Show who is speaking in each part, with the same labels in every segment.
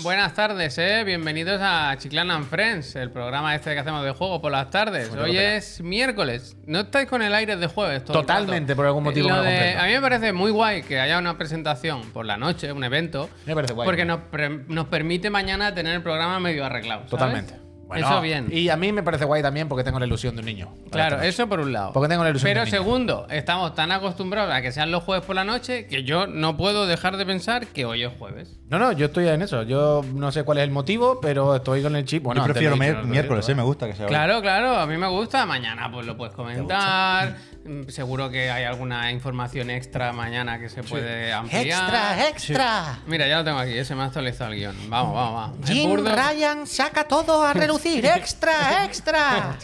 Speaker 1: Buenas tardes, ¿eh? bienvenidos a Chiclan and Friends, el programa este que hacemos de juego por las tardes.
Speaker 2: Bueno,
Speaker 1: Hoy
Speaker 2: lo pela.
Speaker 1: es miércoles, no estáis con el aire de jueves. todo el rato.
Speaker 2: Totalmente, por algún motivo
Speaker 1: Lo
Speaker 2: no lo
Speaker 1: de-
Speaker 2: comprendo.
Speaker 1: a mí me parece muy guay que haya una presentación por la noche, un evento,
Speaker 2: Me parece guay.
Speaker 1: porque nos, pre- nos permite mañana tener el programa medio arreglado. ¿sabes?
Speaker 2: Totalmente. Bueno,
Speaker 1: eso bien.
Speaker 2: Y a mí me parece guay también porque tengo la ilusión de un niño.
Speaker 1: Claro, eso por un lado.
Speaker 2: Porque tengo la ilusión de
Speaker 1: Pero
Speaker 2: un niño.
Speaker 1: segundo, estamos tan acostumbrados a que sean los jueves por la noche que yo no puedo dejar de pensar que hoy es jueves.
Speaker 2: No, no, yo estoy en eso. Yo no sé cuál es el motivo, pero estoy con el chip. Bueno,
Speaker 3: Yo
Speaker 2: antes
Speaker 3: prefiero
Speaker 2: lo he dicho,
Speaker 3: mi-
Speaker 2: no lo he
Speaker 3: miércoles,
Speaker 2: dicho,
Speaker 3: eh, me gusta que sea hoy.
Speaker 1: Claro, claro, a mí me gusta. Mañana pues lo puedes comentar. Mm, Seguro que hay alguna información extra mañana que se puede ampliar.
Speaker 4: Extra, eh. extra.
Speaker 1: Mira, ya lo tengo aquí, ese me ha actualizado el guión. Vamos, vamos, vamos. El
Speaker 4: Jim
Speaker 1: burdo-
Speaker 4: Ryan saca todo a relucir. Extra, extra.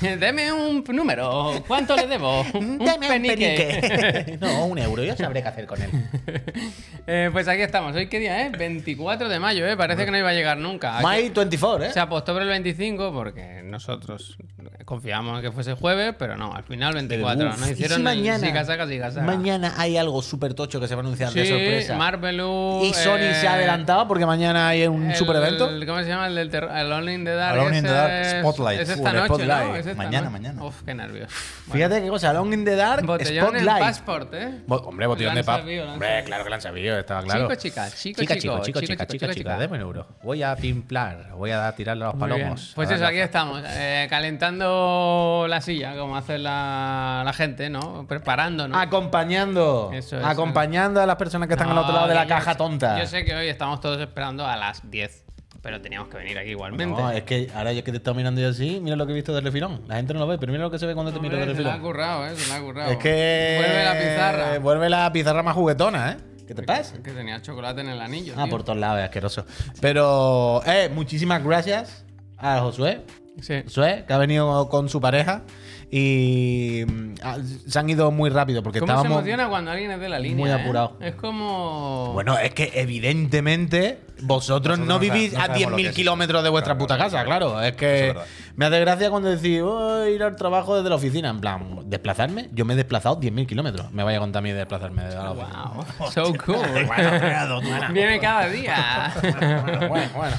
Speaker 1: Deme un número. ¿Cuánto le debo?
Speaker 4: Deme un penique.
Speaker 3: ¿eh?
Speaker 2: ¿eh? no, un euro, yo sabré qué hacer con él.
Speaker 1: Eh, pues aquí estamos. ¿Hoy qué día es? 24 de mayo, ¿eh? Parece que no iba a llegar nunca. Aquí-
Speaker 2: My 24, ¿eh?
Speaker 1: Se apostó por el 25 porque nosotros confiamos en que fuese jueves, pero no, al final 24.
Speaker 2: Uf,
Speaker 1: Nos
Speaker 2: ¿y
Speaker 1: hicieron
Speaker 2: si
Speaker 1: el siga saca, siga saca.
Speaker 2: mañana hay algo súper tocho que se va a anunciar de
Speaker 1: Sí,
Speaker 2: sorpresa.
Speaker 1: Marvelous,
Speaker 2: y Sony se
Speaker 1: eh,
Speaker 2: ha adelantado porque mañana hay un
Speaker 1: el-
Speaker 2: super evento.
Speaker 1: el- ¿Cómo se llama? El del terror. Alone in the Dark.
Speaker 3: Alone in the
Speaker 1: ese
Speaker 3: Dark,
Speaker 1: es-
Speaker 3: Spotlight.
Speaker 1: Es esta
Speaker 2: Joder,
Speaker 1: noche, ¿no?
Speaker 2: Spotlight.
Speaker 1: Es esta
Speaker 3: Mañana,
Speaker 1: noche.
Speaker 3: mañana.
Speaker 1: Uf, qué nervios.
Speaker 2: Fíjate qué cosa, Long in the Dark,
Speaker 1: Botellón en
Speaker 2: Spotlight.
Speaker 1: Passport, ¿eh?
Speaker 2: Bo- Hombre, botellón
Speaker 1: Lo
Speaker 2: de
Speaker 1: han
Speaker 2: pap.
Speaker 1: sabido, lo han
Speaker 2: Hombre, claro que lo han sabido, estaba claro.
Speaker 1: Chico, chica, chico,
Speaker 2: chica,
Speaker 1: chico, chico,
Speaker 2: chico, chico,
Speaker 1: chico,
Speaker 2: chica,
Speaker 1: chica.
Speaker 2: chica, chica, deme un euro. Voy a pimplar, voy a dar- tirarle a los
Speaker 1: Muy bien.
Speaker 2: palomos.
Speaker 1: Pues
Speaker 2: a
Speaker 1: eso,
Speaker 2: darle
Speaker 1: aquí estamos, eh, calentando la silla, como hace la, la gente, ¿no? Preparándonos.
Speaker 2: a- Acompañando,
Speaker 1: Eso es,
Speaker 2: acompañando a las personas que Ah, están al
Speaker 1: No,
Speaker 2: otro lado de la
Speaker 1: yo
Speaker 2: caja
Speaker 1: sé-
Speaker 2: tonta.
Speaker 1: Yo sé que hoy estamos todos esperando a las 10, pero teníamos que venir aquí igualmente.
Speaker 2: No, es que ahora yo que te he estado mirando yo así, mira lo que he visto del refilón. La gente no lo ve, pero mira lo que se ve cuando te miro
Speaker 1: Hombre,
Speaker 2: del
Speaker 1: se la ha
Speaker 2: refilón.
Speaker 1: currado, ¿eh? Se la ha currado.
Speaker 2: Es que.
Speaker 1: Vuelve la pizarra.
Speaker 2: Vuelve la pizarra más juguetona, ¿eh? ¿Qué te pasa?
Speaker 1: Que tenía chocolate en el anillo.
Speaker 2: Ah,
Speaker 1: tío.
Speaker 2: por todos lados, es asqueroso. Pero, eh, muchísimas gracias a Josué.
Speaker 1: Sí.
Speaker 2: Josué, que ha venido con su pareja y mm, ah, se han ido muy rápido porque
Speaker 1: ¿Cómo se
Speaker 2: estábamos.
Speaker 1: emociona cuando alguien es de la línea?
Speaker 2: muy
Speaker 1: eh?
Speaker 2: apurado.
Speaker 1: Es como.
Speaker 2: Bueno, es que evidentemente vosotros
Speaker 3: Nosotros
Speaker 2: no
Speaker 3: no
Speaker 2: vivís
Speaker 3: sabe- no
Speaker 2: a
Speaker 3: sabemos lo que
Speaker 2: 10.000
Speaker 3: es.
Speaker 2: kilómetros de vuestra
Speaker 3: Claro,
Speaker 2: puta
Speaker 3: claro,
Speaker 2: casa,
Speaker 3: claro.
Speaker 2: claro. Es
Speaker 3: Eso es
Speaker 2: que
Speaker 3: verdad.
Speaker 2: me hace gracia cuando decís, "Oh, ir al trabajo desde la oficina. En plan, ¿desplazarme? Yo me he desplazado 10.000 kilómetros. Me vaya a contar a mí desplazarme desde la oficina.
Speaker 1: Wow, so cool. Viene cada día.
Speaker 2: Bueno, bueno, bueno.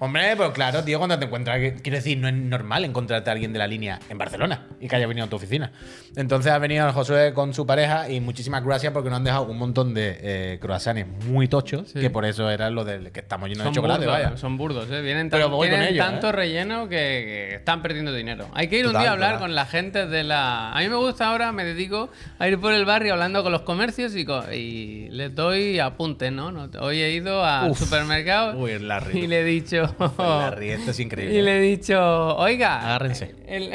Speaker 2: Hombre, pues claro, tío, cuando te encuentras. Quiero decir, no es normal encontrarte a alguien de la línea en Barcelona y que haya venido a tu oficina. Entonces ha venido el Josué con su pareja y muchísimas gracias porque nos han dejado un montón de eh, croissants muy tochos,
Speaker 1: Sí.
Speaker 2: que por eso era lo del que estamos llenos
Speaker 1: son,
Speaker 2: de chocolate,
Speaker 1: burdos,
Speaker 2: vaya.
Speaker 1: son burdos, ¿eh? Vienen tan-
Speaker 2: Pero voy con
Speaker 1: tienen
Speaker 2: ellos,
Speaker 1: tanto
Speaker 2: ¿eh?
Speaker 1: relleno que, que están perdiendo dinero. Hay que ir un
Speaker 3: Total,
Speaker 1: día a hablar
Speaker 3: total.
Speaker 1: con la gente de la. A mí me gusta ahora, me dedico a ir por el barrio hablando con los comercios y, co- y les doy apuntes, ¿no? No- Hoy he ido al
Speaker 2: Uf.
Speaker 1: supermercado
Speaker 2: Uy, el Larry.
Speaker 1: y le he dicho.
Speaker 2: Larry, esto es increíble.
Speaker 1: y le he dicho, oiga.
Speaker 2: Agárrense.
Speaker 1: el-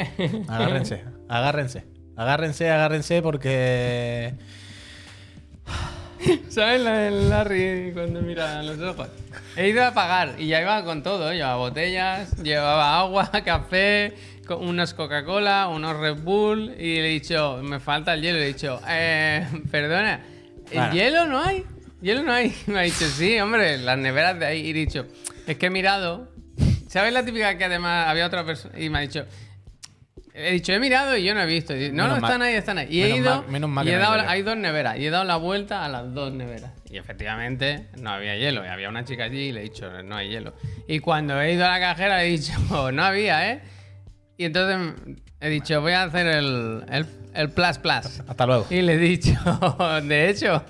Speaker 2: Agárrense, agárrense. Agárrense, agárrense porque.
Speaker 1: ¿Sabes la del Larry cuando mira a los ojos? He ido a pagar y ya iba con todo. Llevaba botellas, llevaba agua, café, co- unos Coca-Cola, unos Red Bull. Y le he dicho, me falta el hielo. Le he dicho, eh, perdona, ¿el
Speaker 2: Bueno.
Speaker 1: hielo no hay? ¿Hielo no hay? Y me ha dicho, sí, hombre, las neveras de ahí. Y he dicho, es que he mirado. ¿Sabes la típica que además había otra persona? Y me ha dicho, He dicho, he mirado y yo no he visto. Y- No, no,
Speaker 2: Menos mal.
Speaker 1: están ahí, están ahí. Y he
Speaker 2: Menos
Speaker 1: ido.
Speaker 2: mal- menos mal
Speaker 1: y
Speaker 2: que
Speaker 1: he
Speaker 2: no he
Speaker 1: dado,
Speaker 2: ido yo.
Speaker 1: hay dos neveras. Y he dado la vuelta a las dos neveras. Y efectivamente, no había hielo. Y había una chica allí y le he dicho, no hay hielo. Y cuando he ido a la cajera, le he dicho, no había, ¿eh? Y entonces he dicho, voy a hacer el, el, el plus plus.
Speaker 2: Hasta luego.
Speaker 1: Y le he dicho, de hecho,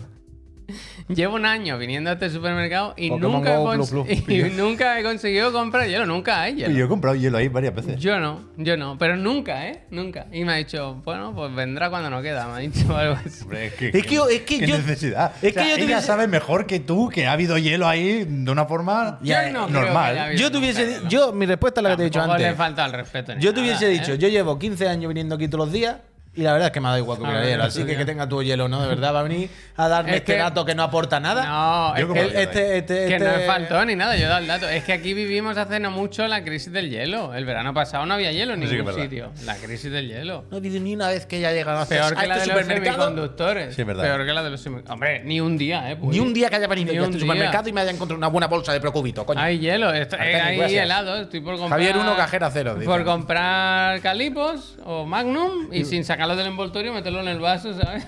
Speaker 1: llevo un año viniendo a este supermercado y,
Speaker 3: Pokémon
Speaker 1: nunca he,
Speaker 3: Go,
Speaker 1: cons-
Speaker 3: Blue, Blue.
Speaker 1: y
Speaker 3: Pillo.
Speaker 1: nunca he conseguido comprar hielo. Nunca hay hielo.
Speaker 3: Y yo he comprado hielo ahí varias
Speaker 2: Este.
Speaker 3: veces.
Speaker 1: Yo no, yo no, pero nunca, ¿eh? Nunca. Y me ha dicho, bueno, pues vendrá cuando no queda, me ha dicho algo así.
Speaker 3: Hombre, es que,
Speaker 2: Es que yo- es que
Speaker 3: qué
Speaker 2: yo-
Speaker 3: necesidad.
Speaker 2: es que
Speaker 3: O sea,
Speaker 2: yo te
Speaker 3: ella
Speaker 2: hubiese-
Speaker 3: sabe mejor que tú que ha habido hielo ahí de una forma
Speaker 1: Yo no creo que haya
Speaker 3: normal.
Speaker 1: habido
Speaker 2: Yo te hubiese.
Speaker 1: nunca hielo.
Speaker 2: di- Yo, mi respuesta es la que te he dicho
Speaker 1: Tampoco le
Speaker 2: antes.
Speaker 1: falta al respeto. ni
Speaker 2: Yo te
Speaker 1: nada,
Speaker 2: hubiese
Speaker 1: ¿eh?
Speaker 2: dicho, yo llevo 15 años viniendo aquí todos los días y la verdad es que me ha dado igual que hubiera
Speaker 1: Ah,
Speaker 2: hielo.
Speaker 1: mira,
Speaker 2: Así
Speaker 1: tú
Speaker 2: que
Speaker 1: ya.
Speaker 2: que tenga tu hielo, ¿no? De verdad, va a venir a darme
Speaker 1: Es
Speaker 2: este
Speaker 1: que-
Speaker 2: dato que no aporta nada.
Speaker 1: No,
Speaker 3: Yo
Speaker 1: es
Speaker 3: como
Speaker 1: que,
Speaker 3: el hielo.
Speaker 2: Este, este,
Speaker 1: que
Speaker 2: este-
Speaker 1: no es ¿eh? faltón ni nada, yo he dado el dato. Es que aquí vivimos hace no mucho la crisis del hielo. El verano pasado no había hielo en
Speaker 3: Sí que es
Speaker 1: ningún
Speaker 3: verdad.
Speaker 1: sitio. La crisis del hielo.
Speaker 2: No he vivido ni una vez que haya llegado a este-
Speaker 1: Peor
Speaker 2: a
Speaker 1: que la
Speaker 2: este
Speaker 1: de los
Speaker 2: supermercado.
Speaker 1: semiconductores.
Speaker 3: Sí, es verdad.
Speaker 1: Peor que la de los semiconductores. Hombre, ni un día, ¿eh? Puy?
Speaker 2: Ni un día que haya venido
Speaker 1: Ni
Speaker 2: yo a
Speaker 1: un
Speaker 2: este
Speaker 1: día.
Speaker 2: supermercado y me haya encontrado una buena bolsa de procubito, coño.
Speaker 1: Hay hielo, esto- eh,
Speaker 2: Artemis,
Speaker 1: hay
Speaker 2: gracias.
Speaker 1: helado. Estoy por comprar.
Speaker 2: Javier uno, cajera cero, dice.
Speaker 1: Por comprar calipos o magnum y sin sacarlo del envoltorio, meterlo en el vaso, ¿sabes?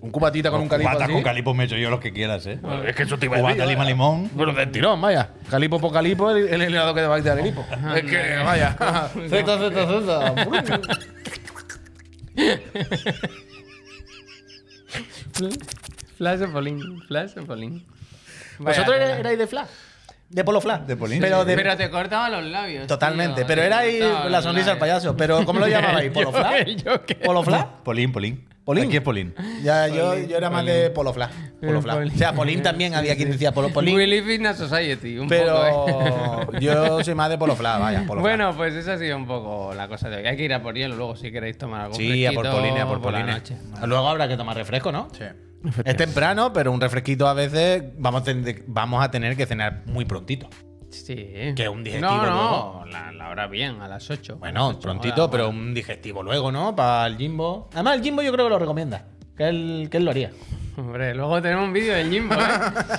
Speaker 2: Un cubatita con un calipo
Speaker 3: Cubatas
Speaker 2: así.
Speaker 3: con calipo me echo yo los que quieras, ¿eh?
Speaker 2: Bueno, es que eso te iba a
Speaker 3: Cubata,
Speaker 2: decir,
Speaker 3: lima,
Speaker 2: vaya.
Speaker 3: limón.
Speaker 2: Bueno, del tirón, vaya. Calipo por calipo, el, el helado que te va a quitar el hipo. es que, vaya. Zeta, zeta, zeta.
Speaker 1: Flash of Olin, Flash of Olin.
Speaker 2: ¿Vosotros
Speaker 1: Vaya,
Speaker 2: erais, erais de flash? De polo flash.
Speaker 3: De polín.
Speaker 2: Pero de-
Speaker 1: Pero te cortaban los labios.
Speaker 2: Totalmente.
Speaker 1: tío,
Speaker 2: pero
Speaker 1: te
Speaker 2: era ahí
Speaker 1: cortaban
Speaker 2: la
Speaker 1: los
Speaker 2: sonrisa al
Speaker 1: labios.
Speaker 2: payaso. Pero ¿cómo lo llamabais? ¿Polo flash?
Speaker 1: yo qué.
Speaker 2: ¿Polo flash?
Speaker 3: Polín, Polín.
Speaker 2: Polín.
Speaker 3: Aquí es Polín.
Speaker 2: Ya, yo, yo era más de polo flash. Polo
Speaker 1: Eh,
Speaker 2: flash.
Speaker 1: polín.
Speaker 2: O sea, Polín también había quien decía polo
Speaker 1: We
Speaker 2: Polín.
Speaker 1: live in a society, un
Speaker 2: Pero
Speaker 1: poco. ¿eh?
Speaker 2: yo soy más de polo flash, vaya. Polo flash.
Speaker 1: Bueno, pues esa ha sido un poco la cosa de hoy. Hay que ir a por hielo luego si queréis tomar algo.
Speaker 2: Sí, a por Polines, a por Polines. Luego habrá que tomar refresco, ¿no? Sí. Es temprano, pero un refresquito a veces vamos a tener, vamos a tener que cenar muy prontito.
Speaker 1: Sí.
Speaker 2: Que un digestivo
Speaker 1: No, no,
Speaker 2: luego.
Speaker 1: la, la hora bien, a las 8.
Speaker 2: Bueno, prontito, pero un digestivo luego, ¿no? Para el Jimbo. Además, el Jimbo yo creo que lo recomienda. Que él, que él lo haría.
Speaker 1: Hombre, luego tenemos un vídeo del Jimbo, ¿eh?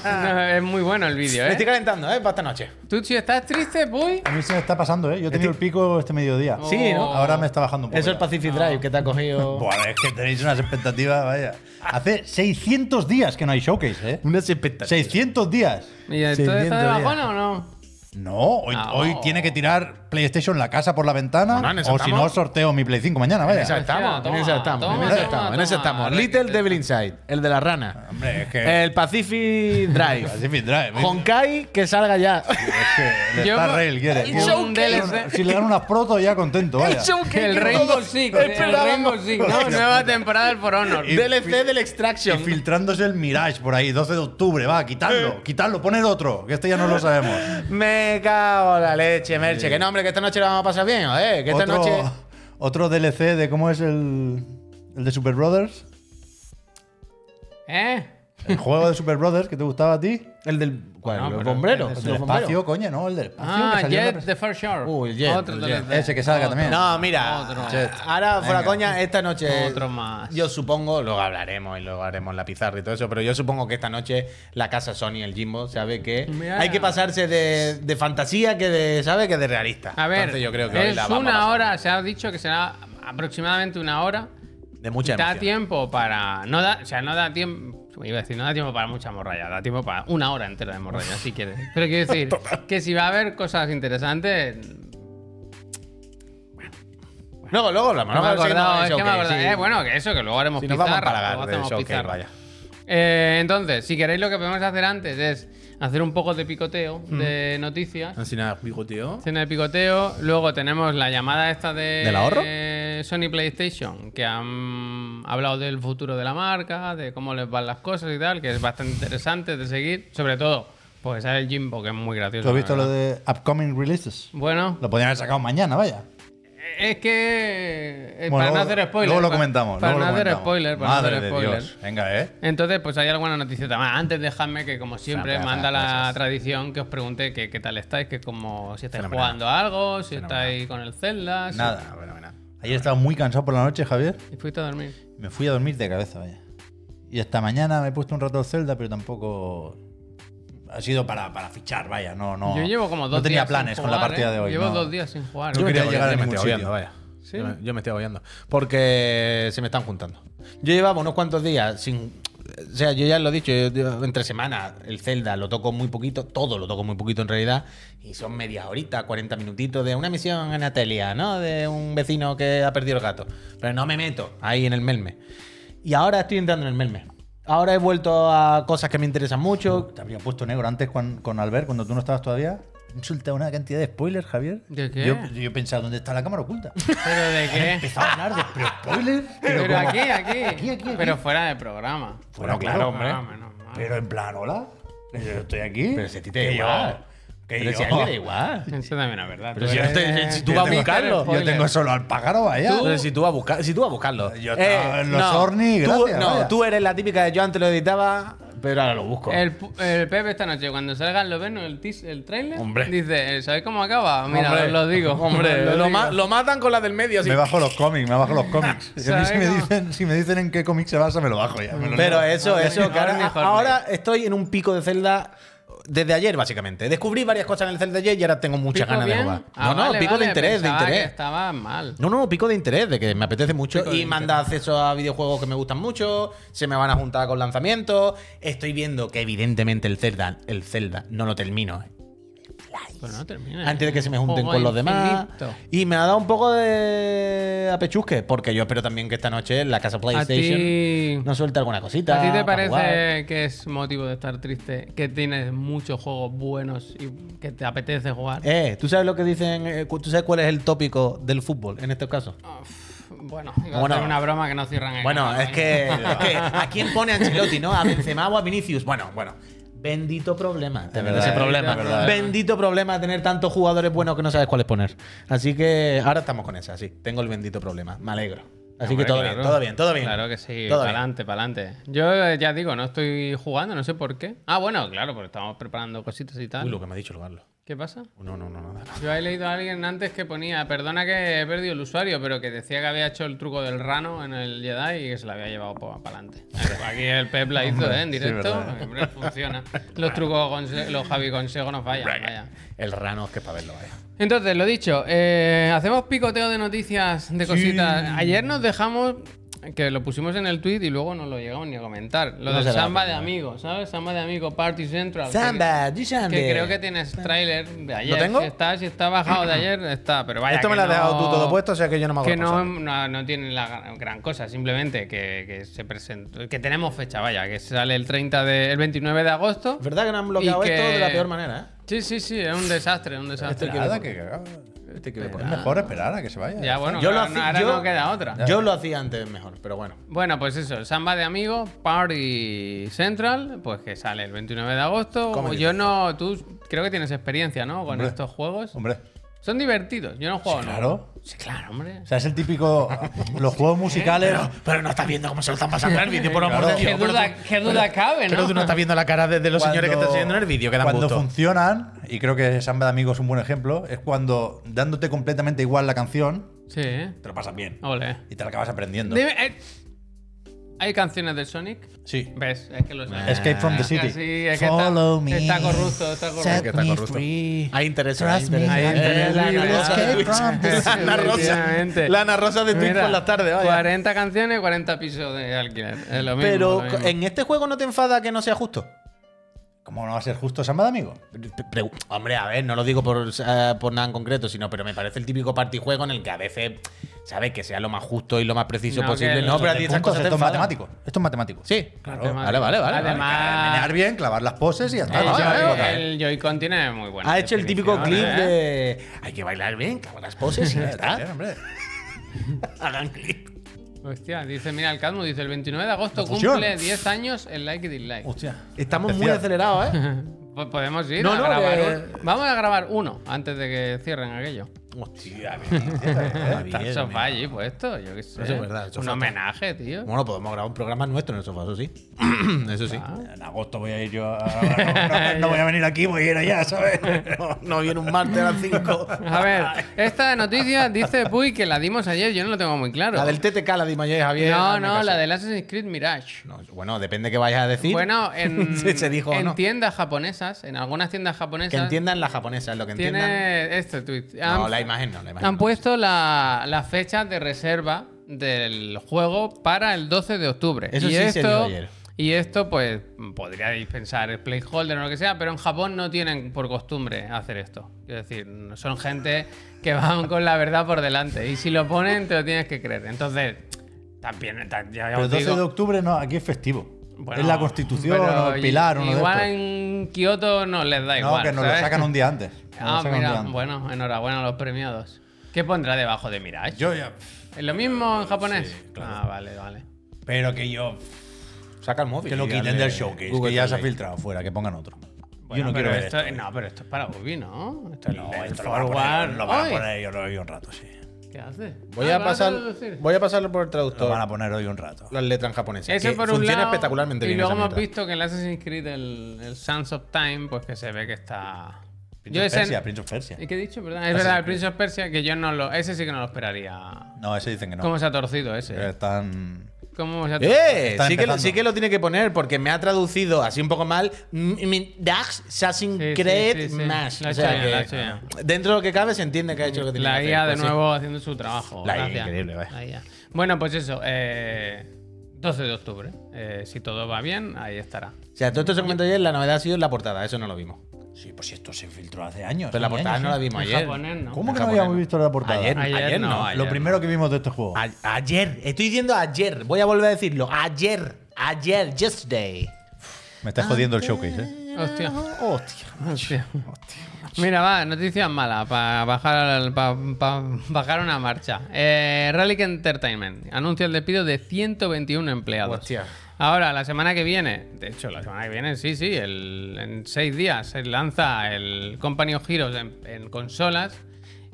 Speaker 1: No, es muy bueno el vídeo,
Speaker 2: Me estoy
Speaker 1: ¿eh?
Speaker 2: calentando, ¿eh? Para esta noche.
Speaker 1: Tú, si estás triste, pues.
Speaker 3: A mí se me está pasando, ¿eh? Yo he tenido el pico este mediodía.
Speaker 2: Sí, ¿no?
Speaker 3: Ahora me está bajando un poco.
Speaker 2: Eso es el
Speaker 3: ya.
Speaker 2: Pacific Drive que te ha cogido.
Speaker 3: Buah, es que tenéis unas expectativas, vaya. Hace 600 días que no hay showcase, ¿eh?
Speaker 2: Unas expectativas.
Speaker 3: 600 días.
Speaker 1: ¿Y esto está de
Speaker 3: 600 días.
Speaker 1: bajona o no?
Speaker 3: No, hoy,
Speaker 1: No.
Speaker 3: hoy tiene que tirar PlayStation la casa por la ventana.
Speaker 2: Bueno, en eso
Speaker 3: o si
Speaker 2: estamos.
Speaker 3: no, sorteo mi Play 5 mañana,
Speaker 2: En esa
Speaker 3: vaya.
Speaker 2: estamos, en
Speaker 1: Toma,
Speaker 2: esa estamos, en
Speaker 1: toma,
Speaker 2: esa
Speaker 1: toma,
Speaker 2: estamos, en esa
Speaker 1: toma.
Speaker 2: estamos. Little Devil Inside, el de la rana.
Speaker 3: Hombre, es
Speaker 1: Eh,
Speaker 3: que.
Speaker 2: El Pacific
Speaker 3: Así
Speaker 2: Drive.
Speaker 3: vendrá, ¿eh?
Speaker 2: Honkai, que salga ya.
Speaker 3: Es que el
Speaker 1: Yo-
Speaker 3: Star Rail quiere.
Speaker 1: Un
Speaker 3: Quiere-
Speaker 1: DLC.
Speaker 3: Si le dan unas protos, ya contento, vaya.
Speaker 1: El Rainbow Six, el Rainbow Six, ¿no? Nueva temporada del For Honor.
Speaker 3: Y-
Speaker 2: DLC del
Speaker 3: Y
Speaker 2: Extraction.
Speaker 3: filtrándose el Mirage por ahí, 12 de octubre, va, quitarlo, quitarlo, poner otro, que este ya no lo sabemos.
Speaker 2: Me cago en la leche, Merche. Que no, hombre, que esta noche la vamos a pasar bien, ¿eh? Que esta
Speaker 3: otro,
Speaker 2: noche.
Speaker 3: otro DLC de cómo es el, el de Super Brothers,
Speaker 1: ¿Eh?
Speaker 3: el juego de Super Brothers que te gustaba a ti.
Speaker 2: El del. ¿Cuál?
Speaker 1: No,
Speaker 2: los
Speaker 1: pero
Speaker 2: bomberos.
Speaker 3: El
Speaker 2: los
Speaker 3: del
Speaker 2: bomberos.
Speaker 3: espacio, coño, no, el del espacio.
Speaker 1: Ah,
Speaker 3: que salió en la
Speaker 1: Jet
Speaker 3: presa-
Speaker 1: the First Shore.
Speaker 2: Uy, el Jet,
Speaker 1: Otro
Speaker 2: el
Speaker 1: DLC.
Speaker 3: Ese que salga también.
Speaker 2: No, mira.
Speaker 1: Otro.
Speaker 2: Ahora, fuera
Speaker 3: Venga.
Speaker 2: coña, esta noche.
Speaker 1: Otro más.
Speaker 2: Yo supongo, luego hablaremos y luego haremos la pizarra y todo eso, pero yo supongo que esta noche la casa Sony, el Jimbo, sabe que
Speaker 1: Mira.
Speaker 2: hay que pasarse de, de fantasía que de, ¿sabe? Que de realista.
Speaker 1: A ver,
Speaker 2: Entonces yo creo que hoy
Speaker 1: es
Speaker 2: la vamos a
Speaker 1: una
Speaker 2: pasar
Speaker 1: hora, se ha dicho que será aproximadamente una hora.
Speaker 2: De mucha
Speaker 1: Da
Speaker 2: emoción.
Speaker 1: tiempo para. No da, o sea, no da tiempo. Iba a decir, no da tiempo para mucha morralla, da tiempo para una hora entera de morralla, si quieres. Pero quiero decir que si va a haber cosas interesantes.
Speaker 2: Luego, luego hablamos.
Speaker 1: No me he
Speaker 2: luego
Speaker 1: acordado,
Speaker 2: hablamos
Speaker 1: es
Speaker 2: del
Speaker 1: que me he
Speaker 2: showcase,
Speaker 1: acordado.
Speaker 2: sí.
Speaker 1: Eh, bueno, que eso, que luego haremos
Speaker 2: Si nos vamos
Speaker 1: pizarra.
Speaker 2: a
Speaker 1: luego
Speaker 2: empalagar del
Speaker 1: hacemos
Speaker 2: showcase,
Speaker 1: pizarra.
Speaker 2: vaya.
Speaker 1: Eh, entonces, si queréis, lo que podemos hacer antes es hacer un poco de picoteo de noticias.
Speaker 2: Así nada, picoteo.
Speaker 1: Escena de picoteo. Luego tenemos la llamada esta de
Speaker 2: ¿Del ahorro?
Speaker 1: eh, Sony PlayStation, que han hablado del futuro de la marca, de cómo les van las cosas y tal, que es bastante interesante de seguir. Sobre todo, porque sale el Jimbo, que es muy gracioso.
Speaker 3: ¿Tú has
Speaker 1: la
Speaker 3: visto lo
Speaker 1: verdad.
Speaker 3: de Upcoming Releases?
Speaker 1: Bueno,
Speaker 3: Lo podrían haber sacado mañana, vaya.
Speaker 1: es que. eh,
Speaker 3: Bueno,
Speaker 1: para no
Speaker 3: luego-
Speaker 1: hacer spoiler.
Speaker 3: Luego lo
Speaker 1: pa-
Speaker 3: comentamos.
Speaker 1: Para
Speaker 3: luego lo
Speaker 1: no hacer
Speaker 3: comentamos.
Speaker 1: spoiler, para
Speaker 3: Madre
Speaker 1: no hacer
Speaker 3: de
Speaker 1: spoiler.
Speaker 3: Dios. Venga, ¿eh?
Speaker 1: Entonces, pues hay alguna noticia más. Antes, dejadme que, como siempre,
Speaker 2: Fenomenal,
Speaker 1: manda la
Speaker 2: gracias.
Speaker 1: tradición que os pregunte que qué tal estáis, que como si estáis
Speaker 2: Fenomenal.
Speaker 1: jugando a algo, si
Speaker 2: Fenomenal.
Speaker 1: estáis con el Zelda. si-
Speaker 3: Nada. Ayer estaba muy cansado por la noche, Javier.
Speaker 1: Y fuiste a dormir.
Speaker 3: Me fui a dormir de cabeza, vaya. Y hasta mañana me he puesto un rato al Zelda, pero tampoco ha sido para, para fichar, vaya. No, no.
Speaker 1: Yo llevo como dos
Speaker 3: No tenía
Speaker 1: días sin
Speaker 3: planes con la
Speaker 1: jugar,
Speaker 3: partida
Speaker 1: ¿eh?
Speaker 3: de hoy.
Speaker 1: Llevo
Speaker 3: no.
Speaker 1: dos días sin jugar.
Speaker 3: Yo
Speaker 2: me
Speaker 3: quería
Speaker 2: estoy
Speaker 3: llegar a
Speaker 2: agobiando,
Speaker 3: ningún
Speaker 2: yo me estoy
Speaker 3: sitio.
Speaker 2: agobiando, vaya.
Speaker 1: ¿Sí?
Speaker 2: Yo, me, yo me estoy agobiando. Porque se me están juntando. Yo llevaba unos cuantos días sin. O sea, yo ya lo he dicho, yo- yo entre semanas el Zelda lo toco muy poquito, todo lo toco muy poquito en realidad, y son medias horitas, 40 minutitos de una misión en Atelia, ¿no? De un vecino que ha perdido el gato. Pero no me meto ahí en el melme. Y ahora estoy entrando en el melme. Ahora he vuelto a cosas que me interesan mucho.
Speaker 3: Te habría puesto negro antes con, con Albert, cuando tú no estabas todavía. Insulta una cantidad de spoilers, Javier.
Speaker 1: ¿De qué?
Speaker 3: Yo, yo he pensado, ¿dónde está la cámara oculta?
Speaker 1: ¿Pero de qué?
Speaker 3: Empezaba a hablar de pero spoilers. Pero,
Speaker 1: Pero
Speaker 3: como-
Speaker 1: aquí, aquí.
Speaker 3: Aquí, aquí, aquí.
Speaker 1: Pero fuera de programa.
Speaker 3: Bueno,
Speaker 2: claro, hombre.
Speaker 1: Ah, menos mal.
Speaker 3: Pero en plan, hola. Yo estoy aquí.
Speaker 2: Pero si a ti te da
Speaker 3: Que yo-
Speaker 2: igual.
Speaker 3: que
Speaker 2: Pero
Speaker 3: yo-
Speaker 2: si a mí me da igual.
Speaker 1: Eso también es verdad.
Speaker 2: Pero
Speaker 1: Tú
Speaker 2: si
Speaker 3: Eh,
Speaker 2: yo
Speaker 1: eres-
Speaker 2: estoy- si tú
Speaker 1: Yo
Speaker 2: vas a
Speaker 1: tengo-
Speaker 2: buscarlo,
Speaker 3: Yo
Speaker 1: spoiler.
Speaker 3: tengo solo al pájaro, vaya.
Speaker 2: Pero si tú vas a buscar, si tú vas a buscarlo.
Speaker 3: Yo estaba en los Orni,
Speaker 2: tú-
Speaker 3: gracias,
Speaker 2: No,
Speaker 3: vaya.
Speaker 2: tú eres la típica de yo antes lo editaba, pero ahora lo busco.
Speaker 1: El, pu- el Pepe esta noche, cuando salga el noveno, el, tis- el trailer,
Speaker 2: Hombre.
Speaker 1: dice, ¿sabéis cómo acaba? Mira,
Speaker 2: Hombre,
Speaker 1: os lo digo.
Speaker 2: Hombre,
Speaker 1: os
Speaker 2: lo,
Speaker 1: digo.
Speaker 2: ma- lo matan con la del medio así.
Speaker 3: Me bajo los cómics, me bajo los cómics. Si, a mí
Speaker 1: ¿Sabes
Speaker 3: si me
Speaker 1: cómo?
Speaker 3: dicen, si me dicen en qué cómic se basa, me lo bajo ya. me lo
Speaker 2: Pero
Speaker 3: leo.
Speaker 2: eso,
Speaker 1: Orni,
Speaker 2: eso, que ahora,
Speaker 1: Orni, Orni.
Speaker 2: ahora estoy en un pico de celda desde ayer, básicamente. Descubrí varias cosas en el Zelda ayer y ahora tengo muchas
Speaker 1: ¿Pico
Speaker 2: ganas de
Speaker 1: bien?
Speaker 2: jugar.
Speaker 1: Ah,
Speaker 2: no, no,
Speaker 1: vale,
Speaker 2: pico
Speaker 1: vale,
Speaker 2: de interés, de
Speaker 1: pensaba que
Speaker 2: interés.
Speaker 1: Estaba mal.
Speaker 2: No, no, pico de interés, de que me apetece mucho
Speaker 1: Pico de
Speaker 2: y manda acceso a videojuegos que me gustan mucho, se me van a juntar con lanzamientos. Estoy viendo que evidentemente el Zelda, el Zelda no lo termino ¿eh?
Speaker 1: Pues no termina.
Speaker 2: antes de que se me
Speaker 1: Un
Speaker 2: junten
Speaker 1: juego
Speaker 2: con los demás.
Speaker 1: infinito.
Speaker 2: Y me ha dado un poco de apechusque, porque yo espero también que esta noche en la casa
Speaker 1: A
Speaker 2: PlayStation
Speaker 1: ti,
Speaker 2: no suelte alguna cosita.
Speaker 1: ¿A ti te
Speaker 2: para jugar.
Speaker 1: parece que es motivo de estar triste que tienes muchos juegos buenos y que te apetece jugar?
Speaker 2: Eh, ¿tú sabes lo que dicen? eh, cu- ¿Tú sabes cuál es el tópico del fútbol en estos casos?
Speaker 1: Bueno, iba a
Speaker 2: Bueno.
Speaker 1: hacer una broma que no cierran el
Speaker 2: Bueno,
Speaker 1: canal,
Speaker 2: es
Speaker 1: ¿eh?
Speaker 2: que, es que ¿a quién pone Ancelotti, no? ¿A Benzema o a Vinicius? Bueno, bueno. Bendito problema tener
Speaker 3: verdad,
Speaker 2: ese
Speaker 3: es
Speaker 2: problema.
Speaker 1: verdad.
Speaker 2: Bendito problema tener tantos jugadores buenos que no sabes cuáles poner. Así que ahora estamos con esa, sí. Tengo el bendito problema. Me alegro. Así
Speaker 1: Hombre,
Speaker 2: que todo
Speaker 1: claro.
Speaker 2: bien, todo bien, todo bien.
Speaker 1: Claro que sí,
Speaker 2: Todo
Speaker 1: para
Speaker 2: bien.
Speaker 1: adelante, para adelante. Yo eh, ya digo, no estoy jugando, no sé por qué. Ah, bueno, claro, porque estamos preparando cositas y tal.
Speaker 2: Uy, lo que me ha dicho el Garlo.
Speaker 1: ¿Qué pasa?
Speaker 2: No, no, no, nada.
Speaker 1: Yo he leído a alguien antes que ponía, perdona que he perdido el usuario, pero que decía que había hecho el truco del rano en el Jedi y que se lo había llevado para adelante. Aquí el Pep la hizo, ¿eh? En directo. Hombre, funciona. Los trucos, conse- los Javi Consejo no fallan, vaya.
Speaker 2: El Rano es que es para verlo, vaya.
Speaker 1: Entonces, lo dicho, eh, hacemos picoteo de noticias, de cositas. Ayer nos dejamos, que lo pusimos en el tweet y luego no lo llegamos ni a comentar. Lo
Speaker 2: No
Speaker 1: del
Speaker 2: será la
Speaker 1: samba de
Speaker 2: primera
Speaker 1: amigos, ¿sabes? Samba de amigos, Party Central. que-
Speaker 2: Samba, you Samba.
Speaker 1: que creo que tienes tráiler de ayer.
Speaker 2: tengo?
Speaker 1: Si está, si está bajado de ayer, está. Pero vaya.
Speaker 2: Esto me
Speaker 1: que
Speaker 2: lo has
Speaker 1: no-
Speaker 2: dejado tú todo puesto, o sea que yo no me hago
Speaker 1: Que no,
Speaker 2: responsable.
Speaker 1: no, no tiene la gran- gran cosa, simplemente que, que se presentó. Que tenemos fecha, vaya, que sale el 30 de, el 29 de agosto.
Speaker 2: Es verdad que no han
Speaker 1: Y
Speaker 2: bloqueado
Speaker 1: que-
Speaker 2: esto de la peor manera,
Speaker 1: Sí, sí, sí, es un desastre, un
Speaker 2: Este
Speaker 1: desastre.
Speaker 3: Nada, que cagada.
Speaker 2: ¿eh? Este que
Speaker 3: Es mejor esperar a que se vaya.
Speaker 1: Ya, bueno,
Speaker 2: Yo lo
Speaker 1: claro, no-
Speaker 2: hacía-
Speaker 1: ahora
Speaker 2: yo-
Speaker 1: no queda otra.
Speaker 2: Yo lo hacía antes mejor, pero bueno.
Speaker 1: Bueno, pues eso, Samba de Amigos, Party Central, pues que sale el 29 de agosto.
Speaker 2: Comedy
Speaker 1: Yo no, tú creo que tienes experiencia, ¿no? Con
Speaker 3: Hombre.
Speaker 1: estos juegos.
Speaker 3: Hombre,
Speaker 1: Son divertidos, yo no juego, ¿no?
Speaker 3: claro.
Speaker 1: Sí, claro, hombre.
Speaker 3: O sea, es el típico. los juegos musicales.
Speaker 2: Pero no estás viendo cómo se lo están pasando en el vídeo, por amor
Speaker 3: Claro.
Speaker 2: de Dios.
Speaker 1: ¿Qué duda, qué duda cabe,
Speaker 2: Pero tú no
Speaker 1: no?
Speaker 2: estás viendo la cara de, de los
Speaker 3: cuando-
Speaker 2: señores que están siguiendo en el vídeo, que dan
Speaker 3: Cuando
Speaker 2: gusto.
Speaker 3: funcionan, y creo que Samba de Amigos es un buen ejemplo, es cuando dándote completamente igual la canción,
Speaker 1: Sí, ¿eh?
Speaker 3: te lo pasas bien.
Speaker 1: Ole.
Speaker 3: Y te la acabas aprendiendo.
Speaker 1: Dime, eh, ¿Hay canciones de Sonic?
Speaker 3: Sí.
Speaker 1: ¿Ves? Es que lo sabes.
Speaker 3: Escape from the
Speaker 1: Es que
Speaker 3: City.
Speaker 1: Ah, sí, es que está- está corrupto, está corrupto.
Speaker 3: set
Speaker 2: Es que está
Speaker 3: me
Speaker 2: corrupto.
Speaker 3: free.
Speaker 2: Hay intereses.
Speaker 3: Trust
Speaker 2: hay intereses.
Speaker 3: me,
Speaker 2: Eh,
Speaker 1: interés
Speaker 2: la Ana
Speaker 1: libre.
Speaker 2: Rosa
Speaker 1: Escape
Speaker 2: de Twitch.
Speaker 3: from the
Speaker 2: La Ana Rosa.
Speaker 1: Efectivamente.
Speaker 2: Este La Ana Rosa de Twitch
Speaker 1: Mira,
Speaker 2: por las tardes, vaya.
Speaker 1: 40 canciones, 40 pisos de alquiler. Es lo mismo.
Speaker 2: Pero
Speaker 1: lo mismo.
Speaker 2: en este juego no te enfada que no sea justo.
Speaker 3: ¿Cómo no va a ser justo Samba de Amigos?
Speaker 2: Pre- Hombre, a ver, no lo digo por, eh, por nada en concreto, sino, pero me parece el típico partijuego en el que a veces, ¿sabes? Que sea lo más justo y lo más preciso
Speaker 1: No,
Speaker 2: posible.
Speaker 1: que-
Speaker 2: No, pero a ti
Speaker 3: Puntos,
Speaker 2: esas cosas te
Speaker 3: esto es
Speaker 2: enfadan.
Speaker 3: matemático. Esto es matemático.
Speaker 2: Sí,
Speaker 1: Claro.
Speaker 2: Vale, vale, vale. vale.
Speaker 1: Además,
Speaker 3: Menear bien, clavar las poses y ya está.
Speaker 1: El,
Speaker 2: Ah,
Speaker 1: Joy-
Speaker 2: vale, vale.
Speaker 1: el Joy-Con tiene muy buena.
Speaker 2: Ha hecho el típico clip
Speaker 1: definición, ¿eh?
Speaker 2: de. Hay que bailar bien, claro, las poses y ya
Speaker 3: Bien,
Speaker 2: está.
Speaker 3: hombre.
Speaker 2: Hagan clip.
Speaker 1: Hostia, dice, mira, el Cadmo dice: el 29 de agosto
Speaker 3: La fusión.
Speaker 1: cumple 10 años el Like y Dislike.
Speaker 3: Hostia.
Speaker 2: Estamos muy
Speaker 3: Especial.
Speaker 2: acelerados, ¿eh?
Speaker 1: Po- Podemos ir
Speaker 2: No,
Speaker 1: a
Speaker 2: no,
Speaker 1: grabar.
Speaker 2: que-
Speaker 1: un- Vamos a grabar uno antes de que cierren aquello.
Speaker 2: Hostia, bien.
Speaker 1: Está el sofá allí puesto, yo qué sé.
Speaker 2: Eso es verdad, el
Speaker 1: Un
Speaker 2: sofá.
Speaker 1: homenaje, tío.
Speaker 2: Bueno, podemos grabar un programa nuestro en el sofá, eso sí. eso sí.
Speaker 3: En agosto voy a ir yo. a- a- no, no voy a venir aquí, voy a ir allá, ¿sabes?
Speaker 2: No, no viene un martes a las 5.
Speaker 1: A ver, esta noticia dice Puy que la dimos ayer, yo no lo tengo muy claro.
Speaker 2: La del TTK la dimos ayer, Javier.
Speaker 1: no,
Speaker 2: hazme
Speaker 1: no,
Speaker 2: caso.
Speaker 1: la del Assassin's Creed Mirage.
Speaker 2: No, bueno, depende qué vayas a decir.
Speaker 1: Bueno, en,
Speaker 2: Se- se dijo,
Speaker 1: en
Speaker 2: ¿no?
Speaker 1: tiendas japonesas, en algunas tiendas
Speaker 2: Que
Speaker 1: japonesas,
Speaker 2: entiendan la japonesa, es lo que entiendan.
Speaker 1: tiene este tweet.
Speaker 2: No, la imagen no, la imagen.
Speaker 1: Han
Speaker 2: no.
Speaker 1: puesto la, la fecha de reserva del juego para el 12 de octubre.
Speaker 2: Eso
Speaker 1: y
Speaker 2: sí se
Speaker 1: esto,
Speaker 2: dio ayer.
Speaker 1: Y esto, pues, podríais pensar el placeholder o lo que sea, pero en Japón no tienen por costumbre hacer esto. Es decir, son gente que van con la verdad por delante. Y si lo ponen, te lo tienes que creer. Entonces, también, ta- ya
Speaker 3: Pero
Speaker 1: os
Speaker 3: el 12
Speaker 1: digo-
Speaker 3: de octubre no, aquí es festivo.
Speaker 1: bueno,
Speaker 3: es la constitución
Speaker 1: pero
Speaker 3: o el pilar o uno de
Speaker 1: Igual
Speaker 3: estos.
Speaker 1: en Kioto no les da
Speaker 3: No,
Speaker 1: igual.
Speaker 3: que nos lo
Speaker 1: ¿sabes?
Speaker 3: sacan un día antes. Nos lo
Speaker 1: Ah,
Speaker 3: sacan un día
Speaker 1: mira,
Speaker 3: antes.
Speaker 1: bueno, enhorabuena a los premiados. ¿Qué pondrá debajo de Mirage?
Speaker 3: Yo ya.
Speaker 1: ¿Es lo mismo en japonés? Ah, vale, vale.
Speaker 3: Pero que yo.
Speaker 2: Saca el móvil.
Speaker 3: Que lo
Speaker 2: y
Speaker 3: quiten
Speaker 2: dale
Speaker 3: del showcase.
Speaker 2: Google
Speaker 3: que ya se ha
Speaker 2: Translate.
Speaker 3: filtrado fuera, que pongan otro.
Speaker 1: Bueno,
Speaker 3: yo
Speaker 1: pero
Speaker 3: no quiero ver
Speaker 1: esto,
Speaker 3: esto. eh.
Speaker 1: No, pero esto es para Ubi, ¿no? Esto es
Speaker 3: No,
Speaker 1: el
Speaker 3: esto lo van a
Speaker 1: forward.
Speaker 3: poner- lo van a
Speaker 1: Hoy.
Speaker 3: poner ellos hoy un rato, sí.
Speaker 1: ¿Qué hace?
Speaker 2: Voy
Speaker 1: Ah,
Speaker 2: a
Speaker 1: van
Speaker 2: pasar.
Speaker 1: traducir.
Speaker 2: Voy a pasarlo por el
Speaker 3: Lo
Speaker 2: traductor.
Speaker 3: van a poner hoy un rato.
Speaker 2: las letras en japonés.
Speaker 1: Eso
Speaker 2: que
Speaker 1: por un
Speaker 2: funciona
Speaker 1: lado.
Speaker 2: espectacularmente
Speaker 1: y
Speaker 2: bien.
Speaker 1: luego
Speaker 2: esa
Speaker 1: hemos
Speaker 2: mierda.
Speaker 1: visto que en el Assassin's Creed el, el Sands of Time, pues que se ve que está.
Speaker 3: Prince
Speaker 1: Yo
Speaker 3: of
Speaker 1: ese-
Speaker 3: Persia, Prince of Persia.
Speaker 1: ¿Y qué he dicho? Perdón. Es verdad, el Prince of Persia, que yo no lo. Ese sí que no lo esperaría.
Speaker 3: No, ese dicen que no.
Speaker 1: ¿Cómo se ha torcido ese?
Speaker 3: Que Están.
Speaker 1: ¿Cómo se ha
Speaker 2: ¡Eh!
Speaker 3: Está
Speaker 2: Sí que, lo-
Speaker 3: empezando.
Speaker 2: sí que lo tiene que poner porque me ha traducido así un poco mal. mm, mm, Dax Assassin's
Speaker 1: Sí, sí, sí,
Speaker 2: Creed
Speaker 1: sí.
Speaker 2: Mash.
Speaker 1: Lo ha
Speaker 2: O sea
Speaker 1: hecho bien, lo ha
Speaker 2: que
Speaker 1: hecho bien.
Speaker 2: Dentro de lo que cabe se entiende que ha hecho lo que tenía
Speaker 1: La
Speaker 2: que
Speaker 1: IA
Speaker 2: hacer,
Speaker 1: de
Speaker 2: pues sí.
Speaker 1: nuevo haciendo su trabajo.
Speaker 2: La IA,
Speaker 1: gracias.
Speaker 2: increíble, vaya.
Speaker 1: La IA. Bueno, pues eso. eh, 12 de octubre. Eh, si todo va bien, ahí estará.
Speaker 2: O sea, todo esto se comentó ayer, la novedad ha sido la portada, eso no lo vimos.
Speaker 3: Sí, pues esto se filtró hace años.
Speaker 2: Pero la
Speaker 3: hace
Speaker 2: portada
Speaker 3: años,
Speaker 2: no la
Speaker 3: sí.
Speaker 2: vimos
Speaker 1: En
Speaker 2: ayer.
Speaker 1: japonés, ¿no?
Speaker 3: ¿Cómo que
Speaker 2: En
Speaker 3: no
Speaker 2: japonés,
Speaker 3: habíamos visto la portada?
Speaker 2: Ayer,
Speaker 1: Ayer
Speaker 2: ayer
Speaker 1: no, Ah.
Speaker 2: no.
Speaker 1: ayer.
Speaker 3: Lo primero que vimos de este juego.
Speaker 2: A- Ayer, estoy diciendo ayer, voy a volver a decirlo, ayer, ayer, yesterday.
Speaker 3: Me está jodiendo el showcase, ¿eh?
Speaker 1: Hostia. Hostia. Mira, va, noticias malas para bajar, al- pa- pa- bajar una marcha. Eh, Relic Entertainment anuncia el despido de 121 empleados.
Speaker 2: Hostia.
Speaker 1: Ahora, la semana que viene, de hecho, la semana que viene, sí, sí, el- en seis días se lanza el Company of Heroes en, en consolas.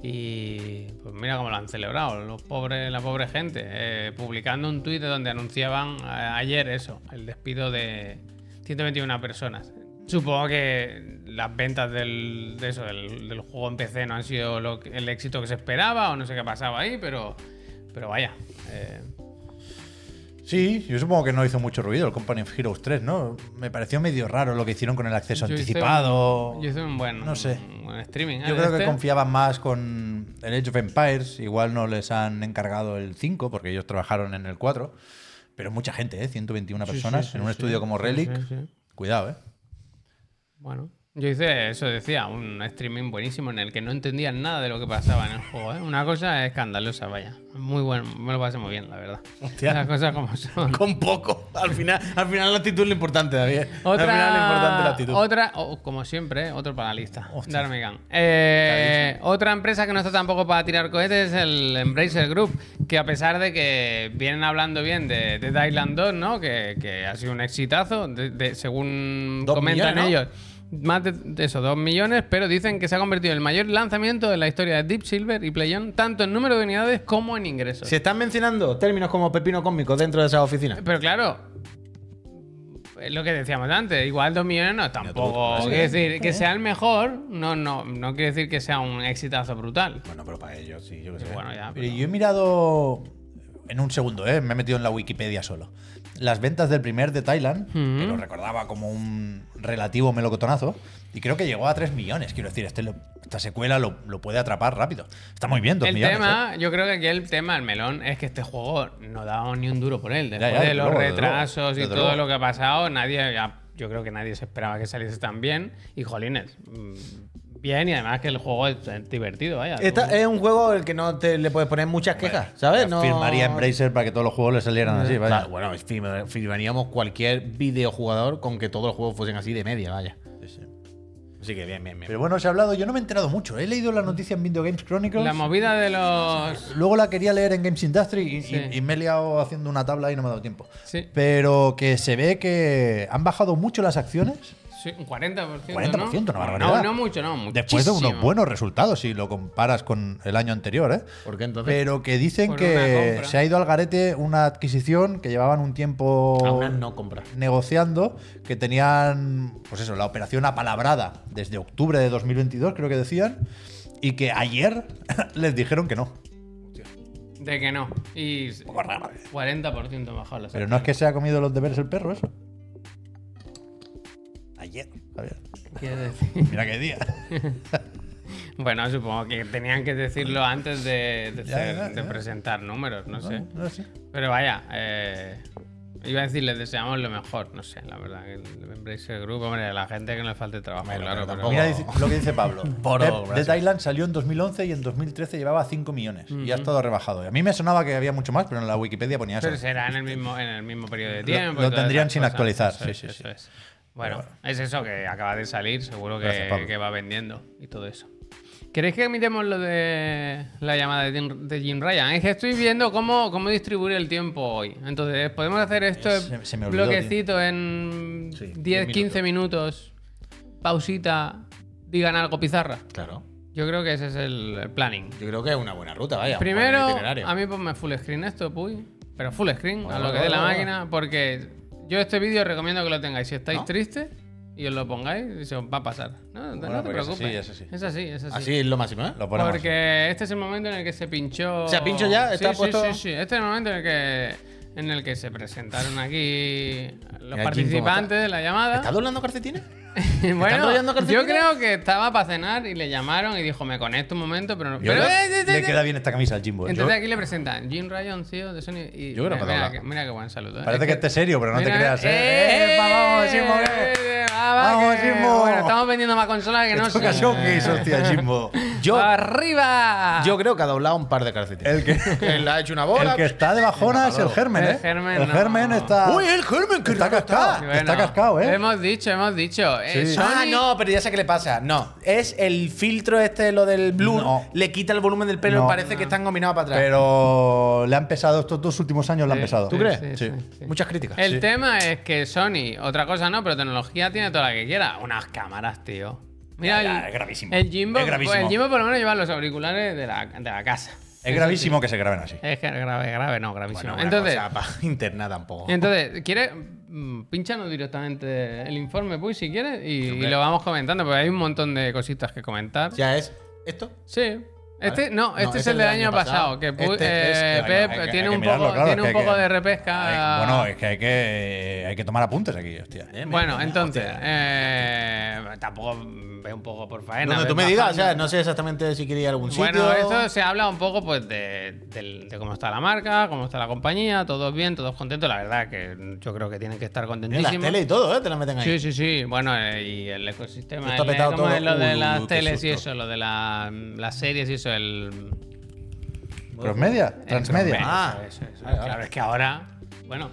Speaker 1: Y pues mira cómo lo han celebrado, los pobres, la pobre gente, eh, publicando un tuit donde anunciaban eh, ayer eso, el despido de 121 personas. Supongo que las ventas del, de eso, del, del juego en PC no han sido lo que- el éxito que se esperaba o no sé qué pasaba ahí, pero, pero vaya. eh,
Speaker 3: Sí, yo supongo que no hizo mucho ruido el Company of Heroes 3, ¿no? Me pareció medio raro lo que hicieron con el acceso
Speaker 1: Yo hice
Speaker 3: anticipado.
Speaker 1: un- Yo hice un buen,
Speaker 3: No sé.
Speaker 1: un buen streaming. ¿eh?
Speaker 3: Yo
Speaker 1: de
Speaker 3: creo que
Speaker 1: este.
Speaker 3: confiaban más con el Age of Empires. Igual no les han encargado el 5 porque ellos trabajaron en el 4. Pero mucha gente, ¿eh? 121 personas en un estudio como Relic. Cuidado, ¿eh?
Speaker 1: Bueno, yo hice, eso decía, un streaming buenísimo en el que no entendían nada de lo que pasaba en el juego. ¿eh? Una cosa escandalosa, vaya. Muy bueno, me lo pasé muy bien, la verdad.
Speaker 2: Hostia.
Speaker 1: Las cosas como son.
Speaker 2: Con poco. Al final, al final la actitud es lo importante, David. Al final lo importante es la
Speaker 1: Otra,
Speaker 2: actitud.
Speaker 1: otra oh, como siempre, ¿eh? otro para la lista. Darmigan. Eh, otra empresa que no está tampoco para tirar cohetes es el Embracer Group, que a pesar de que vienen hablando bien de, de Dead Island 2, ¿no? que, que ha sido un exitazo, de- de- según
Speaker 2: Dos
Speaker 1: comentan
Speaker 2: millones, ¿no?
Speaker 1: ellos. Más de, de eso, 2 millones, pero dicen que se ha convertido en el mayor lanzamiento de la historia de Deep Silver y PlayOn, tanto en número de unidades como en ingresos.
Speaker 2: Se están mencionando términos como pepino cósmico dentro de esas oficinas.
Speaker 1: Pero claro, es lo que decíamos antes, igual 2 millones no es tampoco.
Speaker 2: sí.
Speaker 1: Quiero decir, que sea el mejor, no, no, no quiere decir que sea un exitazo brutal.
Speaker 2: Bueno, pero para ellos, sí, yo qué sé.
Speaker 1: Bueno, ya.
Speaker 3: Pero yo he mirado en un segundo, ¿eh? me he metido en la Wikipedia solo. Las ventas del primer de Thailand,
Speaker 1: Mm.
Speaker 3: que lo recordaba como un relativo melocotonazo, y creo que llegó a 3 millones. Quiero decir, este lo- esta secuela lo, lo puede atrapar rápido. Está muy bien, 2
Speaker 1: El
Speaker 3: millones. ¿eh?
Speaker 1: tema, yo creo que aquí el tema, el melón, es que este juego no daba ni un duro por él. Después
Speaker 3: ya,
Speaker 1: de
Speaker 3: desde
Speaker 1: los
Speaker 3: luego, desde
Speaker 1: retrasos
Speaker 3: luego,
Speaker 1: y
Speaker 3: desde
Speaker 1: todo
Speaker 3: luego.
Speaker 1: lo que ha pasado, nadie, ya- yo creo que nadie se esperaba que saliese tan bien. Y jolines, mm, bien, y además que el juego es es divertido, vaya.
Speaker 2: Esta-
Speaker 1: Tú-
Speaker 2: es un juego al que no te le puedes poner muchas quejas, ¿sabes? No...
Speaker 3: ¿eh? Firmaría Embracer para que todos los juegos le salieran
Speaker 1: Mm,
Speaker 3: así, vaya.
Speaker 2: Claro, bueno, firma- firmaríamos cualquier videojugador con que todos los juegos fuesen así de media, vaya. Así que bien, bien, bien.
Speaker 3: Pero bueno, se ha hablado, yo no me he enterado mucho. He leído la noticia en Video Games Chronicles.
Speaker 1: La movida de los.
Speaker 3: Luego la quería leer en Games Industry y, y-
Speaker 1: Sí.
Speaker 3: y me he liado haciendo una tabla y no me ha dado tiempo.
Speaker 1: Sí.
Speaker 3: Pero que se ve que han bajado mucho las acciones
Speaker 1: Sí, un 40%.
Speaker 3: 40%, una
Speaker 1: ¿no?
Speaker 3: barbaridad.
Speaker 1: no, no mucho, no. Muchísimo.
Speaker 3: después de unos buenos resultados si lo comparas con el año anterior. ¿eh?
Speaker 2: ¿Por qué entonces?
Speaker 3: Pero que dicen
Speaker 1: Por una
Speaker 3: que
Speaker 1: compra.
Speaker 3: se ha ido al garete una adquisición que llevaban un tiempo
Speaker 2: A una no compra.
Speaker 3: negociando, que tenían, pues eso, la operación apalabrada desde octubre de 2022, creo que decían, y que ayer les dijeron que no.
Speaker 1: De que no. Y 40% bajado las
Speaker 3: Pero no es que se ha comido los deberes el perro, eso. Ayer. Javier.
Speaker 1: Quiero decir.
Speaker 3: Mira qué día.
Speaker 1: Bueno, supongo que tenían que decirlo antes de, de
Speaker 3: Ya,
Speaker 1: hacer-
Speaker 3: ya,
Speaker 1: de
Speaker 3: ya.
Speaker 1: presentar números, no sé.
Speaker 3: No sé.
Speaker 1: Pero vaya, eh, iba a decir, les deseamos lo mejor, no sé, la verdad. que El Embracer Group, hombre, a la gente que no le falte trabajo,
Speaker 2: Bueno,
Speaker 1: claro.
Speaker 2: pero
Speaker 1: pero-
Speaker 2: tampoco-
Speaker 3: Mira dice- lo que dice Pablo.
Speaker 2: Por
Speaker 3: Pep
Speaker 2: gracias.
Speaker 3: de Thailand salió en 2011 y en 2013 llevaba 5 millones. Y ha estado rebajado. Y a mí me sonaba que había mucho más, pero en la Wikipedia ponía eso.
Speaker 1: Pero será en el mismo, en el mismo periodo de
Speaker 3: Lo-
Speaker 1: tiempo. y
Speaker 3: lo
Speaker 1: todas
Speaker 3: tendrían
Speaker 1: esas
Speaker 3: sin
Speaker 1: cosas.
Speaker 3: actualizar,
Speaker 1: Eso
Speaker 3: sí,
Speaker 1: es,
Speaker 3: sí,
Speaker 1: eso
Speaker 3: sí.
Speaker 1: es. Bueno, es eso que acaba de salir, seguro
Speaker 3: Gracias,
Speaker 1: que,
Speaker 3: Pablo.
Speaker 1: que va vendiendo y todo eso. ¿Queréis que miremos lo de la llamada de Jim, de Jim Ryan? Es que estoy viendo cómo, cómo distribuir el tiempo hoy. Entonces, podemos hacer esto
Speaker 3: Se-
Speaker 1: en
Speaker 3: se me olvidó,
Speaker 1: bloquecito en
Speaker 2: Sí,
Speaker 1: 10,
Speaker 2: diez
Speaker 1: 15 minutos. Pausita, digan algo, pizarra.
Speaker 2: Claro.
Speaker 1: Yo creo que ese es el planning.
Speaker 2: Yo creo que es una buena ruta, vaya. un buen
Speaker 1: Primero,
Speaker 2: itinerario.
Speaker 1: a mí ponme full screen esto, puy. Pero full screen,
Speaker 2: Vale,
Speaker 1: a lo
Speaker 2: vale,
Speaker 1: que dé la
Speaker 2: vale,
Speaker 1: máquina, porque yo este vídeo recomiendo que lo tengáis. Si estáis
Speaker 2: ¿No?
Speaker 1: tristes y os lo pongáis, y se os va a pasar. No, no
Speaker 2: Bueno,
Speaker 1: te
Speaker 2: porque es así,
Speaker 1: preocupes.
Speaker 2: es así.
Speaker 1: Es así, es así.
Speaker 2: Así es lo máximo, ¿eh?
Speaker 3: Lo ponemos.
Speaker 1: porque este es el momento en el que se pinchó.
Speaker 2: ¿Se ha pincho ya? ¿Está
Speaker 1: sí,
Speaker 2: puesto?
Speaker 1: Sí, sí, sí. Este es el momento en el que en el que se presentaron aquí los
Speaker 2: Mira,
Speaker 1: participantes de la llamada.
Speaker 2: ¿Estás doblando calcetines?
Speaker 1: bueno,
Speaker 2: doblando calcetines?
Speaker 1: yo creo que estaba para cenar y le llamaron y dijo, me conecto un momento, pero no.
Speaker 3: Yo
Speaker 1: pero- eh,
Speaker 3: creo que le queda bien esta camisa al Jimbo. eh.
Speaker 1: Entonces
Speaker 3: Pues Yo-
Speaker 1: aquí le presentan Jim Ryan, tío, de Sony. Y
Speaker 2: Yo creo
Speaker 1: mira,
Speaker 2: que
Speaker 1: mira,
Speaker 2: habla.
Speaker 1: que- mira qué buen saludo. ¿eh?
Speaker 3: Parece
Speaker 1: Es
Speaker 3: que esté serio, pero no te
Speaker 1: mira,
Speaker 3: creas, ¿eh?
Speaker 1: ¡Eh!
Speaker 3: ¡Epa, vamos, Jimbo, eh!
Speaker 1: Eh, va, va,
Speaker 3: ¡Vamos,
Speaker 1: que-
Speaker 3: Jimbo!
Speaker 1: Bueno, estamos vendiendo más consolas que no
Speaker 3: Toca
Speaker 1: sé.
Speaker 3: showcase, hostia, Jimbo.
Speaker 2: Yo-
Speaker 1: ¡Arriba!
Speaker 2: Yo creo que ha doblado un par de calcetines.
Speaker 3: El que-
Speaker 2: Que le ha hecho una bola.
Speaker 3: El que está de bajona es el germen, ¿eh?
Speaker 1: El germen, no.
Speaker 3: está.
Speaker 2: ¡Uy, el germen! ¡Qué
Speaker 3: Está
Speaker 2: raro
Speaker 3: cascado.
Speaker 1: Y
Speaker 3: que está cascado, ¿eh?
Speaker 1: Hemos dicho, hemos dicho. eh,
Speaker 3: Sí.
Speaker 1: Sony-
Speaker 2: Ah, no, pero ya sé qué le pasa. No, es el filtro este, lo del blur,
Speaker 3: No.
Speaker 2: le quita el volumen del pelo
Speaker 3: No.
Speaker 2: y parece que están combinados para atrás.
Speaker 3: Pero le han pesado, estos dos últimos años le han
Speaker 1: Sí,
Speaker 3: pesado.
Speaker 1: sí,
Speaker 2: ¿Tú crees?
Speaker 1: sí, sí, sí.
Speaker 2: Muchas críticas.
Speaker 1: El
Speaker 2: Sí.
Speaker 1: tema es que Sony, otra cosa no, pero tecnología tiene toda la que quiera. Unas cámaras, tío. Mira,
Speaker 3: Ya, ya,
Speaker 1: el-
Speaker 3: es gravísimo.
Speaker 1: El Jimbo,
Speaker 3: Es gravísimo.
Speaker 1: el Jimbo por lo menos lleva los auriculares de la, de la casa.
Speaker 3: Es gravísimo que se graben así.
Speaker 1: Es que grave, grave, no, gravísimo.
Speaker 2: Bueno, una
Speaker 1: entonces,
Speaker 2: cosa pa- interna tampoco.
Speaker 1: entonces, ¿quieres? mm, Pínchanos directamente el informe, pues, si quieres, y, y lo vamos comentando, porque hay un montón de cositas que comentar.
Speaker 2: Ya es esto.
Speaker 1: Sí. Este, no, este es el del año pasado, que pu-
Speaker 2: Este es-
Speaker 1: eh,
Speaker 2: claro,
Speaker 1: Pep
Speaker 3: Hay que- hay
Speaker 1: tiene
Speaker 3: que
Speaker 1: un
Speaker 3: mirarlo,
Speaker 1: poco,
Speaker 3: claro,
Speaker 1: tiene
Speaker 3: es
Speaker 1: un
Speaker 3: que hay
Speaker 1: poco
Speaker 3: que-
Speaker 1: de repesca.
Speaker 3: Hay- bueno, es que hay que, hay que tomar apuntes aquí, hostia.
Speaker 1: Bueno, entonces, eh, tampoco ve un poco por faena.
Speaker 2: Donde
Speaker 1: ve
Speaker 2: tú me digas, o
Speaker 1: bajando.
Speaker 2: sea, no sé exactamente si quería ir a algún sitio.
Speaker 1: Bueno, esto se habla un poco pues de, del- de cómo está la marca, cómo está la compañía, todos bien, todos contentos. La verdad que yo creo que tienen que estar
Speaker 2: Mira, las
Speaker 1: contentísimos.
Speaker 2: tele y todo, ¿eh? Te las meten ahí.
Speaker 1: Sí, sí, sí. Bueno, eh, y el ecosistema.
Speaker 2: Está
Speaker 1: el-
Speaker 2: petado
Speaker 1: ¿cómo
Speaker 2: todo.
Speaker 1: es lo de
Speaker 2: Uy, uy,
Speaker 1: las
Speaker 2: uy, qué
Speaker 1: teles y
Speaker 2: susto.
Speaker 1: eso, lo de la- las series y eso, el.
Speaker 3: Crossmedia, transmedia.
Speaker 1: Eso,
Speaker 2: Ah,
Speaker 1: eso, eso.
Speaker 2: vale, vale.
Speaker 1: Claro, es que ahora. Bueno,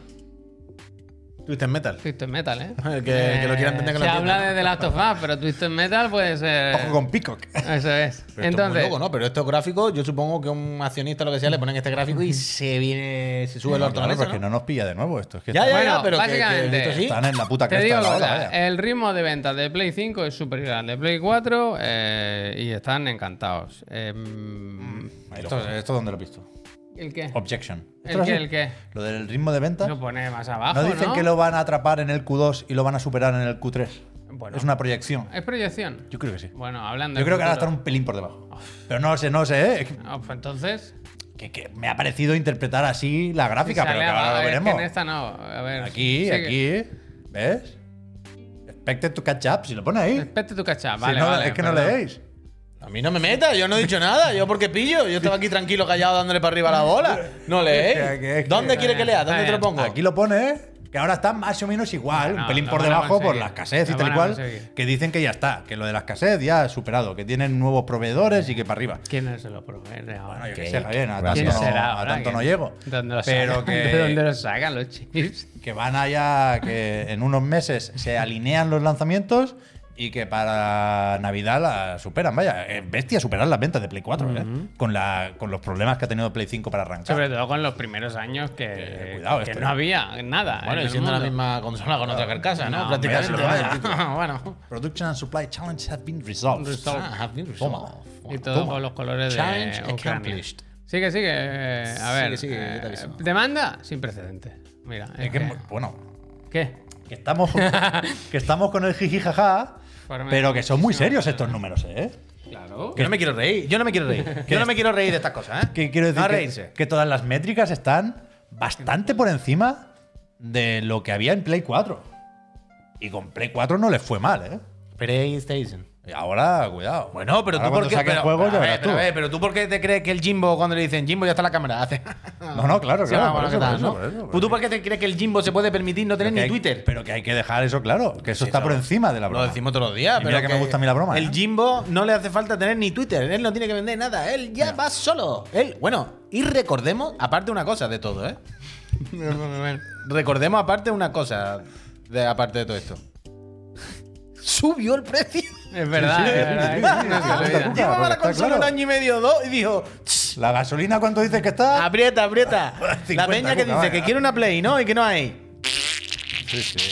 Speaker 2: Twisted Metal.
Speaker 1: Twisted Metal, ¿eh?
Speaker 2: El que- que lo quiera entender
Speaker 1: Se
Speaker 2: que lo entienda,
Speaker 1: habla
Speaker 2: ¿no?
Speaker 1: de The Last of Us, pero Twisted Metal puede ser.
Speaker 3: Ah, Ojo con Peacock.
Speaker 1: Eso es.
Speaker 2: Pero esto es muy
Speaker 1: Entonces.
Speaker 2: loco, ¿no? Pero estos gráficos, yo supongo que un accionista o lo que sea le ponen este gráfico y se viene, se sube el orto a la
Speaker 3: Claro,
Speaker 2: mesa,
Speaker 3: pero es que no nos pilla de nuevo esto. Es que
Speaker 2: Ya,
Speaker 3: están-
Speaker 2: ya, ya,
Speaker 1: Bueno,
Speaker 2: pero que-
Speaker 1: básicamente,
Speaker 2: que esto sí.
Speaker 3: están en la puta
Speaker 1: Te
Speaker 3: cresta
Speaker 1: digo,
Speaker 3: de la
Speaker 1: una
Speaker 3: ola,
Speaker 1: cosa,
Speaker 3: vaya.
Speaker 1: el ritmo de ventas de Play 5 es superior al de Play 4 eh, y están encantados. Em,
Speaker 3: Ahí lo ¿Esto, ¿Esto dónde lo he visto?
Speaker 1: ¿El qué?
Speaker 3: Objection.
Speaker 1: ¿El
Speaker 3: ¿Esto era
Speaker 1: qué?
Speaker 3: así?
Speaker 1: ¿El qué?
Speaker 3: Lo del ritmo de venta.
Speaker 1: Lo pone más abajo.
Speaker 3: ¿No
Speaker 1: No
Speaker 3: dicen que lo van a atrapar en el Q2 y lo van a superar en el Q3?
Speaker 1: Bueno.
Speaker 3: Es una proyección.
Speaker 1: ¿Es proyección?
Speaker 3: Yo creo que sí.
Speaker 1: Bueno, hablando.
Speaker 3: Yo
Speaker 1: del
Speaker 3: creo que ahora
Speaker 1: futuro.
Speaker 3: están un pelín por debajo. Pero no sé, no sé, ¿eh? Es que-
Speaker 1: Ah, pues entonces.
Speaker 3: Que, que me ha parecido interpretar así la
Speaker 1: si
Speaker 3: gráfica, pero
Speaker 1: sale
Speaker 3: que ahora
Speaker 1: abajo,
Speaker 3: lo
Speaker 1: es que
Speaker 3: veremos.
Speaker 1: en esta no. A ver.
Speaker 3: Aquí,
Speaker 1: sigue.
Speaker 3: aquí, ¿ves? Expected to catch up, si lo pone ahí.
Speaker 1: Espérate tu cachá,
Speaker 3: Si
Speaker 1: Eh, vale.
Speaker 3: no,
Speaker 1: vale,
Speaker 3: es que no
Speaker 1: perdón.
Speaker 3: leéis.
Speaker 2: A mí no me metas, yo no he dicho nada, yo porque pillo, yo estaba aquí tranquilo, callado, dándole para arriba la bola. No
Speaker 3: Es que- es
Speaker 2: leéis.
Speaker 3: que-
Speaker 2: ¿Dónde quiere que lea? ¿Dónde te lo pongo?
Speaker 3: Aquí lo pone, ¿eh? Que ahora está más o menos igual,
Speaker 1: No,
Speaker 3: un pelín
Speaker 1: lo
Speaker 3: por
Speaker 1: van a
Speaker 3: debajo por
Speaker 1: conseguir.
Speaker 3: la escasez y
Speaker 1: Lo
Speaker 3: tal y
Speaker 1: van a
Speaker 3: cual,
Speaker 1: conseguir.
Speaker 3: que dicen que ya está, que lo de la escasez ya ha superado, que tienen nuevos proveedores y que para arriba.
Speaker 1: ¿Quién se lo provee ahora?
Speaker 3: Bueno, yo
Speaker 2: Ok.
Speaker 3: qué sé, Javier, a
Speaker 2: Gracias.
Speaker 3: tanto,
Speaker 1: ¿Quién
Speaker 3: no,
Speaker 1: será
Speaker 3: a
Speaker 1: ahora?
Speaker 3: tanto no
Speaker 1: ¿Quién-
Speaker 3: llego.
Speaker 1: ¿Dónde lo
Speaker 3: Pero
Speaker 1: sacan?
Speaker 3: que-
Speaker 1: ¿De dónde lo sacan los chips?
Speaker 3: que van allá, que en unos meses se alinean los lanzamientos y que para Navidad la superan. Vaya, es bestia superar las ventas de Play 4, ¿eh? con, la, con los problemas que ha tenido Play 5 para arrancar.
Speaker 1: Sobre todo con los primeros años que,
Speaker 3: Eh, cuidado,
Speaker 1: que
Speaker 3: esto-
Speaker 1: no había nada.
Speaker 2: Bueno,
Speaker 1: en
Speaker 2: y
Speaker 1: el
Speaker 2: siendo la
Speaker 1: mundo.
Speaker 2: misma consola con otra carcasa, ¿no?
Speaker 1: No,
Speaker 2: Prácticamente.
Speaker 3: hombre, ya se lo
Speaker 2: vaya. bueno.
Speaker 3: Production and supply challenges have been resolved.
Speaker 1: Resolved.
Speaker 2: Ah, have been resolved.
Speaker 3: Toma.
Speaker 1: Y todo
Speaker 3: Toma.
Speaker 1: con los colores
Speaker 2: Challenge
Speaker 1: de Ucrania.
Speaker 2: accomplished.
Speaker 1: Sigue, sigue. eh, A
Speaker 2: Sigue,
Speaker 1: ver.
Speaker 2: sigue,
Speaker 1: eh,
Speaker 2: yo te aviso.
Speaker 1: demanda sin precedentes. Mira.
Speaker 3: Es
Speaker 1: es
Speaker 3: que,
Speaker 1: que-
Speaker 3: bueno,
Speaker 1: ¿Qué?
Speaker 3: que estamos, que estamos con el jiji jaja,
Speaker 1: Forma
Speaker 3: pero que son muy serios estos números, ¿eh?
Speaker 1: Claro.
Speaker 2: Yo no me quiero reír, yo no me quiero reír. Yo no me quiero reír de estas cosas, ¿eh?
Speaker 3: Que quiero decir
Speaker 2: No
Speaker 3: que-
Speaker 2: reírse.
Speaker 3: que, todas las métricas están bastante por encima de lo que había en Play 4. Y con Play 4 no les fue mal, ¿eh?
Speaker 2: PlayStation.
Speaker 3: Y ahora, cuidado.
Speaker 2: Bueno, pero
Speaker 3: Ahora
Speaker 2: tú por
Speaker 3: cuando
Speaker 2: qué.
Speaker 3: saquen
Speaker 2: Pero,
Speaker 3: juegos,
Speaker 2: a
Speaker 3: ya
Speaker 2: ver,
Speaker 3: verás
Speaker 2: pero,
Speaker 3: tú.
Speaker 2: a ver, pero tú por qué te crees que el Jimbo, cuando le dicen Jimbo, ya está la cámara, hace.
Speaker 3: No, no, claro,
Speaker 2: Sí,
Speaker 3: claro.
Speaker 2: bueno,
Speaker 3: por
Speaker 2: ¿qué
Speaker 3: eso,
Speaker 2: tal, no? Pues
Speaker 3: por eso, por eso, por
Speaker 2: ¿Tú
Speaker 3: eso.
Speaker 2: por qué te crees que el Jimbo se puede permitir no tener
Speaker 3: Pero que
Speaker 2: ni
Speaker 3: hay-
Speaker 2: Twitter?
Speaker 3: Pero que hay que dejar eso claro, que eso está por encima de la broma.
Speaker 2: Lo decimos todos los días,
Speaker 3: Y
Speaker 2: pero
Speaker 3: mira que me gusta a mí la broma,
Speaker 2: El
Speaker 3: ¿eh?
Speaker 2: Jimbo no le hace falta tener ni Twitter, él no tiene que vender nada, él ya va solo. Él, bueno, y recordemos aparte una cosa de todo, ¿eh? Recordemos aparte una cosa de aparte de todo esto. Subió el precio.
Speaker 1: Es verdad, es verdad.
Speaker 3: sí,
Speaker 1: no
Speaker 3: sí,
Speaker 1: se
Speaker 3: sí,
Speaker 1: olvida.
Speaker 3: sí,
Speaker 2: Llevaba
Speaker 3: sí. porque
Speaker 2: la
Speaker 3: Ah, pues está
Speaker 2: consola
Speaker 3: claro.
Speaker 2: un año y medio o dos y dijo, "Tss,
Speaker 3: La gasolina, ¿cuánto dices que está?
Speaker 2: aprieta, aprieta.
Speaker 3: 50
Speaker 2: la peña que
Speaker 3: cuca,
Speaker 2: dice
Speaker 3: vaya.
Speaker 2: que quiere una Play, ¿no? Y que no hay.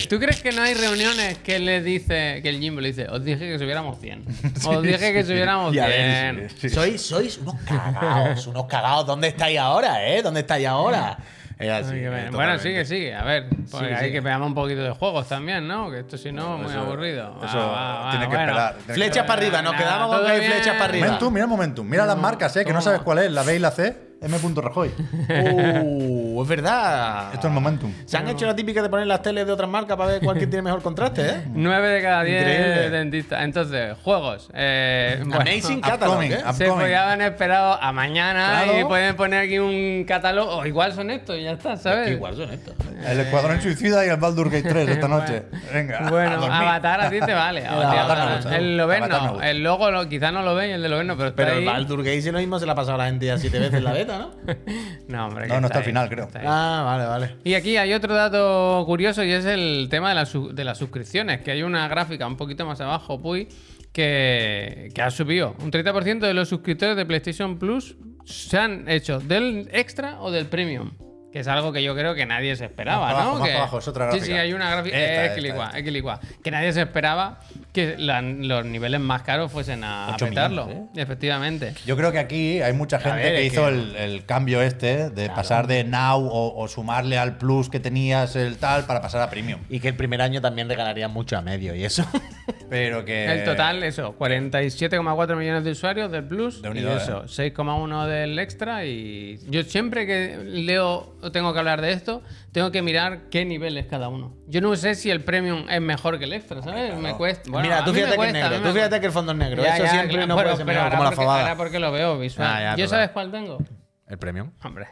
Speaker 1: ¿Tú crees que no hay reuniones que le dice, que el Jimbo le dice, os dije que subiéramos 100? Os dije que subiéramos
Speaker 3: Y a ver,
Speaker 1: 100.
Speaker 3: sí, sí.
Speaker 2: Sois, sois unos cagados, unos cagados. ¿Dónde estáis ahora, eh? ¿Dónde estáis ahora? Es así,
Speaker 1: Ay, qué
Speaker 2: eh,
Speaker 1: pena. bueno,
Speaker 2: totalmente.
Speaker 1: sigue, sigue. A ver, porque
Speaker 2: Sigue,
Speaker 1: hay
Speaker 2: sigue.
Speaker 1: que pegarme un poquito de juegos también, ¿no? Que esto si no, muy aburrido. Ah,
Speaker 3: eso
Speaker 2: Ah,
Speaker 1: Va, va,
Speaker 3: tiene
Speaker 1: va,
Speaker 3: que
Speaker 1: bueno.
Speaker 3: esperar. Tiene
Speaker 2: Flechas para arriba, nos
Speaker 1: Nada,
Speaker 2: quedamos con
Speaker 1: todo
Speaker 2: que hay
Speaker 1: bien.
Speaker 2: flechas para arriba.
Speaker 3: Momentum, mira el momentum. Mira las marcas, ¿eh? Que no sabes cuál es, la B y la C. M. Rajoy.
Speaker 2: Uh, es verdad.
Speaker 3: Esto es momentum.
Speaker 2: Se han hecho la típica de poner las teles de otras marcas para ver cuál que tiene mejor contraste, ¿eh?
Speaker 1: 9 de cada 10
Speaker 2: Increíble.
Speaker 1: dentistas. Entonces, juegos. Eh, bueno,
Speaker 2: Amazing catalog,
Speaker 3: Upcoming,
Speaker 2: ¿eh?
Speaker 3: up-
Speaker 1: se podían haber esperado a mañana
Speaker 2: Claro.
Speaker 1: y pueden poner aquí un catálogo. O igual son estos y ya está, ¿sabes?
Speaker 2: Qué Igual son estos.
Speaker 3: El Escuadrón Suicida y el Baldur Gate 3 esta noche. Venga. a
Speaker 1: Bueno,
Speaker 3: dormir.
Speaker 1: Avatar a ti te vale.
Speaker 3: El
Speaker 1: Avatar,
Speaker 3: Avatar me
Speaker 1: Avatar.
Speaker 3: gusta.
Speaker 1: el Loven
Speaker 3: Avatar me
Speaker 1: no.
Speaker 3: gusta.
Speaker 1: El logo lo, quizás no lo veis, el de Loven no, pero está
Speaker 2: Pero el
Speaker 1: ahí.
Speaker 2: Baldur Gate si lo mismo se la ha pasado a la gente ya siete veces en la beta, ¿no?
Speaker 1: No, hombre, que
Speaker 3: No, no está al
Speaker 1: ahí,
Speaker 3: final, creo.
Speaker 1: está ahí.
Speaker 2: Ah, vale, vale.
Speaker 1: Y aquí hay otro dato curioso y es el tema de, las su- de las suscripciones, que hay una gráfica un poquito más abajo, Puy, que, que ha subido. Un 30% de los suscriptores de PlayStation Plus se han hecho del extra o del premium. Que es algo que yo creo que nadie se esperaba,
Speaker 3: Más para
Speaker 1: ¿no?
Speaker 3: abajo, más
Speaker 1: que...
Speaker 3: para abajo, es otra
Speaker 1: Sí,
Speaker 3: gráfica.
Speaker 1: sí, hay una gráfica.
Speaker 3: Esta,
Speaker 1: eh,
Speaker 3: esta,
Speaker 1: equilicua,
Speaker 3: esta.
Speaker 1: equilicua. Que nadie se esperaba que la- los niveles más caros fuesen a
Speaker 3: Ocho
Speaker 1: apretarlo.
Speaker 3: millones, ¿eh?
Speaker 1: Efectivamente.
Speaker 3: Yo creo que aquí hay mucha gente
Speaker 2: ver,
Speaker 3: que
Speaker 2: es
Speaker 3: hizo
Speaker 2: que-
Speaker 3: El, el cambio este de pasar de Now o, o sumarle al Plus que tenías el tal para pasar a Premium.
Speaker 2: Y que el primer año también regalaría mucho a medio y eso.
Speaker 3: Pero que.
Speaker 2: Eh,
Speaker 1: El total, eso, 47,4 millones de usuarios del Plus.
Speaker 3: De
Speaker 1: y
Speaker 3: unidades.
Speaker 2: eh.
Speaker 1: eso, 6,1 del Extra. Y yo siempre que leo o tengo que hablar de esto, tengo que mirar qué nivel es cada uno. Yo no sé si el Premium es mejor que el Extra, ¿sabes? Me cuesta. Bueno,
Speaker 2: Mira,
Speaker 1: a
Speaker 2: tú
Speaker 1: mí me
Speaker 2: fíjate que es
Speaker 1: cuesta, a
Speaker 2: negro.
Speaker 1: mí
Speaker 2: Tú
Speaker 1: me
Speaker 2: fíjate
Speaker 1: cuesta.
Speaker 2: que el fondo es negro.
Speaker 1: Ya,
Speaker 2: eso
Speaker 1: ya,
Speaker 2: siempre
Speaker 1: claro,
Speaker 2: no
Speaker 1: pero-
Speaker 2: puede ser
Speaker 1: pero
Speaker 2: mejor,
Speaker 1: ahora
Speaker 2: como la
Speaker 1: porque-
Speaker 2: fabada.
Speaker 1: ahora porque lo veo visual.
Speaker 2: Ah, ya,
Speaker 1: ¿Yo
Speaker 2: total.
Speaker 1: sabes cuál tengo?
Speaker 2: ¿El premium?
Speaker 1: Hombre,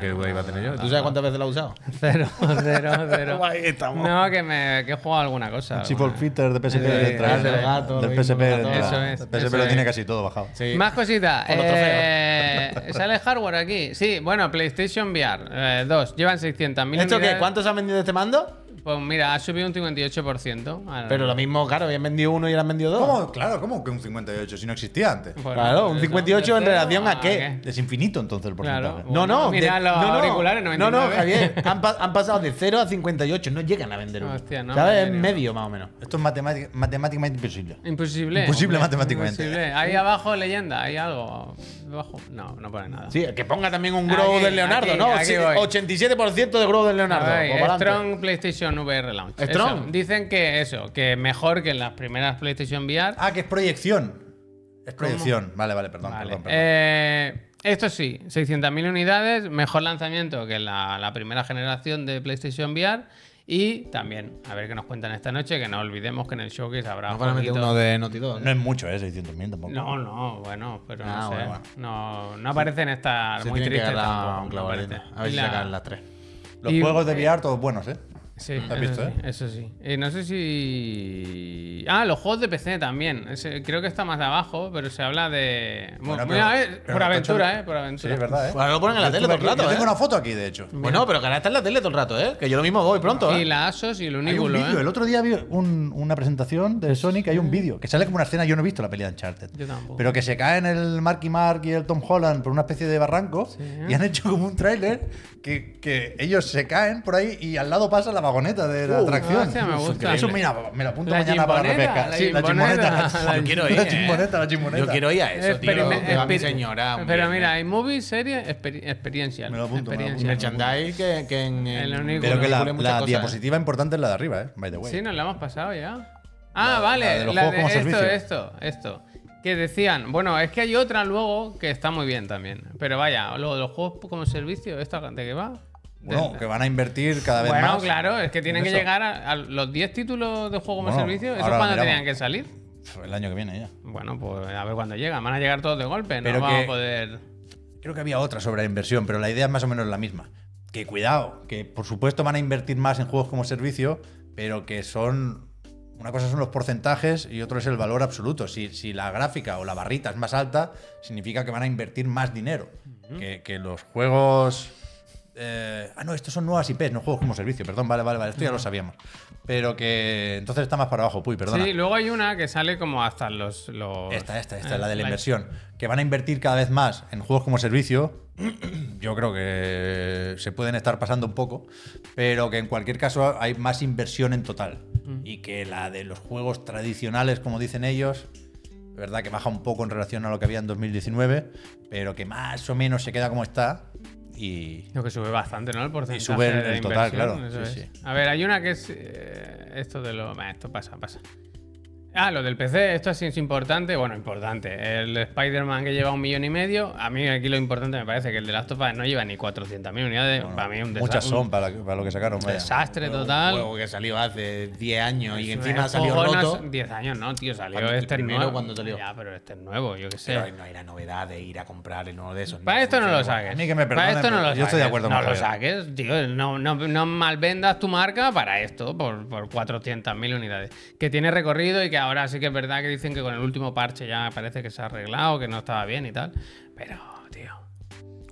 Speaker 2: ¿Qué duda iba a tener yo? ¿Tú sabes cuántas veces lo he usado?
Speaker 1: cero, cero, cero.
Speaker 2: Ahí estamos.
Speaker 1: No, que, me, que he jugado alguna cosa.
Speaker 3: Chipol
Speaker 1: alguna.
Speaker 3: Peter de PSP
Speaker 1: Sí,
Speaker 3: de entrada.
Speaker 1: el del
Speaker 2: gato,
Speaker 3: Del
Speaker 2: lo
Speaker 3: PSP de
Speaker 2: mismo, gato.
Speaker 3: entrada.
Speaker 1: Eso es,
Speaker 3: El PSP
Speaker 1: eso
Speaker 3: lo
Speaker 1: es.
Speaker 3: tiene casi todo bajado.
Speaker 2: Sí.
Speaker 1: Más cositas.
Speaker 2: Con los
Speaker 1: Eh, sale hardware aquí. Sí, bueno, PlayStation VR 2. Llevan 600.000
Speaker 2: ¿Esto qué?
Speaker 1: unidades.
Speaker 2: ¿Cuántos han vendido este mando?
Speaker 1: Pues mira, ha subido un 58%. Ah, no.
Speaker 2: Pero lo mismo, claro, habían vendido uno y ahora han vendido dos.
Speaker 3: ¿Cómo? Claro, ¿cómo que un 58 si no existía antes?
Speaker 1: Bueno,
Speaker 2: Claro, un
Speaker 1: pues eso,
Speaker 2: 58 en
Speaker 1: tercero,
Speaker 2: relación
Speaker 1: ah,
Speaker 2: a qué.
Speaker 1: ¿qué?
Speaker 3: Es infinito entonces el
Speaker 1: Claro.
Speaker 3: porcentaje.
Speaker 2: No, no,
Speaker 1: Mira los auriculares,
Speaker 2: No, no,
Speaker 1: 99.
Speaker 2: Javier, han, pa- han pasado de 0 a 58, no llegan a vender uno.
Speaker 1: Hostia, no,
Speaker 2: ¿Sabes?
Speaker 1: en
Speaker 2: Es
Speaker 1: serio.
Speaker 2: medio más o menos.
Speaker 3: Esto es matemática- matemáticamente imposible.
Speaker 1: Imposible.
Speaker 3: Imposible
Speaker 1: Hombre,
Speaker 3: matemáticamente.
Speaker 1: Imposible. Ahí abajo, leyenda. Hay algo. Abajo. No, no pone nada.
Speaker 2: Sí, que ponga también un grow
Speaker 1: Ah, Aquí,
Speaker 2: del Leonardo,
Speaker 1: aquí,
Speaker 2: ¿no?
Speaker 1: aquí
Speaker 2: Sí,
Speaker 1: voy.
Speaker 2: 87% de grow del
Speaker 1: A
Speaker 2: Leonardo.
Speaker 1: ver,
Speaker 2: Pues para adelante.
Speaker 1: Strong PlayStation VR Launch. Eso.
Speaker 2: Strong.
Speaker 1: Dicen que eso, que mejor que en las primeras PlayStation VR.
Speaker 3: Ah, que es proyección. Es proyección. Vale, vale, perdón,
Speaker 1: Vale.
Speaker 3: perdón, perdón.
Speaker 1: Eh, esto sí, 600.000 unidades, mejor lanzamiento que la, la primera generación de PlayStation VR. Y también, a ver qué nos cuentan esta noche, que no olvidemos que en el showcase habrá.
Speaker 2: No solamente
Speaker 1: jueguitos.
Speaker 2: uno de Naughty Dog.
Speaker 3: no es mucho, ¿eh? 600.000 tampoco.
Speaker 1: No, no, bueno, pero
Speaker 2: Ah,
Speaker 1: no sé.
Speaker 2: bueno, bueno.
Speaker 1: No, no aparecen estas
Speaker 2: Se
Speaker 1: muy
Speaker 2: tiene que
Speaker 1: tristes
Speaker 2: agarrar
Speaker 1: tampoco.
Speaker 2: a un
Speaker 1: no
Speaker 2: clavo ardiendo.
Speaker 1: aparecen.
Speaker 2: A ver si
Speaker 1: Y la-
Speaker 2: sacan las tres.
Speaker 3: Los
Speaker 1: Y-
Speaker 3: juegos de VR todos buenos, ¿eh?
Speaker 1: Sí,
Speaker 3: ¿Has
Speaker 1: eso
Speaker 3: visto,
Speaker 1: sí,
Speaker 3: eh?
Speaker 1: eso sí. Eh, no sé si. Ah, los juegos de PC también. Ese- creo que está más abajo, pero se habla de.
Speaker 3: Bueno,
Speaker 1: Mira,
Speaker 3: pero-
Speaker 1: eh,
Speaker 3: pero
Speaker 1: por
Speaker 3: está
Speaker 1: aventura,
Speaker 3: hecho-
Speaker 1: ¿eh? Por
Speaker 3: Sí,
Speaker 1: aventura.
Speaker 3: es verdad, ¿eh?
Speaker 2: Ahora lo ponen en la
Speaker 3: Yo
Speaker 2: tele
Speaker 3: estuve
Speaker 2: todo el
Speaker 3: aquí-
Speaker 2: rato,
Speaker 3: Yo
Speaker 2: ¿eh?
Speaker 3: tengo una foto aquí, de hecho.
Speaker 2: Bueno, pero que ahora está en la tele todo el rato, ¿eh? Que yo lo mismo voy pronto,
Speaker 1: Y
Speaker 2: ¿eh?
Speaker 1: la Asos y el
Speaker 3: Hay un
Speaker 1: Unibulo,
Speaker 3: vídeo.
Speaker 1: ¿eh?
Speaker 3: El otro día vi un- una presentación de Sonic, hay un vídeo que sale como una escena, yo no he visto la peli de Uncharted.
Speaker 1: Yo tampoco.
Speaker 3: Pero que se caen el Marky Mark y el Tom Holland por una especie de barranco y han hecho como un tráiler que, que ellos se caen por ahí y al lado pasa la vagoneta de la
Speaker 2: Uh,
Speaker 3: atracción.
Speaker 1: hostia, me
Speaker 3: Es
Speaker 1: gusta.
Speaker 3: increíble. Eso mira, me lo apunto
Speaker 1: La
Speaker 3: mañana para la
Speaker 1: gimboneta,
Speaker 3: repesca.
Speaker 1: la
Speaker 3: Sí, la
Speaker 1: gimboneta.
Speaker 3: chimoneta.
Speaker 1: La-
Speaker 2: Yo quiero ir.
Speaker 3: La
Speaker 2: ¿eh?
Speaker 3: chimoneta, la chimoneta.
Speaker 2: Yo quiero ir a eso, tío.
Speaker 1: Experime-
Speaker 2: Que va mi
Speaker 1: exper-
Speaker 2: señora. un
Speaker 1: Eh, Pero
Speaker 2: viernes.
Speaker 1: mira, hay movies, series, exper- experiencial.
Speaker 3: Me lo apunto, me lo
Speaker 1: Experiencial.
Speaker 3: apunto.
Speaker 2: Merchandise que, que en,
Speaker 1: El
Speaker 2: en-
Speaker 1: único-
Speaker 2: en
Speaker 3: Pero que la,
Speaker 2: Google hay muchas
Speaker 3: la
Speaker 2: cosas, ¿eh?
Speaker 3: diapositiva importante es la de arriba, ¿eh? By the way.
Speaker 1: Sí, nos la hemos pasado ya. Ah, vale,
Speaker 3: la de los
Speaker 1: la
Speaker 3: juegos
Speaker 1: de
Speaker 3: como
Speaker 1: esto,
Speaker 3: servicio.
Speaker 1: esto, esto. Que decían, bueno, es que hay otra luego que está muy bien también. Pero vaya, lo de los juegos como servicio, ¿esta de qué va?
Speaker 3: Bueno,
Speaker 1: De-
Speaker 3: que van a invertir cada vez
Speaker 1: Bueno,
Speaker 3: más.
Speaker 1: claro, es que tienen que
Speaker 3: Eso.
Speaker 1: llegar a, a los 10 títulos de juego como
Speaker 3: Bueno,
Speaker 1: servicio. ¿Eso es
Speaker 3: ahora lo
Speaker 1: cuando
Speaker 3: miramos.
Speaker 1: tenían que salir?
Speaker 3: Pf, El año que viene ya.
Speaker 1: Bueno, pues a ver cuándo llegan. Van a llegar todos de golpe,
Speaker 3: Pero
Speaker 1: no vamos
Speaker 3: que-
Speaker 1: a poder.
Speaker 3: Creo que había otra sobre la inversión, pero la idea es más o menos la misma. Que cuidado, que por supuesto van a invertir más en juegos como servicio, pero que son. Una cosa son los porcentajes y otro es el valor absoluto. Si, si la gráfica o la barrita es más alta, significa que van a invertir más dinero. que, que los juegos. eh, ah, no, estos son nuevas IPs, no juegos como servicio, perdón, vale, vale, vale, esto ya lo sabíamos. Pero que entonces está más para abajo, puy, perdona.
Speaker 1: Sí, luego hay una que sale como hasta los. los...
Speaker 3: Esta, esta, esta,
Speaker 1: Ah,
Speaker 3: la de la
Speaker 1: vale.
Speaker 3: inversión. Que van a invertir cada vez más en juegos como servicio. Yo creo que se pueden estar pasando un poco, pero que en cualquier caso hay más inversión en total.
Speaker 1: Mm.
Speaker 3: Y que la de los juegos tradicionales, como dicen ellos, es verdad que baja un poco en relación a lo que había en 2019, pero que más o menos se queda como está. Y
Speaker 1: Lo que sube bastante, ¿no? El porcentaje.
Speaker 3: sube el-
Speaker 1: de
Speaker 3: el total,
Speaker 1: inversión,
Speaker 3: claro.
Speaker 1: eso
Speaker 3: Sí,
Speaker 1: es.
Speaker 3: sí.
Speaker 1: A ver, hay una que es. eh, esto de lo. bah, Esto eh, pasa, pasa. Ah, lo del PC, esto sí es importante. Bueno, importante. El Spider-Man que lleva un millón y medio, a mí aquí lo importante me parece que el de Last of Us no lleva ni 400.000 unidades. para mí es un desa-
Speaker 3: Muchas
Speaker 1: un
Speaker 3: son para, para lo que sacaron. vaya.
Speaker 1: desastre
Speaker 2: Un
Speaker 1: total.
Speaker 2: juego que salió hace 10 años y encima
Speaker 1: El
Speaker 2: salió
Speaker 1: juego no
Speaker 2: roto.
Speaker 1: es- 10 años, no, tío, salió
Speaker 2: ¿Cuándo- el
Speaker 1: este
Speaker 2: primero
Speaker 1: nuevo.
Speaker 2: cuándo salió?
Speaker 1: Ya, pero este es nuevo, yo qué sé.
Speaker 2: Pero no era novedad de ir a comprar en uno de esos.
Speaker 1: Para esto no lo saques.
Speaker 3: A mí que me
Speaker 1: Para
Speaker 3: perdonen,
Speaker 1: esto no
Speaker 3: pero
Speaker 1: lo
Speaker 3: yo estoy de
Speaker 1: saques.
Speaker 3: acuerdo con
Speaker 1: No lo
Speaker 3: Javier.
Speaker 1: saques, tío. No, no, no malvendas tu marca para esto, por, por 400.000 unidades. Que tiene recorrido y que ahora sí que es verdad que dicen que con el último parche ya parece que se ha arreglado, que no estaba bien y tal. Pero, tío,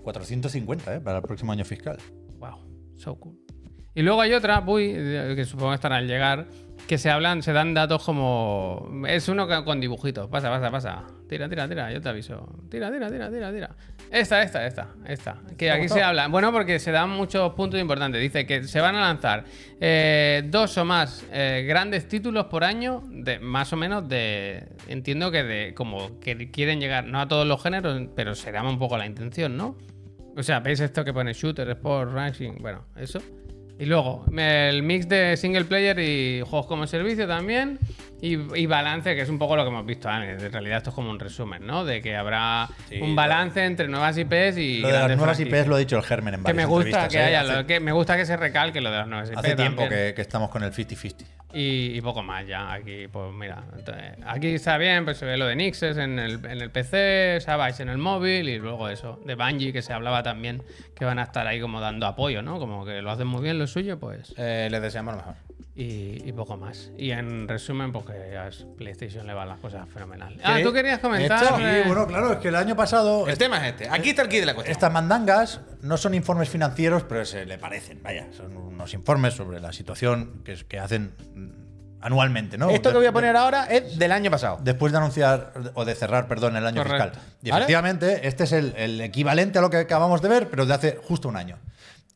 Speaker 3: 450, ¿eh? Para el próximo año fiscal.
Speaker 1: wow, so cool. Y luego hay otra, Puy, de- que supongo que estará al llegar, que se hablan, se dan datos como. Es uno ca- con dibujitos. Pasa, pasa, pasa. Tira, tira, tira, yo te aviso. Tira, tira, tira, tira, tira. Esta, esta, esta, esta. Que aquí se habla. Bueno, porque se dan muchos puntos importantes. Dice que se van a lanzar eh, dos o más eh, grandes títulos por año, de, más o menos de. Entiendo que de. Como que quieren llegar, no a todos los géneros, pero se llama un poco la intención, ¿no? O sea, veis esto que pone shooter, sport, racing, bueno, eso. Y luego, el mix de single player y juegos como servicio también. Y, y balance, que es un poco lo que hemos visto antes. En realidad, esto es como un resumen, ¿no? De que habrá un balance entre nuevas IPs y.
Speaker 3: Lo de las
Speaker 1: grandes
Speaker 3: nuevas
Speaker 1: franquicias.
Speaker 3: IPs lo ha dicho el Germen en
Speaker 1: Que
Speaker 3: varias
Speaker 1: me gusta
Speaker 3: entrevistas,
Speaker 1: que
Speaker 3: ¿eh?
Speaker 1: haya.
Speaker 3: Hace,
Speaker 1: lo- que me gusta que se recalque lo de las nuevas IPs.
Speaker 3: hace tiempo
Speaker 1: también.
Speaker 3: que, que estamos con el 50-50.
Speaker 1: Y, y poco más ya. Aquí, pues mira, entonces, aquí está bien, pues se ve lo de Nixes en el, en el PC, Savage en el móvil y luego eso, de Bungie que se hablaba también que van a estar ahí como dando apoyo, ¿no? Como que lo hacen muy bien lo suyo, pues.
Speaker 2: Eh, les deseamos lo mejor.
Speaker 1: Y, y poco más. Y en resumen, porque a PlayStation le van las cosas fenomenal. Ah,
Speaker 2: ¿Qué?
Speaker 1: tú querías comentar.
Speaker 2: Esto,
Speaker 1: eh,
Speaker 3: Sí, bueno, claro, es que el año pasado
Speaker 2: El tema es este. Aquí está el kit de la cuestión.
Speaker 3: Estas mandangas no son informes financieros, pero se le parecen, vaya, son unos informes sobre la situación que, que hacen mm, anualmente, ¿no?
Speaker 2: Esto que
Speaker 3: De-
Speaker 2: voy a poner ahora es del año pasado.
Speaker 3: Después de anunciar o de cerrar, perdón, el año
Speaker 1: Correcto.
Speaker 3: fiscal. Y
Speaker 2: ¿Vale?
Speaker 3: efectivamente, este es el, el equivalente a lo que acabamos de ver, pero de hace justo un año.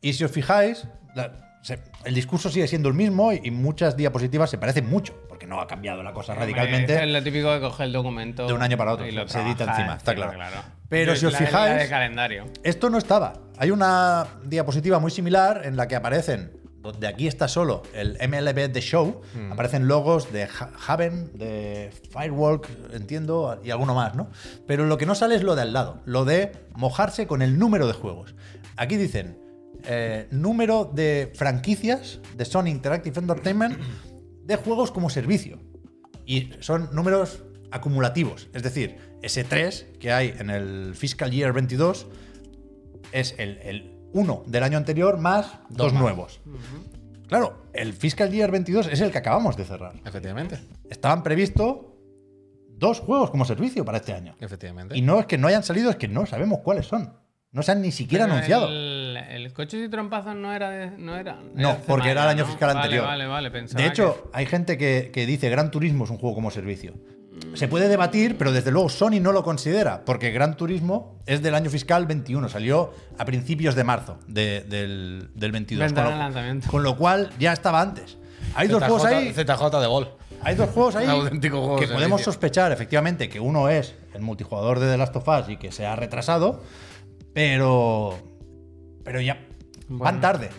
Speaker 3: Y si os fijáis, la- se- el discurso sigue siendo el mismo y, y muchas diapositivas se parecen mucho, porque no ha cambiado la cosa radicalmente.
Speaker 1: Es lo típico de coger el documento.
Speaker 3: De un año para otro,
Speaker 1: y lo
Speaker 3: se edita
Speaker 1: trabajas
Speaker 3: encima, está claro.
Speaker 1: Y
Speaker 3: Pero si os
Speaker 1: la- la
Speaker 3: fijáis-
Speaker 1: de calendario.
Speaker 3: Esto no estaba. Hay una diapositiva muy similar en la que aparecen, donde aquí está solo el MLB The Show, aparecen logos de Ha- Haven, de Firewalk, entiendo, y alguno más, ¿no? Pero lo que no sale es lo de al lado, lo de mojarse con el número de juegos. Aquí dicen eh, número de franquicias de Sony Interactive Entertainment de juegos como servicio y son números acumulativos. Es decir, ese 3 que hay en el fiscal year 22 es el, el 1 del año anterior más dos, nuevos. Claro, el fiscal year 22 es el que acabamos de cerrar.
Speaker 2: Efectivamente.
Speaker 3: Estaban previstos dos juegos como servicio para este año.
Speaker 2: Efectivamente.
Speaker 3: Y no es que no hayan salido, es que no sabemos cuáles son. No se han ni siquiera
Speaker 1: Pero
Speaker 3: anunciado.
Speaker 1: El, el coche y trompazos no era. de- no, era,
Speaker 3: No,
Speaker 1: hace
Speaker 3: porque era el año
Speaker 1: ¿no?
Speaker 3: fiscal
Speaker 1: Vale,
Speaker 3: anterior.
Speaker 1: Vale, vale, pensaba.
Speaker 3: De hecho, hay gente que, que dice Gran Turismo es un juego como servicio. Se puede debatir, pero desde luego Sony no lo considera, porque Gran Turismo es del año fiscal 21, salió a principios de marzo de- del, del 22.
Speaker 1: Ventana
Speaker 3: con
Speaker 1: de lanzamiento.
Speaker 3: con lo cual ya estaba antes. Hay dos juegos ahí,
Speaker 2: ZJ de gol.
Speaker 3: hay dos juegos ahí
Speaker 2: Auténtico juego
Speaker 3: que
Speaker 2: de
Speaker 3: podemos
Speaker 2: servicio.
Speaker 3: sospechar efectivamente que uno es el multijugador de The Last of Us y que se ha retrasado, pero pero ya
Speaker 1: Bueno.
Speaker 3: van tarde.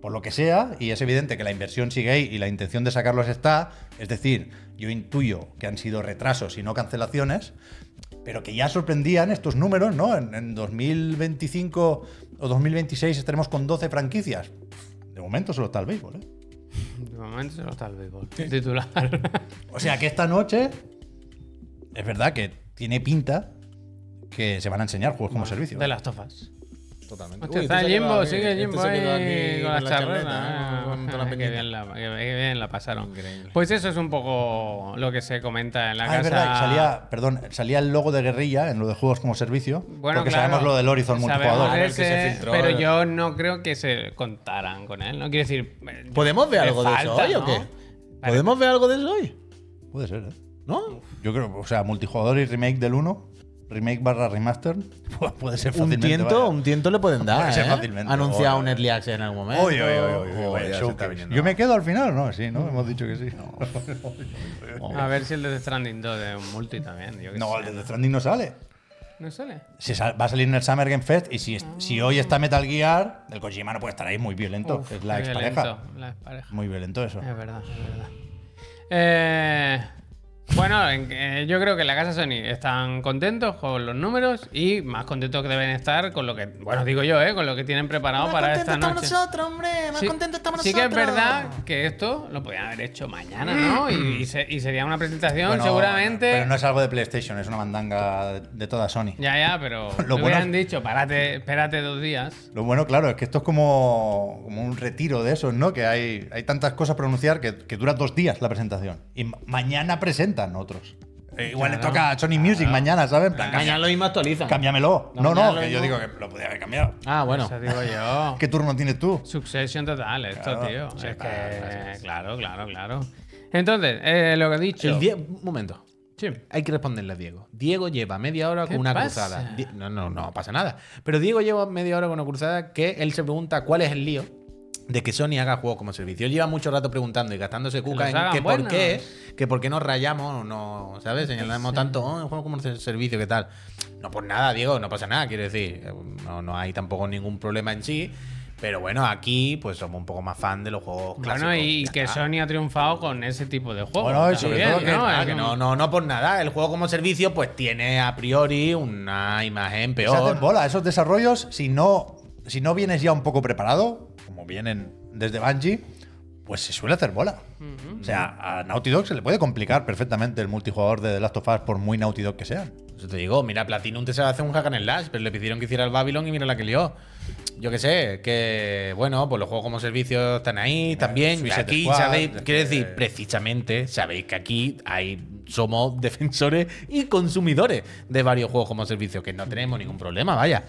Speaker 3: Por lo que sea, y es evidente que la inversión sigue ahí y la intención de sacarlos está, es decir, yo intuyo que han sido retrasos y no cancelaciones, pero que ya sorprendían estos números, ¿no? En, en 2025 o 2026 estaremos con 12 franquicias. De momento solo está el béisbol, ¿eh?
Speaker 1: De momento solo está el béisbol. Titular.
Speaker 3: O sea que esta noche es verdad que tiene pinta que se van a enseñar juegos como servicio.
Speaker 1: de las tofas.
Speaker 2: Totalmente.
Speaker 1: Hostia,
Speaker 2: Uy,
Speaker 1: está el
Speaker 2: este se ha
Speaker 1: Jimbo,
Speaker 2: quedado
Speaker 1: sigue el
Speaker 2: aquí.
Speaker 1: Jimbo
Speaker 2: Este se quedó
Speaker 1: ahí
Speaker 2: aquí
Speaker 1: con las
Speaker 2: charleta,
Speaker 1: charretas.
Speaker 2: ¿eh? Con toda la
Speaker 1: Qué
Speaker 2: peñita.
Speaker 1: bien la- Qué qué bien la pasaron.
Speaker 2: Increíble.
Speaker 1: Pues eso es un poco lo que se comenta en la
Speaker 3: Ah,
Speaker 1: casa.
Speaker 3: es verdad, que salía, perdón, salía el logo de guerrilla en lo de juegos como servicio,
Speaker 1: Bueno,
Speaker 3: porque
Speaker 1: claro,
Speaker 3: sabemos lo del Horizon
Speaker 1: sabemos
Speaker 3: multijugador.
Speaker 2: el que se
Speaker 1: ese,
Speaker 2: filtró.
Speaker 1: pero yo no creo que se contaran con él. No quiero decir. eh,
Speaker 2: ¿Podemos ver
Speaker 1: le
Speaker 2: algo de eso
Speaker 1: falta,
Speaker 2: hoy o
Speaker 1: ¿no?
Speaker 2: qué? ¿Podemos ver algo de eso hoy?
Speaker 3: Puede ser, ¿eh?
Speaker 2: ¿No?
Speaker 3: Yo creo, o sea, multijugador y remake del 1, remake barra remaster, puede
Speaker 2: Un
Speaker 3: ser fácilmente.
Speaker 2: tiento,
Speaker 3: vaya.
Speaker 2: un tiento le pueden dar.
Speaker 3: Puede ser
Speaker 2: ¿eh?
Speaker 3: fácilmente.
Speaker 2: Anunciado
Speaker 3: Oh.
Speaker 2: un Early Access en algún momento.
Speaker 3: Oy, oy, oy, oy, oy,
Speaker 2: Oh,
Speaker 3: vaya,
Speaker 2: ya se
Speaker 3: showcase.
Speaker 2: está viniendo. Mm.
Speaker 3: Yo me quedo al final, ¿no? Sí, ¿no? Hemos dicho que sí.
Speaker 2: pues
Speaker 1: A ver si el de Stranding 2 de un multi también. yo qué
Speaker 3: No,
Speaker 1: sé.
Speaker 3: el de Death Stranding no sale.
Speaker 1: No sale.
Speaker 3: Se sal- va a salir en el Summer Game Fest y si, es- si hoy está Metal Gear, el Kojima no puede estar ahí, muy violento.
Speaker 1: Uf,
Speaker 3: es la
Speaker 1: qué
Speaker 3: expareja.
Speaker 1: violento, La expareja.
Speaker 3: Muy violento eso.
Speaker 1: Es verdad, es verdad. Eh, Bueno, en- eh, yo creo que en la casa Sony están contentos con los números y más contentos que deben estar con lo que, bueno, digo yo, ¿eh? con lo que tienen preparado
Speaker 4: Más
Speaker 1: para esta
Speaker 4: contentos estamos
Speaker 1: noche.
Speaker 4: nosotros, hombre. Más contentos estamos
Speaker 1: sí que
Speaker 4: nosotros.
Speaker 1: es verdad que esto lo podían haber hecho mañana, ¿no? Y, y se- y sería una presentación
Speaker 3: Mm. Bueno,
Speaker 1: seguramente.
Speaker 3: Pero no es algo de PlayStation, es una mandanga de- de toda Sony.
Speaker 1: Ya, ya, pero
Speaker 3: Lo
Speaker 1: lo
Speaker 3: bueno
Speaker 1: hubieran
Speaker 3: es-
Speaker 1: dicho, párate, espérate dos días.
Speaker 3: Lo bueno, claro, es que esto es como, como un retiro de esos, ¿no? Que hay, hay tantas cosas a pronunciar que, que dura dos días la presentación. Y ma- mañana presentan otros. Eh, igual le toca a Sony Music mañana, ¿sabes? En plan,
Speaker 2: Mañana lo mismo actualizan.
Speaker 3: cambia- cámbiamelo. No,
Speaker 2: mañana
Speaker 3: no,
Speaker 2: lo
Speaker 3: que yo
Speaker 2: mismo.
Speaker 3: digo que lo podía haber cambiado.
Speaker 2: Ah, bueno.
Speaker 1: Eso digo yo.
Speaker 3: ¿Qué turno tienes tú?
Speaker 1: Succession total, esto,
Speaker 3: Claro,
Speaker 1: tío. Es
Speaker 3: sepa,
Speaker 1: que, eh, claro, claro, claro. Entonces, eh, lo que he dicho.
Speaker 2: El die- un momento.
Speaker 1: Sí.
Speaker 2: Hay que responderle a Diego. Diego lleva media hora
Speaker 1: ¿Qué
Speaker 2: con una
Speaker 1: pasa?
Speaker 2: cruzada. Di- No, no, no pasa nada. Pero Diego lleva media hora con una cruzada que él se pregunta cuál es el lío de que Sony haga juegos como servicio. Él lleva mucho rato preguntando y gastándose cuca
Speaker 1: los
Speaker 2: en
Speaker 1: hagan
Speaker 2: que por
Speaker 1: buenos.
Speaker 2: qué, que por qué nos rayamos, no, ¿sabes? Señalamos tanto, oh, juego como ser- servicio, ¿qué tal? No por nada, Diego, no pasa nada, quiero decir. No, no hay tampoco ningún problema en sí. Pero bueno, aquí pues somos un poco más fan de los juegos clásicos.
Speaker 1: Bueno, y
Speaker 2: ya
Speaker 1: que
Speaker 2: está.
Speaker 1: Sony ha triunfado con ese tipo de juegos.
Speaker 3: Bueno, y sobre
Speaker 1: también,
Speaker 3: todo que-
Speaker 1: ¿no?
Speaker 2: Ah,
Speaker 1: Es
Speaker 2: que
Speaker 1: como-
Speaker 2: no, no, no por nada. El juego como servicio, pues tiene a priori una imagen
Speaker 3: Se hacen
Speaker 2: peor.
Speaker 3: bola esos desarrollos si no, si no vienes ya un poco preparado, como vienen desde Bungie, pues se suele hacer bola. O sea, a Naughty Dog se le puede complicar perfectamente el multijugador de The Last of Us por muy Naughty Dog que sean.
Speaker 2: Yo te digo, mira, Platinum te sabe hacer un hack and slash, pero le pidieron que hiciera el Babylon y mira la que lió. Yo qué sé, que bueno, pues los juegos como servicio están ahí también.
Speaker 3: Eh, Suicide
Speaker 2: aquí,
Speaker 3: Squad,
Speaker 2: sabéis,
Speaker 3: es
Speaker 2: quiero
Speaker 3: que-
Speaker 2: decir, precisamente, sabéis que aquí hay, somos defensores y consumidores de varios juegos como servicio, que no tenemos ningún problema, vaya.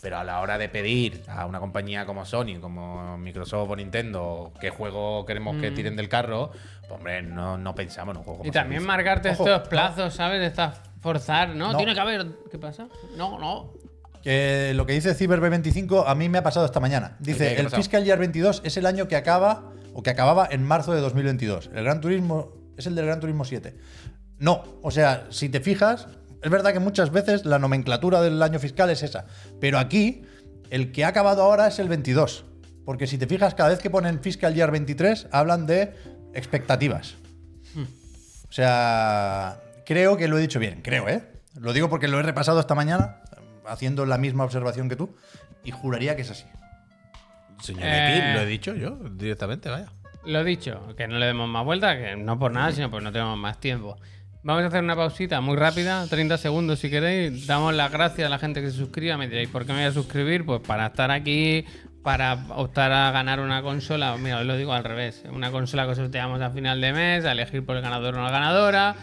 Speaker 2: Pero a la hora de pedir a una compañía como Sony, como Microsoft o Nintendo, qué juego queremos que tiren del carro, pues hombre, no, no pensamos en un juego como
Speaker 1: Mm. Y también
Speaker 2: servicio.
Speaker 1: marcarte
Speaker 3: Ojo,
Speaker 1: estos plazos, ¿sabes? De estas forzar, ¿no?
Speaker 3: No.
Speaker 1: Tiene que haber. ¿Qué pasa? No, no.
Speaker 3: Que lo que dice CyberB25 a mí me ha pasado esta mañana.
Speaker 2: ¿Qué?
Speaker 3: Dice,
Speaker 2: ¿Qué ha
Speaker 3: el
Speaker 2: pasado?
Speaker 3: Fiscal Year 22 es el año que acaba o que acababa en marzo de 2022. El Gran Turismo es el del Gran Turismo 7. No, o sea, si te fijas, es verdad que muchas veces la nomenclatura del año fiscal es esa, pero aquí el que ha acabado ahora es el 22, porque si te fijas cada vez que ponen Fiscal Year 23 hablan de expectativas. O sea, creo que lo he dicho bien, creo, ¿eh? Lo digo porque lo he repasado esta mañana, haciendo la misma observación que tú, y juraría que es así.
Speaker 2: Señor
Speaker 1: Eh.
Speaker 2: X, lo he dicho yo directamente, vaya.
Speaker 1: Lo dicho, que no le demos más vueltas, que no por nada, sino porque no tenemos más tiempo. Vamos a hacer una pausita muy rápida, 30 segundos si queréis. Damos las gracias a la gente que se suscriba. Me diréis, ¿por qué me voy a suscribir? Pues para estar aquí, para optar a ganar una consola. Mira, os lo digo al revés. Una consola que sorteamos a final de mes, a elegir por el ganador o la ganadora.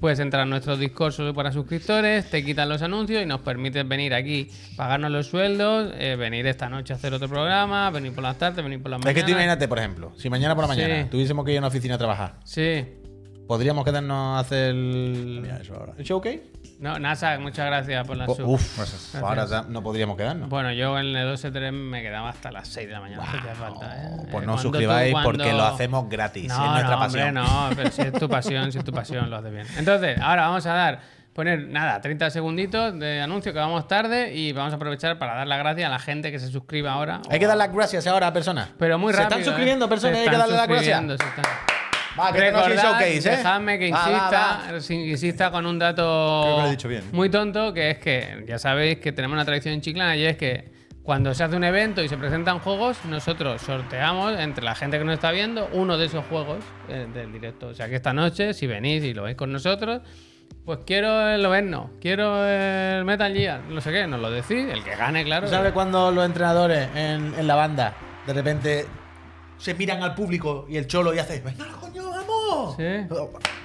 Speaker 1: Puedes entrar a nuestro Discord solo para suscriptores, te quitan los anuncios y nos permites venir aquí, pagarnos los sueldos, eh, venir esta noche a hacer otro programa, venir por las tardes, venir por las
Speaker 2: Es que
Speaker 1: mañanas.
Speaker 2: tú imagínate, por ejemplo, si mañana por la
Speaker 1: Sí.
Speaker 2: mañana tuviésemos que ir a una oficina a trabajar,
Speaker 1: Sí.
Speaker 2: ¿podríamos quedarnos a hacer el,
Speaker 3: Mira eso ahora.
Speaker 2: el showcase?
Speaker 1: No, NASA, muchas gracias por la
Speaker 2: Po-
Speaker 1: sub.
Speaker 2: Uf, pues, ahora da- no podríamos quedarnos.
Speaker 1: Bueno, yo en el 12-3 me quedaba hasta las 6 de la mañana. hacía falta, ¿eh?
Speaker 2: pues
Speaker 1: Eh,
Speaker 2: no
Speaker 1: cuando
Speaker 2: os
Speaker 1: tú-
Speaker 2: suscribáis porque
Speaker 1: cuando-
Speaker 2: lo hacemos gratis.
Speaker 1: No,
Speaker 2: es nuestra
Speaker 1: no, hombre,
Speaker 2: pasión.
Speaker 1: no, pero si es tu pasión, si es tu pasión, lo haces bien. Entonces, ahora vamos a dar, poner nada, 30 segunditos de anuncio que vamos tarde y vamos a aprovechar para dar las gracias a la gente que se suscriba ahora.
Speaker 2: Hay que dar las gracias ahora a personas.
Speaker 1: Pero muy rápido.
Speaker 2: Se están suscribiendo
Speaker 1: ¿eh?
Speaker 2: personas,
Speaker 1: Se
Speaker 2: hay que
Speaker 1: están
Speaker 2: darle las gracias.
Speaker 1: suscribiendo, se están-
Speaker 2: Va, que tenemos el
Speaker 1: Recordad,
Speaker 2: showcase, ¿eh?
Speaker 1: Dejadme que
Speaker 2: Va, va,
Speaker 1: insista,
Speaker 2: va.
Speaker 1: si- insista con un
Speaker 3: Creo
Speaker 1: dato
Speaker 3: que lo he dicho bien.
Speaker 1: muy tonto, que es que ya sabéis que tenemos una tradición en Chiclana y es que cuando se hace un evento y se presentan juegos, nosotros sorteamos entre la gente que nos está viendo uno de esos juegos eh, del directo. O sea que esta noche, si venís y lo veis con nosotros, pues quiero el Overno, quiero el Metal Gear, no sé qué, nos lo decís, el que gane, claro.
Speaker 2: ¿Tú sabes cuando los entrenadores en, en la banda de repente se miran al público y el cholo y hace ¡Venga, coño, vamos!
Speaker 1: Sí.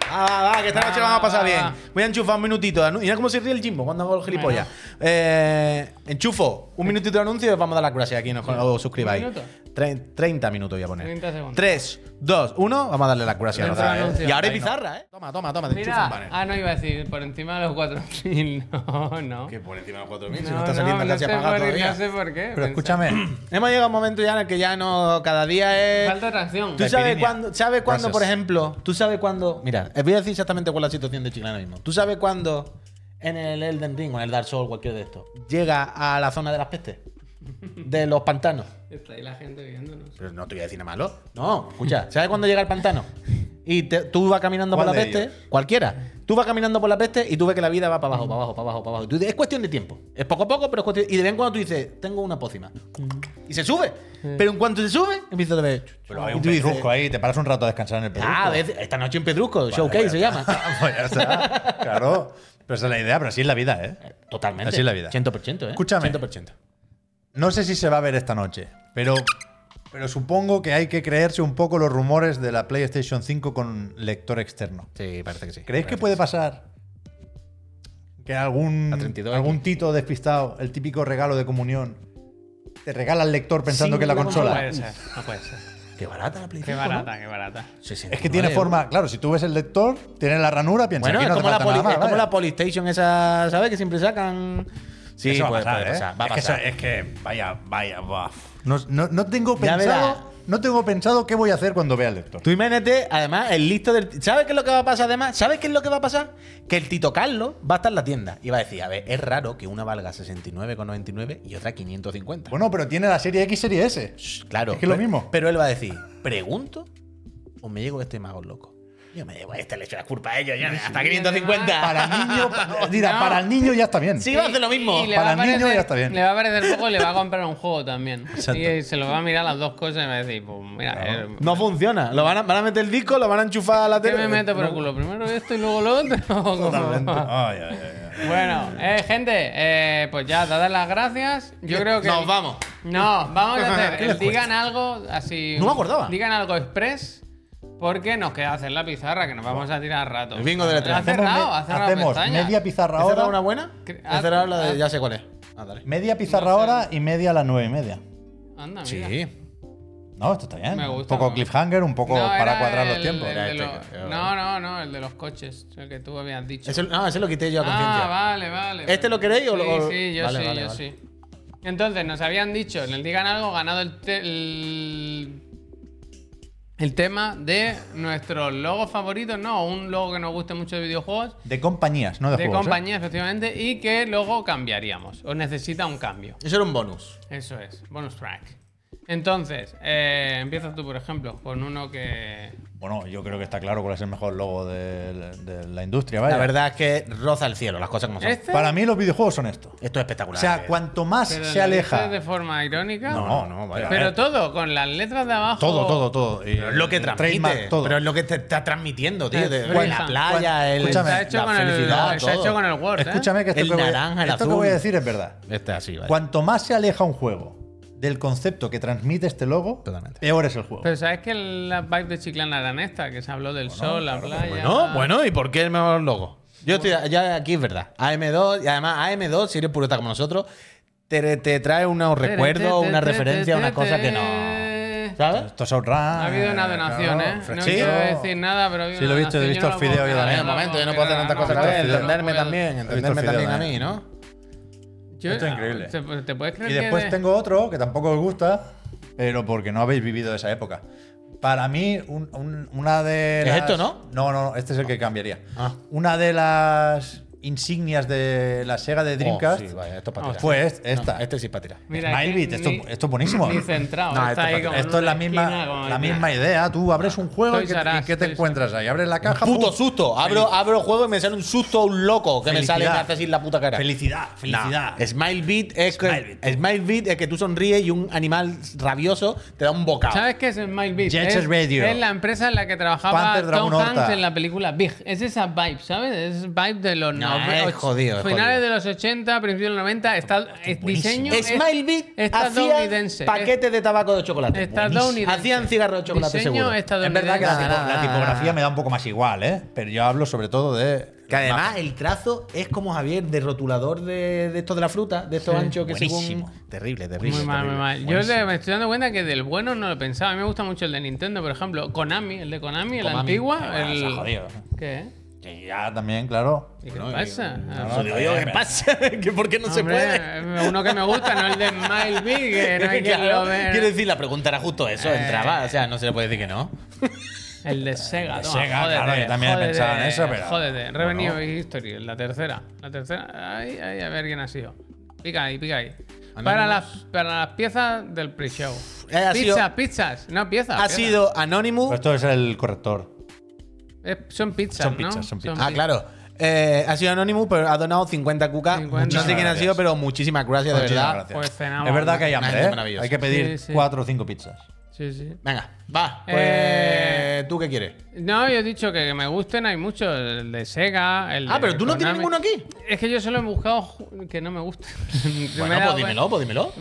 Speaker 2: Ah, va, va, que esta
Speaker 1: Va,
Speaker 2: noche vamos
Speaker 1: va,
Speaker 2: a pasar bien.
Speaker 1: Ah, va.
Speaker 2: Voy a enchufar un minutito. de anu- Mira cómo se ríe el Jimbo cuando hago el gilipollas. Eh, enchufo un minutito de anuncio y os vamos a dar las gracias aquí. Nos os suscribáis.
Speaker 1: ¿Un minuto?
Speaker 2: Tre- 30 minutos voy a poner.
Speaker 1: 30 segundos.
Speaker 2: 3, 2, 1. Vamos a darle las gracias.
Speaker 1: Dentro
Speaker 2: ¿verdad,
Speaker 1: del
Speaker 2: eh?
Speaker 1: anuncio.
Speaker 2: Y ahora es
Speaker 1: Ahí no.
Speaker 2: pizarra, ¿eh? Toma, toma, toma. Te enchufa un
Speaker 1: Mira,
Speaker 2: banner.
Speaker 1: ah, no iba a decir, por encima de los 4.000, no, no.
Speaker 2: Que por encima de los 4.000. si
Speaker 1: No,
Speaker 2: no está saliendo
Speaker 1: no,
Speaker 2: casi
Speaker 1: no sé
Speaker 2: apagado
Speaker 1: por-
Speaker 2: todavía.
Speaker 1: No sé por qué.
Speaker 3: Pero
Speaker 1: pensaba.
Speaker 3: escúchame,
Speaker 2: Hemos llegado a un momento ya en el que ya no. Cada día es.
Speaker 1: Falta atracción.
Speaker 2: ¿Tú sabes
Speaker 3: epidemia.
Speaker 2: cuándo, sabes cuándo,
Speaker 3: Gracias.
Speaker 2: por ejemplo? ¿Tú sabes cuándo? Mira, os voy a decir exactamente cuál es la situación de Chile ahora mismo. ¿Tú sabes cuándo en el Elden Ring o en el Dark Souls, cualquier de estos, llega a la zona de las pestes? De los pantanos.
Speaker 1: Está ahí la gente viéndonos.
Speaker 2: Pero no te voy a decir nada malo. No, escucha, ¿sabes cuándo llega al pantano?
Speaker 5: Y te- tú vas caminando por
Speaker 3: ¿Cuál
Speaker 5: la
Speaker 3: de
Speaker 5: peste,
Speaker 3: ellos?
Speaker 5: cualquiera. Tú vas caminando por la peste y tú ves que la vida va para abajo, para abajo, para abajo, para abajo. Y tú dices, es cuestión de tiempo. Es poco a poco, pero es cuestión. Y de vez en cuando tú dices, tengo una pócima. Y se sube. Pero en cuanto se sube, empieza a ver.
Speaker 3: Pero hay
Speaker 5: y
Speaker 3: un
Speaker 5: tú dices,
Speaker 3: pedrusco ahí, te paras un rato a descansar en el pedrusco.
Speaker 5: Ah, a veces- esta noche en Pedrusco, Showcase se llama.
Speaker 3: pues ya está. Claro. Pero esa es la idea, pero así es la vida, ¿eh?
Speaker 5: Totalmente.
Speaker 3: Así es la vida.
Speaker 5: 100%, ¿eh?
Speaker 3: Escúchame.
Speaker 5: 100%.
Speaker 3: No sé si se va a ver esta noche, pero, pero supongo que hay que creerse un poco los rumores de la PlayStation 5 con lector externo.
Speaker 5: Sí, parece que sí.
Speaker 3: ¿Creéis que
Speaker 5: Parece
Speaker 3: puede pasar que algún,
Speaker 5: La 32X.
Speaker 3: algún tito despistado, el típico regalo de comunión, te regala el lector pensando
Speaker 5: Sí,
Speaker 3: que es la
Speaker 5: no,
Speaker 1: No
Speaker 3: consola?
Speaker 1: puede ser, no puede ser.
Speaker 5: Qué barata la PlayStation.
Speaker 1: Qué barata, qué barata.
Speaker 3: Es que tiene forma, claro, si tú ves el lector, tiene la ranura, piensa
Speaker 5: Bueno,
Speaker 3: aquí
Speaker 5: es,
Speaker 3: no te
Speaker 5: como la
Speaker 3: falta nada
Speaker 5: poli-
Speaker 3: más,
Speaker 5: es como
Speaker 3: vaya.
Speaker 5: la PlayStation esa, ¿sabes? Que siempre sacan. Sí,
Speaker 3: Eso
Speaker 5: puede- puede
Speaker 3: ¿eh?
Speaker 5: pasar, va a
Speaker 3: es, que
Speaker 5: pasar.
Speaker 3: eso- es Que, vaya, vaya, buah. No, no- no tengo
Speaker 5: Ya verá.
Speaker 3: pensado, no tengo pensado qué voy a hacer cuando vea el lector.
Speaker 5: Tú imagínate, además, el listo del. ¿Sabes qué es lo que va a pasar además? ¿Sabes qué es lo que va a pasar? Que el Tito Carlos va a estar en la tienda y va a decir, a ver, es raro que una valga 69,99 y otra 550.
Speaker 3: Bueno, pero tiene la serie X, serie S.
Speaker 5: Claro.
Speaker 3: Pues, Es que es lo
Speaker 5: pe-
Speaker 3: mismo.
Speaker 5: Pero él va a decir, ¿pregunto o me llevo este mago loco? Yo me llevo a este, le echo la culpa a ellos, ya, hasta 550.
Speaker 3: Para el niño, pa- mira,
Speaker 1: No.
Speaker 3: para el niño ya está bien.
Speaker 5: Sí, va a hacer lo mismo.
Speaker 1: Y le
Speaker 3: Para
Speaker 1: va a
Speaker 3: el niño
Speaker 1: parecer-
Speaker 3: ya está bien.
Speaker 1: Le va a parecer poco y le va a comprar un juego también.
Speaker 3: Exacto.
Speaker 1: Y se lo va a mirar las dos cosas y va a decir, pues mira, eh,
Speaker 5: No funciona. Lo van, a, van a meter el disco, lo van a enchufar a la
Speaker 1: ¿qué
Speaker 5: tele.
Speaker 1: me meto por el
Speaker 5: No.
Speaker 1: culo? ¿Primero esto y luego lo otro?
Speaker 3: eh, Totalmente. Ay, ay, ay, ay.
Speaker 1: Bueno, eh, gente, eh, pues ya, dadas las gracias. Yo creo que.
Speaker 5: Nos vamos.
Speaker 1: No, vamos a hacer.
Speaker 5: ¿Qué
Speaker 1: el
Speaker 5: les cuesta?
Speaker 1: digan algo así.
Speaker 5: No me acordaba.
Speaker 1: Digan algo express. Porque nos queda hacer la pizarra, que nos vamos a tirar rato.
Speaker 5: El bingo de letras.
Speaker 1: Ha cerrado,
Speaker 3: me-
Speaker 1: ha cerrado
Speaker 3: hacemos
Speaker 1: pestañas.
Speaker 3: media pizarra
Speaker 5: ¿He cerrado
Speaker 3: ahora,
Speaker 5: una buena?
Speaker 1: Cre-
Speaker 5: He cerrado la de. Ya sé cuál es. Ah, dale.
Speaker 3: media pizarra ahora y media a las nueve y media.
Speaker 1: Anda, mira.
Speaker 5: Sí.
Speaker 3: No, esto está bien.
Speaker 1: Me
Speaker 3: un
Speaker 1: gusta,
Speaker 3: poco
Speaker 1: ¿no?
Speaker 3: cliffhanger, un poco
Speaker 1: No,
Speaker 3: para
Speaker 1: era
Speaker 3: cuadrar los
Speaker 1: el-
Speaker 3: tiempos.
Speaker 1: el
Speaker 5: Era
Speaker 1: de
Speaker 5: este,
Speaker 1: los-
Speaker 5: creo.
Speaker 1: no, no, no, el de los coches, el que tú habías dicho.
Speaker 5: Ese, ah, ese lo quité yo a conciencia.
Speaker 1: Ah, vale, vale.
Speaker 5: ¿Este lo queréis o lo-
Speaker 1: Sí, sí, yo
Speaker 5: Vale,
Speaker 1: sí,
Speaker 5: vale,
Speaker 1: yo
Speaker 5: vale.
Speaker 1: sí. Entonces, nos habían dicho, en el Digan Algo, ganado el, te- el, el tema de nuestros logos favoritos, ¿no? Un logo que nos guste mucho de videojuegos,
Speaker 3: De compañías, no de,
Speaker 1: de
Speaker 3: juegos. ¿eh?
Speaker 1: compañía, efectivamente, y que luego cambiaríamos. O necesita un cambio.
Speaker 5: Eso era un bonus.
Speaker 1: Eso es, bonus track. Entonces, eh, empieza tú, por ejemplo, con uno que...
Speaker 3: Bueno, yo creo que está claro cuál es el mejor logo de, de la industria, vaya.
Speaker 5: La verdad es que roza el cielo, las cosas como son.
Speaker 1: ¿Este?
Speaker 3: Para mí los videojuegos son esto.
Speaker 5: Esto es
Speaker 3: O
Speaker 5: espectacular.
Speaker 3: sea, cuanto más
Speaker 1: Pero
Speaker 3: se
Speaker 1: lo
Speaker 3: aleja.
Speaker 1: dices ¿este de forma irónica?
Speaker 5: No, no, vaya.
Speaker 1: Pero
Speaker 3: a ver,
Speaker 1: todo, con las letras de abajo.
Speaker 3: eh. todo, todo, todo. Y
Speaker 5: Pero es lo que
Speaker 3: el
Speaker 5: transmite.
Speaker 3: trademark, todo.
Speaker 5: Pero es lo que te está transmitiendo, tío.
Speaker 1: El
Speaker 5: de-
Speaker 1: frío.
Speaker 5: la
Speaker 3: Cuan-
Speaker 5: playa, el,
Speaker 3: escúchame,
Speaker 1: Está hecho,
Speaker 5: la
Speaker 1: con el,
Speaker 5: felicidad,
Speaker 1: está hecho
Speaker 5: todo.
Speaker 1: con el Word. ¿eh?
Speaker 3: Escúchame que esto,
Speaker 5: El
Speaker 3: que, voy,
Speaker 5: naranja, el
Speaker 3: esto que
Speaker 5: azul.
Speaker 3: voy a decir es verdad.
Speaker 5: Este así, vaya.
Speaker 3: Cuanto más se aleja un juego del concepto que transmite este logo,
Speaker 5: Totalmente.
Speaker 3: peor es el juego.
Speaker 1: Pero sabes que la vibe de Chiclana eran esta, que se habló del sol, la playa.
Speaker 5: Bueno, bueno, ¿y por qué el mejor logo? Yo estoy, ya aquí es verdad. AM2, y además AM2, si eres pureta como nosotros, te, te trae unos
Speaker 1: Tere,
Speaker 5: recuerdos,
Speaker 1: te,
Speaker 5: una
Speaker 1: te, te,
Speaker 5: referencia,
Speaker 1: te,
Speaker 5: una cosa
Speaker 1: te.
Speaker 5: que no. ¿Sabes?
Speaker 3: Esto es OutRun.
Speaker 1: Ha habido una donación, ¿eh? No
Speaker 5: Sí.
Speaker 1: quiero decir nada, pero ha habido
Speaker 3: Sí, lo he
Speaker 1: una
Speaker 3: visto, he
Speaker 1: donación,
Speaker 3: visto
Speaker 1: yo no lo
Speaker 3: fideos
Speaker 1: puedo
Speaker 3: y donaciones.
Speaker 1: creer,
Speaker 5: En el momento, yo no puedo hacer tantas
Speaker 1: no
Speaker 5: cosas a la
Speaker 1: puedo
Speaker 5: vez.
Speaker 1: creer, no
Speaker 5: Entenderme
Speaker 1: puedo.
Speaker 5: también,
Speaker 3: visto
Speaker 5: entenderme
Speaker 3: el
Speaker 5: también a
Speaker 3: video,
Speaker 5: mí, ¿no?
Speaker 1: Yo-
Speaker 3: Esto es increíble.
Speaker 1: ¿Te, te puedes creer
Speaker 3: Y después
Speaker 1: que de-
Speaker 3: tengo otro que tampoco os gusta, pero porque no habéis vivido esa época. Para mí, un- un- una de
Speaker 5: ¿Es
Speaker 3: las-
Speaker 5: esto, no?
Speaker 3: No, no, este es el que cambiaría.
Speaker 5: Ah.
Speaker 3: Una de las insignias de la Sega de Dreamcast
Speaker 5: Oh, sí, vaya, esto es para tirar.
Speaker 3: fue est- esta.
Speaker 5: No, este sí es para tirar.
Speaker 1: Mira,
Speaker 3: Smile
Speaker 1: que
Speaker 3: Beat, esto-
Speaker 1: ni-
Speaker 3: esto es buenísimo.
Speaker 1: Ni centrado.
Speaker 5: No,
Speaker 1: está
Speaker 5: esto-
Speaker 1: ahí como en
Speaker 3: Esto es
Speaker 1: una
Speaker 3: la misma,
Speaker 1: esquina, como
Speaker 3: la
Speaker 1: en-
Speaker 3: misma idea. Tú abres un juego y
Speaker 1: Toys
Speaker 3: que-
Speaker 1: R
Speaker 3: y
Speaker 1: Us,
Speaker 3: ¿qué te
Speaker 1: Toys R Us.
Speaker 3: encuentras ahí? Abres la caja.
Speaker 5: Puto
Speaker 3: ¡pum!
Speaker 5: susto. Abro, abro juego y me sale un susto, un loco, que
Speaker 3: Felicidad.
Speaker 5: me sale y me hace así la puta cara.
Speaker 3: Felicidad, felicidad.
Speaker 5: No, Smile Beat es que.
Speaker 3: Smile
Speaker 5: Smile beat. es que tú sonríes y un animal rabioso te da un bocado.
Speaker 1: ¿Sabes qué es Smile Big?
Speaker 3: Jets
Speaker 1: es,
Speaker 3: Radio.
Speaker 1: es la empresa en la que trabajaba
Speaker 3: Panther
Speaker 1: Tom
Speaker 3: Dragon
Speaker 1: Hanks
Speaker 3: Horta.
Speaker 1: en la película Big. Es esa vibe, ¿sabes? Es vibe de los
Speaker 5: No,
Speaker 3: eh,
Speaker 1: 90.
Speaker 5: es jodido, es
Speaker 1: finales
Speaker 5: jodido.
Speaker 1: de los 80, principios de los 90. Está, es diseño es-
Speaker 5: Smile Beat
Speaker 1: estadounidense.
Speaker 5: hacía paquetes de tabaco de chocolate.
Speaker 1: Estadounidense.
Speaker 5: Hacían cigarros de chocolate
Speaker 1: Diseño
Speaker 5: seguro.
Speaker 3: Es
Speaker 1: estadounidense.
Speaker 3: verdad que la, tipo-
Speaker 5: Nada,
Speaker 3: la
Speaker 5: nada,
Speaker 3: tipografía
Speaker 5: nada.
Speaker 3: me da un poco más igual, ¿eh? Pero yo hablo sobre todo de.
Speaker 5: Que además el trazo es como Javier de rotulador de, de esto de la fruta, de estos anchos que
Speaker 3: Buenísimo.
Speaker 5: según... Terrible, terrible.
Speaker 1: Muy mal, muy
Speaker 5: terrible.
Speaker 1: mal. Yo le- me estoy dando cuenta que del bueno no lo pensaba. A mí me gusta mucho el de Nintendo, por ejemplo. Konami, el de Konami, la
Speaker 5: Konami.
Speaker 1: antigua.
Speaker 3: Ah, se ha
Speaker 1: El...
Speaker 3: jodido.
Speaker 1: ¿Qué?
Speaker 3: Que ya también, claro.
Speaker 1: ¿Y qué pasa? Ah,
Speaker 5: Eso digo yo, ¿qué pasa? ¿Que ¿Por qué no se
Speaker 1: hombre,
Speaker 5: puede?
Speaker 1: Uno que me gusta, no el de Smile Big, que no hay quien
Speaker 5: Claro,
Speaker 1: lo Eh. vea.
Speaker 5: Quiero decir, la pregunta era justo eso, entraba, o sea, no se le puede decir que no.
Speaker 1: El de Sega, toma,
Speaker 3: Sega,
Speaker 1: jódete,
Speaker 3: claro, yo también he
Speaker 1: jódete,
Speaker 3: pensado en eso, pero-
Speaker 1: Jódete,
Speaker 3: bueno.
Speaker 1: Revenue History, la tercera. La tercera. Ay, ay, a ver quién ha sido. Pica ahí, pica ahí. Para las, para las piezas del pre-show.
Speaker 5: Eh, ha
Speaker 1: Pizzas,
Speaker 5: sido-
Speaker 1: pizzas. No, piezas.
Speaker 5: Ha
Speaker 1: piezas.
Speaker 5: sido Anonymous,
Speaker 3: Esto es el corrector.
Speaker 1: Eh, son pizzas,
Speaker 3: Son
Speaker 1: ¿no?
Speaker 3: pizzas, son pizzas.
Speaker 5: Ah, claro. Eh, ha sido anónimo, pero ha donado 50 cucas.
Speaker 1: 50.
Speaker 5: No sé quién ha
Speaker 3: Gracias.
Speaker 5: sido, pero muchísimas gracias, de
Speaker 3: Muchísimas
Speaker 5: verdad.
Speaker 3: gracias.
Speaker 1: Pues cenamos.
Speaker 3: es verdad
Speaker 1: ¿no?
Speaker 3: que hay hambre,
Speaker 5: Una gente
Speaker 3: ¿eh?
Speaker 5: maravillosa.
Speaker 3: Hay que pedir
Speaker 1: Sí, sí.
Speaker 3: cuatro o cinco pizzas.
Speaker 1: Sí, sí.
Speaker 5: Venga, va. Pues,
Speaker 1: Eh.
Speaker 5: ¿Tú qué quieres?
Speaker 1: No, yo he dicho que, que me gusten, hay muchos. El de Sega, el
Speaker 5: Ah,
Speaker 1: de
Speaker 5: pero tú no tienes
Speaker 1: Eh, Konami.
Speaker 5: ninguno aquí.
Speaker 1: Es que yo solo he buscado ju- que no me gusten. Me he
Speaker 5: Bueno,
Speaker 1: dado-
Speaker 5: pues dímelo, pues dímelo.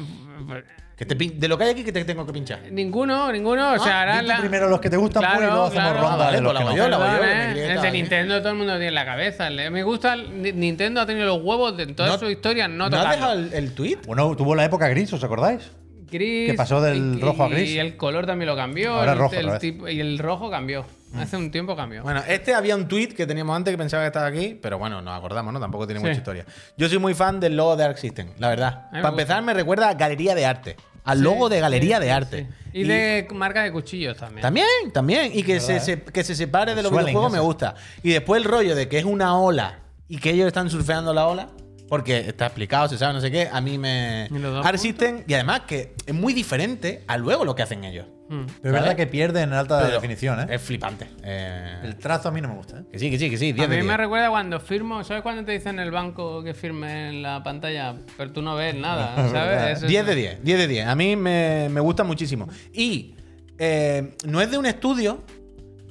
Speaker 5: Que te pin- de lo que hay aquí, que te tengo que pinchar.
Speaker 1: Ninguno, ninguno. o sea, ahora
Speaker 3: Di tú
Speaker 1: la-
Speaker 3: primero los que te gustan
Speaker 1: Claro,
Speaker 3: pues, y luego hacemos
Speaker 1: claro.
Speaker 3: ronda
Speaker 5: Ah, vale,
Speaker 3: de los
Speaker 5: pues la
Speaker 3: que no.
Speaker 5: voy yo, la voy yo,
Speaker 1: Perdón,
Speaker 5: que me
Speaker 1: ¿eh?
Speaker 5: creía que
Speaker 1: El
Speaker 5: estaba
Speaker 1: de
Speaker 5: aquí.
Speaker 1: Nintendo todo el mundo tiene en la cabeza. Le- Me gusta. Ni- Nintendo ha tenido los huevos de en toda
Speaker 5: No-
Speaker 1: su historia no
Speaker 5: ¿No has
Speaker 1: tocarlo.
Speaker 5: dejado el, el tweet?
Speaker 3: Bueno, tuvo la época gris, ¿os acordáis?
Speaker 1: Gris.
Speaker 3: que pasó del
Speaker 1: y-
Speaker 3: rojo a gris.
Speaker 1: Y el color también lo cambió.
Speaker 3: Ahora
Speaker 1: el-
Speaker 3: rojo
Speaker 1: el
Speaker 3: otra vez.
Speaker 1: tipo- y el rojo cambió.
Speaker 5: Mm.
Speaker 1: Hace un tiempo cambió.
Speaker 5: Bueno, este había un tweet que teníamos antes que pensaba que estaba aquí, pero bueno, nos acordamos, ¿no? Tampoco tiene mucha
Speaker 1: Sí.
Speaker 5: historia. Yo soy muy fan del logo de Arc System, la verdad.
Speaker 1: me
Speaker 5: Para empezar, me recuerda a Galería de Arte, al logo de Galería de Arte.
Speaker 1: Y, de marca de cuchillos también.
Speaker 5: También, también. Y que, se,
Speaker 3: ¿Verdad,
Speaker 5: se- que se separe de los
Speaker 3: Suelen
Speaker 5: videojuegos me
Speaker 3: eso.
Speaker 5: gusta. Y después el rollo de que es una ola y que ellos están surfeando la ola. Porque está explicado, se sabe, no sé qué. A mí me.
Speaker 1: ¿Y los dos
Speaker 5: Arc System, y además que es muy diferente a luego lo que hacen ellos.
Speaker 1: Mm.
Speaker 3: Pero es
Speaker 5: ¿Vale?
Speaker 3: verdad que pierde en alta
Speaker 5: Pero
Speaker 3: definición, ¿eh?
Speaker 5: Es flipante. Eh,
Speaker 3: El trazo a mí no me gusta, ¿eh?
Speaker 5: Que sí, que sí, que sí.
Speaker 1: A
Speaker 5: 10 de
Speaker 1: mí
Speaker 5: 10.
Speaker 1: me recuerda cuando firmo, ¿sabes cuando te dicen en el banco que firme en la pantalla? Pero tú no ves nada, ¿sabes?
Speaker 3: verdad.
Speaker 1: Eso es-
Speaker 5: 10 de 10, 10 de 10. A mí me, me gusta muchísimo. Y eh, no es de un estudio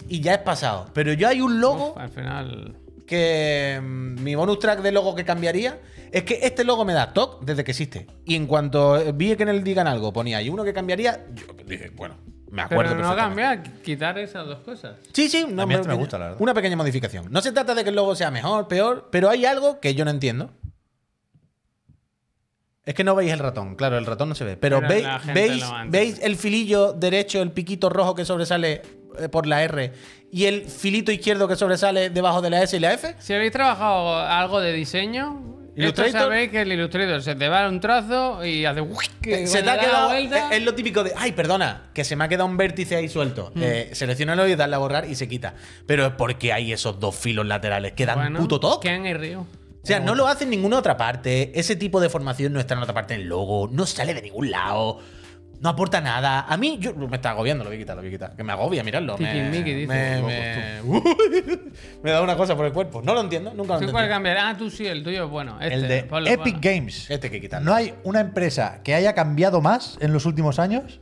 Speaker 5: y ya es pasado. Pero yo hay un logo
Speaker 1: Uf, al final.
Speaker 5: que mm, mi bonus track de logo que cambiaría es que este logo me da toc desde que existe. Y en cuanto vi que en él digan algo, ponía hay uno que cambiaría, yo dije, bueno, me acuerdo.
Speaker 1: Pero no
Speaker 5: perfectamente.
Speaker 1: cambiar, quitar esas dos cosas.
Speaker 5: Sí, sí, no,
Speaker 3: A mí este
Speaker 5: pero-
Speaker 3: me gusta, la verdad.
Speaker 5: Una pequeña modificación. No se trata de que el logo sea mejor, peor, pero hay algo que yo no entiendo. Es que no veis el ratón, claro, el ratón no se ve. Pero,
Speaker 1: Pero
Speaker 5: veis,
Speaker 1: la gente
Speaker 5: veis,
Speaker 1: lo va a entender.
Speaker 5: veis el filillo derecho, el piquito rojo que sobresale eh, por la R y el filito izquierdo que sobresale debajo de la S y la F.
Speaker 1: Si habéis trabajado algo de diseño, esto
Speaker 5: Illustrator.
Speaker 1: sabéis que el Illustrator se te va un trazo y hace.
Speaker 5: Eh,
Speaker 1: que
Speaker 5: se te
Speaker 1: cuando da
Speaker 5: ha
Speaker 1: la
Speaker 5: quedado. eh,
Speaker 1: vuelta-
Speaker 5: es, es lo típico de. Ay, perdona, que se me ha quedado un vértice ahí suelto.
Speaker 1: Mm.
Speaker 5: Eh, seleccionalo y dale a borrar y se quita. Pero es porque hay esos dos filos laterales que dan
Speaker 1: Bueno,
Speaker 5: puto toque.
Speaker 1: Ken y Ryu.
Speaker 5: O sea, no lo hace en ninguna otra parte. Ese tipo de formación no está en otra parte del logo. No sale de ningún lado. No aporta nada. A mí, yo me está agobiando, lo voy a quitar, lo voy a quitar. Que me agobia, miradlo. Me,
Speaker 1: Tiquismiqui, dice.
Speaker 5: me, me, me da una cosa por el cuerpo. No lo entiendo, nunca lo
Speaker 1: ¿Tú cuál
Speaker 5: entiendo.
Speaker 1: cambiarás? Ah, tú sí, el tuyo es bueno. Este,
Speaker 3: el de
Speaker 1: ponlo,
Speaker 3: Epic
Speaker 1: ponlo.
Speaker 3: Games.
Speaker 5: Este hay que quitarlo.
Speaker 3: No hay una empresa que haya cambiado más en los últimos años.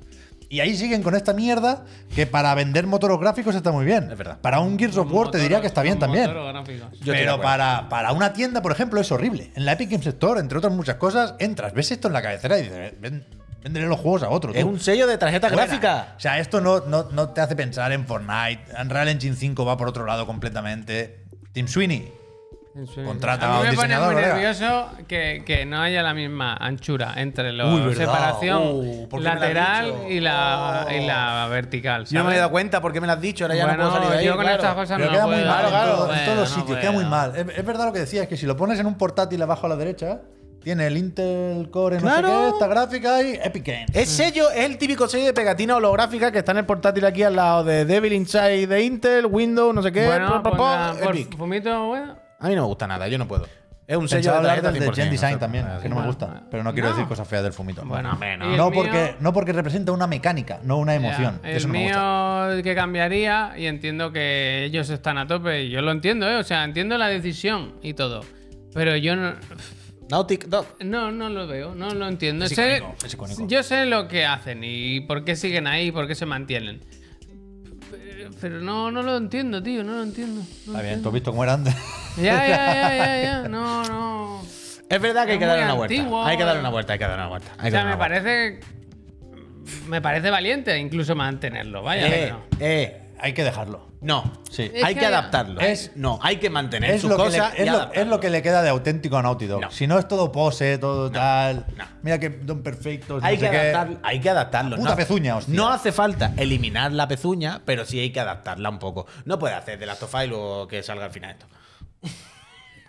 Speaker 3: Y ahí siguen con esta mierda que para vender motoros gráficos está muy bien.
Speaker 5: Es verdad.
Speaker 3: Para un Gears of
Speaker 1: Con
Speaker 3: War te diría que está
Speaker 1: motor-
Speaker 3: bien
Speaker 1: con
Speaker 3: también.
Speaker 1: motor gráficos.
Speaker 5: Yo estoy de
Speaker 3: Pero
Speaker 5: acuerdo.
Speaker 3: para, para una tienda, por ejemplo, es horrible. En la Epic Games Store, entre otras muchas cosas, entras, ves esto en la cabecera y dices, "Ven- véndele los juegos a otro.
Speaker 5: Es
Speaker 3: tú".
Speaker 5: un sello de tarjeta
Speaker 3: Fuera.
Speaker 5: gráfica.
Speaker 3: O sea, esto no, no, no te hace pensar en Fortnite. Unreal Engine 5 va por otro lado completamente. Tim Sweeney,
Speaker 1: En serio.
Speaker 3: Contrata
Speaker 1: a
Speaker 3: a
Speaker 1: mí me pone
Speaker 3: un
Speaker 1: muy
Speaker 3: diseñador, colega.
Speaker 1: nervioso que, que no haya la misma anchura entre la
Speaker 5: Uy, verdad.
Speaker 1: separación
Speaker 5: Uh, ¿por qué me lo has
Speaker 1: lateral
Speaker 5: dicho? Oh.
Speaker 1: y la, y la vertical.
Speaker 5: Yo no me
Speaker 1: ¿sabes?
Speaker 5: he dado cuenta porque me lo has dicho. Ahora ya no
Speaker 1: Bueno,
Speaker 5: puedo salir de ahí.
Speaker 1: yo con
Speaker 5: claro.
Speaker 1: estas cosas
Speaker 3: Pero
Speaker 1: no
Speaker 3: queda
Speaker 1: puedo.
Speaker 3: muy mal
Speaker 5: Claro,
Speaker 3: en, todo-
Speaker 5: claro.
Speaker 3: en todos los
Speaker 1: Bueno,
Speaker 3: sitios,
Speaker 1: no
Speaker 3: queda muy
Speaker 1: puedo.
Speaker 3: mal. Es, es verdad lo que decías, que si lo pones en un portátil abajo a la derecha, tiene el Intel Core, no
Speaker 5: Claro.
Speaker 3: sé qué, esta gráfica y Epic Games.
Speaker 5: Es sello, es el típico sello de pegatina holográfica que está en el portátil aquí al lado de Devil Inside de Intel, Windows, no sé qué.
Speaker 1: Bueno,
Speaker 5: pa, pa, pa,
Speaker 1: ponga, por
Speaker 5: Epic.
Speaker 1: fumito, bueno.
Speaker 5: A mí no me gusta nada, yo no puedo. Es un sello
Speaker 3: Pensaba
Speaker 5: de
Speaker 3: hablar
Speaker 5: tarjeta
Speaker 3: del de
Speaker 5: 100%,
Speaker 3: Gen
Speaker 5: no
Speaker 3: Design
Speaker 5: sé.
Speaker 3: también, que no me
Speaker 1: Bueno,
Speaker 3: gusta. Pero no quiero
Speaker 1: no.
Speaker 3: decir cosas feas del fumito.
Speaker 1: Bueno, hombre, no. ¿Y el
Speaker 3: No,
Speaker 1: mío?
Speaker 3: porque, no porque representa una mecánica, no una emoción.
Speaker 1: Ya, el
Speaker 3: Eso no me gusta.
Speaker 1: mío que cambiaría y entiendo que ellos están a tope y yo lo entiendo, ¿eh? o sea, entiendo la decisión y todo, pero yo no,
Speaker 5: Nautic Dog.
Speaker 1: no, no lo veo, no lo entiendo.
Speaker 3: Es
Speaker 1: Sé-
Speaker 3: icónico, es icónico.
Speaker 1: Yo sé lo que hacen y por qué siguen ahí y por qué se mantienen, Pero- pero no, no lo entiendo, tío, no lo entiendo. no
Speaker 3: Está bien,
Speaker 1: entiendo.
Speaker 3: tú has visto cómo era antes.
Speaker 1: Ya, ya, ya, ya, ya, no, no.
Speaker 5: Es verdad que hay
Speaker 1: Es
Speaker 5: que darle
Speaker 1: muy
Speaker 5: una vuelta.
Speaker 1: antiguo.
Speaker 5: Hay que darle una vuelta, hay que darle una vuelta. hay
Speaker 1: O
Speaker 5: que
Speaker 1: sea,
Speaker 5: darle
Speaker 1: me
Speaker 5: una vuelta.
Speaker 1: parece, me parece valiente incluso mantenerlo, vaya.
Speaker 5: Eh,
Speaker 1: pero-
Speaker 5: eh,
Speaker 3: Hay que dejarlo.
Speaker 5: no.
Speaker 3: Sí.
Speaker 1: Es
Speaker 5: Hay
Speaker 1: que
Speaker 5: que
Speaker 1: hay-
Speaker 5: adaptarlo.
Speaker 3: Es-
Speaker 5: no, hay que mantener
Speaker 3: Es
Speaker 5: su
Speaker 3: lo, que
Speaker 5: cosa.
Speaker 3: le,
Speaker 5: y
Speaker 3: es, lo,
Speaker 5: adaptarlo.
Speaker 3: es lo que le queda de auténtico a Naughty Dog.
Speaker 5: No.
Speaker 3: Si no es todo pose, todo tal.
Speaker 5: no.
Speaker 3: Mira que don perfecto.
Speaker 5: Hay,
Speaker 3: no
Speaker 5: que
Speaker 3: sé qué.
Speaker 5: adaptarlo, hay que adaptarlo.
Speaker 3: La puta pezuña, hostia.
Speaker 5: no hace falta eliminar la pezuña, pero sí hay que adaptarla un poco. No puede hacer de Last of Us y luego que salga al final esto.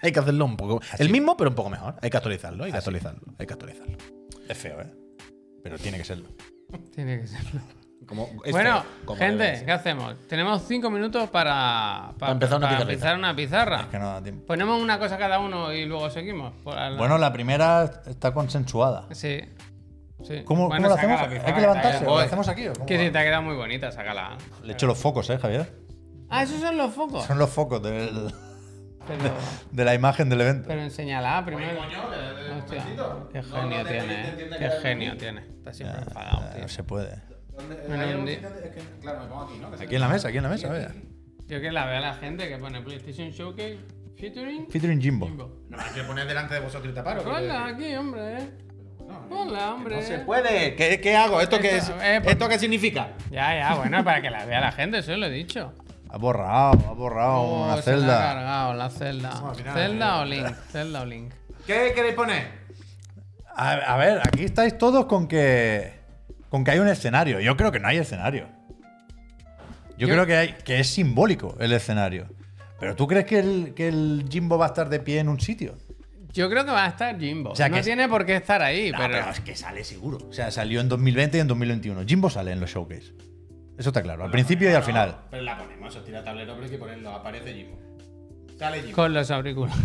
Speaker 5: hay que hacerlo un poco. El mismo, pero un poco mejor. Hay que actualizarlo, hay que actualizarlo, hay que actualizarlo.
Speaker 3: Es feo, ¿eh? Pero tiene que serlo.
Speaker 1: Tiene que serlo.
Speaker 5: Como- es
Speaker 1: bueno,
Speaker 5: feo, como debe de
Speaker 1: gente,
Speaker 5: ser.
Speaker 1: ¿qué hacemos? Tenemos cinco minutos para,
Speaker 5: Para empezar una
Speaker 1: para
Speaker 5: pizarrita.
Speaker 1: empezar una pizarra.
Speaker 3: Es que no da tiempo.
Speaker 1: Ponemos una cosa cada uno y luego seguimos. por la-
Speaker 3: Bueno, la primera está consensuada.
Speaker 1: sí. sí.
Speaker 3: ¿cómo
Speaker 1: Bueno,
Speaker 3: lo
Speaker 1: saca la
Speaker 3: hacemos? ¿Hay
Speaker 1: pizarra
Speaker 3: que levantarse?
Speaker 1: te ha
Speaker 3: ¿Lo
Speaker 1: quedado-
Speaker 3: hacemos aquí o cómo
Speaker 1: Que
Speaker 3: va?
Speaker 1: si te ha quedado muy bonita, sácala.
Speaker 3: Le echo los focos, ¿eh, Javier?
Speaker 1: Ah, esos son los focos.
Speaker 3: Son los focos del-
Speaker 1: Pero,
Speaker 3: de la imagen del evento.
Speaker 1: pero enséñala primero. Hostia, qué
Speaker 2: No, no
Speaker 1: genio
Speaker 2: te-
Speaker 1: tiene,
Speaker 2: te
Speaker 1: eh.
Speaker 2: entiende
Speaker 1: Qué
Speaker 2: que-
Speaker 1: genio tiene. Está siempre apagado, tío.
Speaker 3: No se puede.
Speaker 1: Bueno, un día-
Speaker 2: Claro, me pongo aquí, ¿no?
Speaker 3: Aquí en la mesa, aquí en la mesa, vaya.
Speaker 1: Yo que la veo a la gente que pone PlayStation Showcase featuring
Speaker 3: Featuring Jimbo.
Speaker 1: Jimbo.
Speaker 2: No, hay que poner delante de vosotros y taparos.
Speaker 1: Hola, aquí, hombre. eh. Hola, hombre.
Speaker 2: eh, No se puede. ¿Qué, qué hago? ¿Esto qué, es,
Speaker 1: Esto- eh, pues-
Speaker 2: ¿Esto qué significa?
Speaker 1: Ya, ya, bueno, para que la vea la gente, eso lo he dicho.
Speaker 3: Ha borrado, ha borrado una
Speaker 1: Oh, se la ha
Speaker 3: celda.
Speaker 1: cargado la celda.
Speaker 2: al final,
Speaker 1: celda o Link, celda o Link.
Speaker 2: ¿Qué queréis poner?
Speaker 3: A, a ver, aquí estáis todos con que. con que hay un escenario. Yo creo que no hay escenario.
Speaker 1: Yo-
Speaker 3: Yo, creo que, hay, que es simbólico el escenario. Pero tú crees que el, que el Jimbo va a estar de pie en un sitio.
Speaker 1: Yo creo que va a estar Jimbo.
Speaker 3: O sea
Speaker 1: no
Speaker 3: que-
Speaker 1: tiene por qué estar ahí,
Speaker 3: No,
Speaker 1: pero...
Speaker 3: pero es que sale seguro. O sea, salió en 2020 y en 2021. Jimbo sale en los showcase. Eso está claro, al principio y al final.
Speaker 2: Pero la ponemos, os tira tablero, pero hay que ponerlo. Aparece Jimbo. Sale Jimbo.
Speaker 1: Con los auriculares.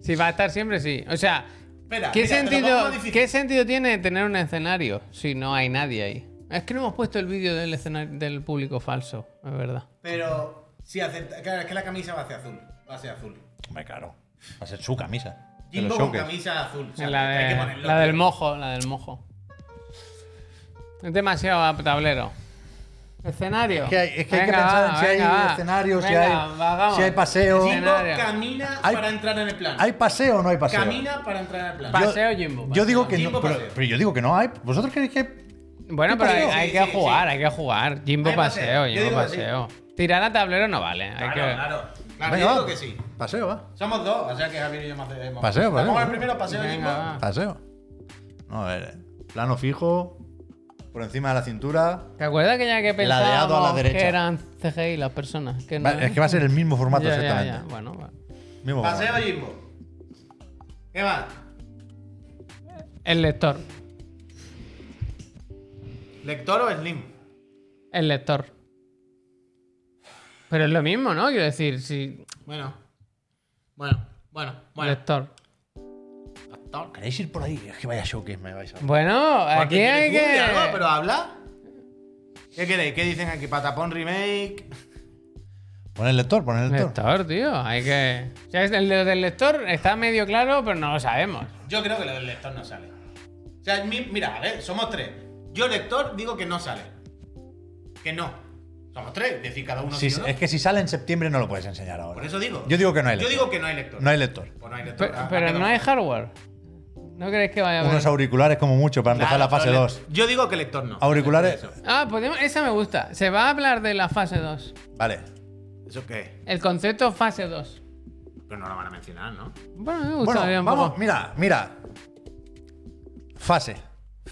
Speaker 1: si va a estar siempre, sí. O sea,
Speaker 2: Espera,
Speaker 1: ¿qué,
Speaker 2: mira, te lo pongo
Speaker 1: sentido,
Speaker 2: más difícil.
Speaker 1: ¿qué sentido tiene tener un escenario si no hay nadie ahí? Es que no hemos puesto el vídeo del escenario del público falso, es verdad.
Speaker 2: Pero si acepta. Claro, es que la camisa va a ser azul. Va a ser azul.
Speaker 3: Hombre, claro. Va a ser su camisa. En los
Speaker 2: Jimbo con
Speaker 3: showcase.
Speaker 2: camisa azul. o sea,
Speaker 1: la,
Speaker 2: hay
Speaker 1: de-
Speaker 2: que ponerlo.
Speaker 1: la del mojo, la del mojo. Es demasiado a tablero. Escenario.
Speaker 3: Es que hay, es que, hay que
Speaker 1: Venga,
Speaker 3: pensar en
Speaker 1: va,
Speaker 3: si hay
Speaker 1: venga, va.
Speaker 3: escenario, si,
Speaker 1: Venga,
Speaker 3: hay,
Speaker 1: va, vamos.
Speaker 3: si hay paseo.
Speaker 1: Sí.
Speaker 2: Jimbo
Speaker 1: escenario.
Speaker 2: camina
Speaker 3: Hay-
Speaker 2: para entrar en el plan.
Speaker 3: ¿Hay paseo o no hay paseo?
Speaker 2: Camina para entrar en el plan.
Speaker 1: Pa-
Speaker 3: Yo-
Speaker 1: Paseo, Jimbo,
Speaker 3: Yo
Speaker 1: paseo.
Speaker 3: digo que
Speaker 2: Jimbo,
Speaker 3: no, pero,
Speaker 2: paseo.
Speaker 3: pero yo digo que no hay. ¿Vosotros creéis que.?
Speaker 1: Bueno,
Speaker 3: ¿Qué
Speaker 1: pero hay,
Speaker 3: paseo?
Speaker 1: hay
Speaker 2: Sí,
Speaker 1: que
Speaker 2: sí,
Speaker 1: jugar,
Speaker 2: sí.
Speaker 1: hay que jugar. Jimbo
Speaker 2: Hay
Speaker 1: paseo,
Speaker 2: paseo, yo
Speaker 1: Jimbo
Speaker 2: digo que sí.
Speaker 1: paseo. Tirar a tablero no vale. hay
Speaker 2: Claro,
Speaker 1: que-
Speaker 2: claro. Claro,
Speaker 3: Venga,
Speaker 2: yo digo
Speaker 3: va.
Speaker 2: que sí.
Speaker 3: Paseo, va.
Speaker 2: Somos dos, o sea que Javier y yo más hacemos.
Speaker 3: Paseo,
Speaker 2: ¿La
Speaker 3: paseo.
Speaker 2: pongo en el primero, paseo
Speaker 1: Venga,
Speaker 2: Jimbo.
Speaker 1: va.
Speaker 3: Paseo. No, a ver. eh. Plano fijo. Por encima de la cintura.
Speaker 1: ¿Te acuerdas que ya que
Speaker 3: Ladeado a la
Speaker 1: pensábamos
Speaker 3: derecha.
Speaker 1: que eran CGI las personas? Que no
Speaker 3: Va- es que va a ser el mismo formato
Speaker 1: Ya, ya,
Speaker 3: exactamente.
Speaker 1: ya, Bueno, va.
Speaker 3: Mismo
Speaker 2: Paseo
Speaker 3: formato.
Speaker 2: Jimbo. ¿Qué va?
Speaker 1: El lector,
Speaker 2: ¿Lector o Slim?
Speaker 1: el lector. Pero es lo mismo, ¿no? Quiero decir, si...
Speaker 2: Bueno. Bueno, bueno, bueno.
Speaker 1: Lector.
Speaker 3: ¿Queréis ir por ahí? Es que vaya showcase me vais a.
Speaker 1: Bueno, aquí
Speaker 2: Porque
Speaker 1: hay
Speaker 2: quieres
Speaker 1: que...
Speaker 2: tú algo, pero habla. ¿Qué queréis? ¿Qué dicen aquí? Patapón remake.
Speaker 3: Pon el lector, pon el lector.
Speaker 1: Lector, tío, hay que... O sea, es- el de- del lector está medio claro, pero no lo sabemos.
Speaker 2: Yo creo que lo del lector no sale. O sea, mi- mira, a ver, somos tres. Yo, lector, digo que no sale. Que no. Somos tres, decir cada uno
Speaker 3: Si-
Speaker 2: sí o no.
Speaker 3: es que si sale en septiembre no lo puedes enseñar ahora.
Speaker 2: Por eso digo.
Speaker 3: Yo digo que no hay
Speaker 2: Yo
Speaker 3: lector.
Speaker 2: digo que no hay lector.
Speaker 3: No hay lector.
Speaker 2: Pues no hay lector.
Speaker 1: Pero,
Speaker 2: Ah,
Speaker 1: pero
Speaker 2: ah,
Speaker 1: no hay hardware. ¿No crees que vaya a haber?
Speaker 3: Unos auriculares como mucho para empezar
Speaker 2: Claro,
Speaker 3: la fase
Speaker 2: no, le-
Speaker 3: 2.
Speaker 2: Yo digo que lector no.
Speaker 3: Auriculares.
Speaker 2: Eso,
Speaker 1: Ah, podemos- esa me gusta. Se va a hablar de la fase 2.
Speaker 3: Vale.
Speaker 2: ¿Eso qué?
Speaker 1: El concepto fase 2.
Speaker 2: Pero no lo van a mencionar, ¿no?
Speaker 1: Bueno, me
Speaker 3: Bueno,
Speaker 1: gustaría un
Speaker 3: vamos,
Speaker 1: poco.
Speaker 3: mira, mira. Fase.
Speaker 1: Fase.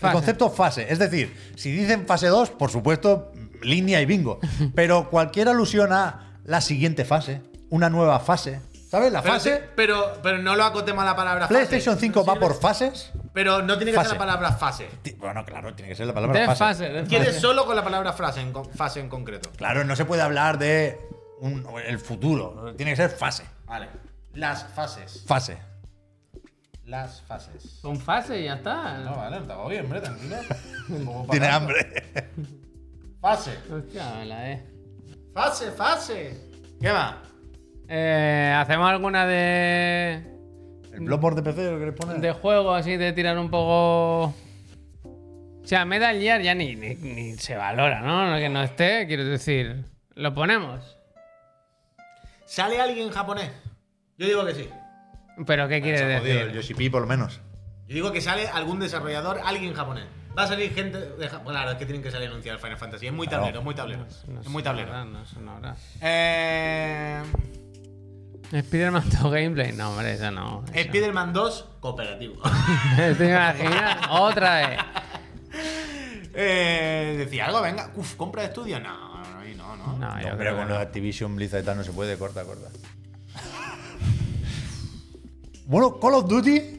Speaker 3: El concepto fase. Es decir, si dicen fase 2, por supuesto, línea y bingo. Pero cualquier alusión a la siguiente fase, una nueva fase. ¿Sabes? La
Speaker 2: Pero,
Speaker 3: fase.
Speaker 2: pero, pero no lo acotemos a la palabra fase.
Speaker 3: PlayStation 5 va
Speaker 2: Sí,
Speaker 3: por fases.
Speaker 2: Pero no tiene que
Speaker 3: Fase.
Speaker 2: ser la palabra fase.
Speaker 3: Ti- Bueno, claro, tiene que ser la
Speaker 1: De
Speaker 3: palabra
Speaker 1: fase,
Speaker 3: fase.
Speaker 1: de fase.
Speaker 2: Quieres solo con la palabra frase en con- fase en concreto.
Speaker 3: Claro, no se puede hablar de un- el futuro. Tiene que ser fase.
Speaker 2: Vale. Las fases.
Speaker 3: Fase.
Speaker 2: Las fases.
Speaker 1: Con fase y ya está.
Speaker 2: No, Ah, vale, estaba bien, hombre, tranquilo. Un poco para
Speaker 3: Tiene
Speaker 2: acá.
Speaker 3: hambre.
Speaker 2: Fase.
Speaker 1: Hostia, la E.
Speaker 2: Fase, fase. ¿Qué va?
Speaker 1: Eh, ¿Hacemos alguna de,
Speaker 3: ¿El blogboard de PC lo querés poner?
Speaker 1: de juego así de tirar un poco? O sea, Metal Gear ya ni, ni, ni se valora, ¿no? Que no esté, quiero decir. Lo ponemos.
Speaker 2: ¿Sale alguien japonés? Yo digo que sí.
Speaker 1: ¿Pero qué quiere
Speaker 3: Se ha jodido
Speaker 1: decir?
Speaker 3: el Yoshi P, por lo menos.
Speaker 2: Yo digo que sale algún desarrollador, alguien japonés. Va a salir gente de Japón. Claro, es que tienen que salir a anunciar el Final Fantasy. Es muy
Speaker 3: Claro.
Speaker 2: tablero, es muy tablero.
Speaker 1: No
Speaker 2: Es muy tablero.
Speaker 1: sonará, No sonará.
Speaker 2: Eh,
Speaker 1: Spider-Man 2 gameplay. No, hombre, eso no. eso-
Speaker 2: Spider-Man 2, cooperativo.
Speaker 1: ¿Te imaginas? Otra vez.
Speaker 2: eh, decía algo, venga. Uf, compra de estudio. No, ahí no, no.
Speaker 1: No, yo creo
Speaker 3: No, pero
Speaker 1: que
Speaker 3: con
Speaker 1: no.
Speaker 3: los Activision, Blizzard y tal no se puede, corta, corta. bueno, Call of Duty.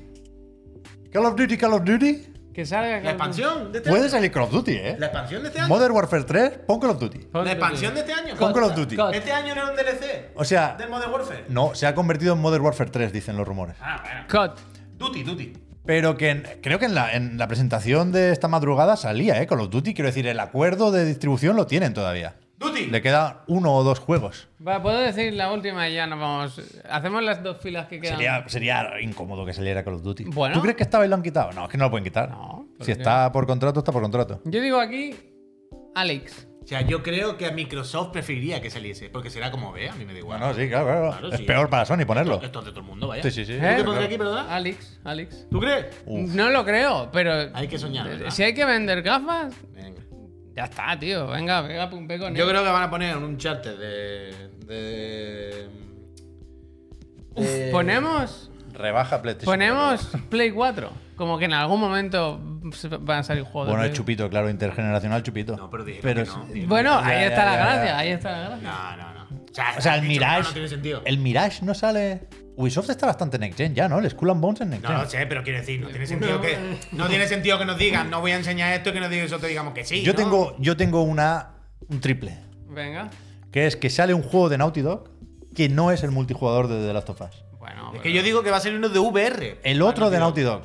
Speaker 3: Call of Duty, Call of Duty.
Speaker 1: Que salga
Speaker 2: La expansión de este
Speaker 3: Puede salir Call of Duty,
Speaker 2: año. La
Speaker 3: ¿eh?
Speaker 2: expansión de este año.
Speaker 3: Modern Warfare 3, pon Call of Duty.
Speaker 2: La expansión de este año.
Speaker 3: Con Call of Duty.
Speaker 1: God.
Speaker 2: Este año no era un DLC.
Speaker 3: O sea,
Speaker 2: Del Modern Warfare.
Speaker 3: no, se ha convertido en Modern Warfare 3, dicen los rumores.
Speaker 2: Ah, bueno.
Speaker 1: Cut.
Speaker 2: Duty, Duty.
Speaker 3: Pero que en- creo que en la, en la presentación de esta madrugada salía, ¿eh? Call of Duty, quiero decir, el acuerdo de distribución lo tienen todavía.
Speaker 2: Duty.
Speaker 3: Le queda uno o dos juegos.
Speaker 1: Va, puedo decir la última y ya nos vamos. Hacemos las dos filas que quedan.
Speaker 3: Sería, sería incómodo que saliera Call of Duty.
Speaker 1: Bueno.
Speaker 3: ¿Tú crees que esta vez lo han quitado? No, es que no lo pueden quitar.
Speaker 1: No,
Speaker 3: Si
Speaker 1: porque-
Speaker 3: está por contrato, está por contrato.
Speaker 1: Yo digo aquí, Alex.
Speaker 2: O sea, yo creo que a Microsoft preferiría que saliese, porque será como ve, a mí me da igual.
Speaker 3: Bueno, sí, claro, claro.
Speaker 2: Claro,
Speaker 3: es
Speaker 2: sí.
Speaker 3: peor para Sony ponerlo.
Speaker 2: Esto es de todo el mundo, vaya.
Speaker 3: Sí, sí, sí.
Speaker 2: ¿Tú
Speaker 1: ¿Eh?
Speaker 2: qué pondré aquí, perdona?
Speaker 1: Alex, Alex.
Speaker 2: ¿Tú crees?
Speaker 3: Uf.
Speaker 1: No lo creo, pero
Speaker 2: Hay que soñar. ¿verdad?
Speaker 1: si hay que vender gafas,
Speaker 2: Venga.
Speaker 1: ya está, tío. Venga, venga, pumpe con
Speaker 2: Yo
Speaker 1: él.
Speaker 2: creo que van a poner un charter de. de. de-
Speaker 1: Ponemos,
Speaker 3: Rebaja PlayStation.
Speaker 1: ponemos Play 4. Como que en algún momento se van a salir juegos. de
Speaker 3: Bueno, el
Speaker 1: Play.
Speaker 3: chupito, claro, intergeneracional chupito.
Speaker 2: No, pero dijeron que
Speaker 3: es-
Speaker 2: no, dijeron
Speaker 1: Bueno,
Speaker 3: Ya,
Speaker 1: ahí
Speaker 3: ya,
Speaker 1: está la
Speaker 3: ya, ya.
Speaker 1: gracia, ahí está la gracia.
Speaker 2: No, no, no. O sea,
Speaker 3: O sea, el
Speaker 2: dicho,
Speaker 3: Mirage.
Speaker 2: No, no tiene sentido.
Speaker 3: El Mirage no sale. Ubisoft está bastante next gen ya, ¿no? El Skull and Bones en next
Speaker 2: No
Speaker 3: gen.
Speaker 2: lo sé, pero quiero decir, no tiene sentido que. No tiene sentido que nos digan, no voy a enseñar esto y que nos digan eso, te digamos que sí.
Speaker 3: yo,
Speaker 2: ¿no?
Speaker 3: tengo, yo tengo una. Un triple.
Speaker 1: Venga.
Speaker 3: Que es que sale un juego de Naughty Dog que no es el multijugador de The Last of Us.
Speaker 1: Bueno,
Speaker 2: Es
Speaker 1: pero-
Speaker 2: que yo digo que va a salir uno de VR.
Speaker 3: El otro de Naughty Dog.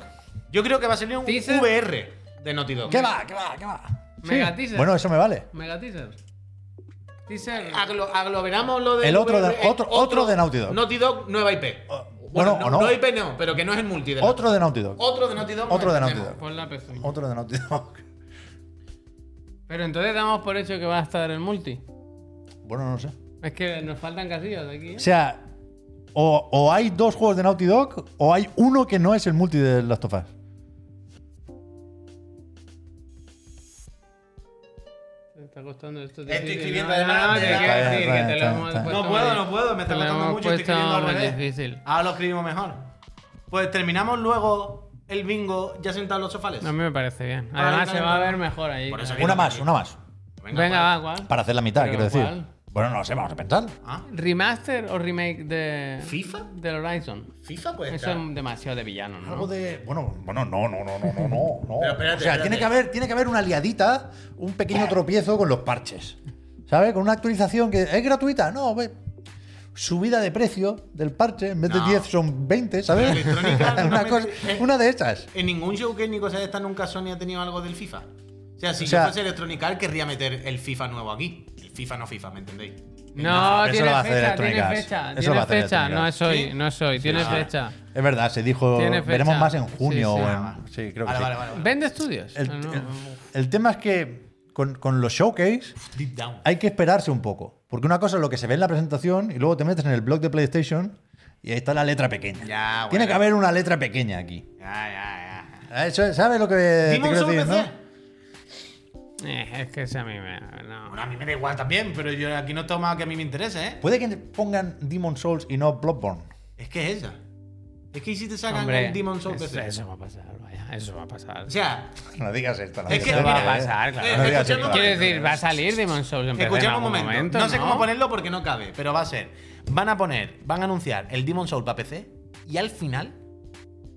Speaker 2: Yo creo que va a salir un
Speaker 1: Teaser.
Speaker 2: VR de Naughty Dog.
Speaker 3: ¿Qué va? ¿Qué va? ¿Qué va?
Speaker 1: Mega
Speaker 3: Sí.
Speaker 1: teaser.
Speaker 3: Bueno, eso me vale.
Speaker 1: Mega teaser. Teaser.
Speaker 2: Aglo- aglomeramos lo de.
Speaker 3: El otro de- otro- otro de Naughty Dog. Oh,
Speaker 2: Naughty Dog, nueva IP.
Speaker 3: bueno, o no.
Speaker 2: Nueva IP no, pero que no es el multi de la-
Speaker 3: Otro de Naughty Dog.
Speaker 2: Otro de Naughty Dog.
Speaker 3: Otro de
Speaker 2: nueva
Speaker 3: Naughty
Speaker 2: IP.
Speaker 3: Dog.
Speaker 1: Pon la PC.
Speaker 3: Otro de Naughty Dog.
Speaker 1: Pero entonces damos por hecho que va a estar el multi.
Speaker 3: Bueno, no sé.
Speaker 1: Es que nos faltan casillas de aquí. ¿eh?
Speaker 3: O sea, o, o hay dos juegos de Naughty Dog o hay uno que no es el multi de Last of Us.
Speaker 1: Te está costando esto.
Speaker 2: Estoy
Speaker 1: difícil,
Speaker 2: escribiendo
Speaker 1: ¿no?
Speaker 2: además,
Speaker 1: No, te
Speaker 2: está
Speaker 1: quiero
Speaker 3: bien,
Speaker 1: decir
Speaker 3: está
Speaker 1: que te
Speaker 3: bien,
Speaker 1: lo
Speaker 3: está
Speaker 1: hemos
Speaker 3: bien.
Speaker 1: puesto
Speaker 2: No puedo,
Speaker 1: muy-
Speaker 2: no puedo, me está
Speaker 1: te lo
Speaker 2: costando
Speaker 1: hemos
Speaker 2: mucho, estoy
Speaker 1: puesto
Speaker 2: escribiendo al
Speaker 1: muy
Speaker 2: revés.
Speaker 1: difícil.
Speaker 2: Ahora lo escribimos mejor. Pues terminamos luego el bingo ya sentados en los sofales.
Speaker 1: A mí me parece bien.
Speaker 2: Ah,
Speaker 1: Además,
Speaker 2: vale,
Speaker 1: se va a
Speaker 2: vale.
Speaker 1: ver mejor ahí.
Speaker 2: Por eso
Speaker 1: Venga,
Speaker 2: que-
Speaker 3: Una más, una más.
Speaker 1: Venga, va, ¿cuál?
Speaker 3: Para hacer la mitad,
Speaker 1: Pero
Speaker 3: quiero decir.
Speaker 1: ¿cuál?
Speaker 3: Bueno, no lo sé, vamos a pensar.
Speaker 2: Ah,
Speaker 1: ¿Remaster o remake de.
Speaker 2: ¿FIFA?
Speaker 1: Del Horizon?
Speaker 2: FIFA puede
Speaker 1: Eso
Speaker 2: estar.
Speaker 1: es demasiado de villano, ¿no?
Speaker 3: Algo de. Bueno, bueno, no, no, no, no, no, no. no.
Speaker 2: Pero espérate,
Speaker 3: o sea,
Speaker 2: espérate.
Speaker 3: Tiene, que haber, tiene que haber una liadita, un pequeño tropiezo con los parches. ¿Sabes? Con una actualización que es gratuita, no, ve. Subida de precio del parche, en vez de
Speaker 2: No.
Speaker 3: 10 son 20, ¿sabes?
Speaker 2: Electrónica
Speaker 3: una,
Speaker 2: normalmente-
Speaker 3: cosa, una de estas.
Speaker 2: En ningún showcase ni cosa de esta nunca Sony ha tenido algo del FIFA. O sea, si
Speaker 3: O sea-
Speaker 2: yo fuese Electronic Arts, querría meter el FIFA nuevo aquí. El FIFA no FIFA, ¿me entendéis?
Speaker 1: No,
Speaker 3: pero eso
Speaker 1: tiene
Speaker 3: lo va a hacer
Speaker 1: fecha,
Speaker 3: Electronic
Speaker 1: tiene
Speaker 3: Arts.
Speaker 1: fecha.
Speaker 3: Eso lo va
Speaker 1: Tiene
Speaker 3: a hacer
Speaker 1: fecha.
Speaker 3: Electronic
Speaker 1: No
Speaker 3: Arts.
Speaker 1: es hoy, no es hoy. Tiene
Speaker 2: ah.
Speaker 1: fecha.
Speaker 3: Es verdad, se dijo.
Speaker 1: Tiene fecha.
Speaker 3: Veremos más en
Speaker 1: Sí,
Speaker 3: junio
Speaker 1: sí.
Speaker 3: o en-
Speaker 2: Ah,
Speaker 3: Sí, creo
Speaker 2: Vale,
Speaker 3: que sí.
Speaker 2: vale, vale. vale.
Speaker 1: ¿Vende estudios?
Speaker 3: El,
Speaker 1: Ah, no.
Speaker 3: el- el tema es que con, con los showcase
Speaker 2: Deep down.
Speaker 3: hay que esperarse un poco. Porque una cosa es lo que se ve en la presentación y luego te metes en el blog de PlayStation y ahí está la letra pequeña.
Speaker 2: Ya,
Speaker 3: Tiene
Speaker 2: bueno.
Speaker 3: que haber una letra pequeña aquí. Ah,
Speaker 2: Ya, ya, ya.
Speaker 3: Eso es- ¿Sabes lo que te
Speaker 2: ¿Dimon
Speaker 3: quiero
Speaker 2: solo
Speaker 3: decir,
Speaker 2: PC?
Speaker 3: no?
Speaker 1: Eh, es que ese a mí me. no.
Speaker 2: Bueno, a mí me da igual también, pero yo aquí no he tomado que a mí me interese, ¿eh?
Speaker 3: Puede que pongan Demon Souls y no Bloodborne.
Speaker 2: Es que es esa. Es que si te sacan
Speaker 1: Hombre,
Speaker 2: el Demon Souls
Speaker 1: eso,
Speaker 2: PC.
Speaker 1: eso va a pasar, vaya, eso va a pasar.
Speaker 2: O sea,
Speaker 3: No digas esto. no
Speaker 2: Es que
Speaker 3: digas
Speaker 1: va a
Speaker 3: esto,
Speaker 1: pasar, claro.
Speaker 3: No digas
Speaker 2: Escuchando-
Speaker 3: esto.
Speaker 1: Quiero decir, va a salir Demon Souls en PC en
Speaker 2: escuchemos
Speaker 1: algún
Speaker 2: un momento.
Speaker 1: momento,
Speaker 2: No sé cómo ponerlo porque no cabe, pero va a ser. Van a poner, van a anunciar el Demon Souls para PC y al final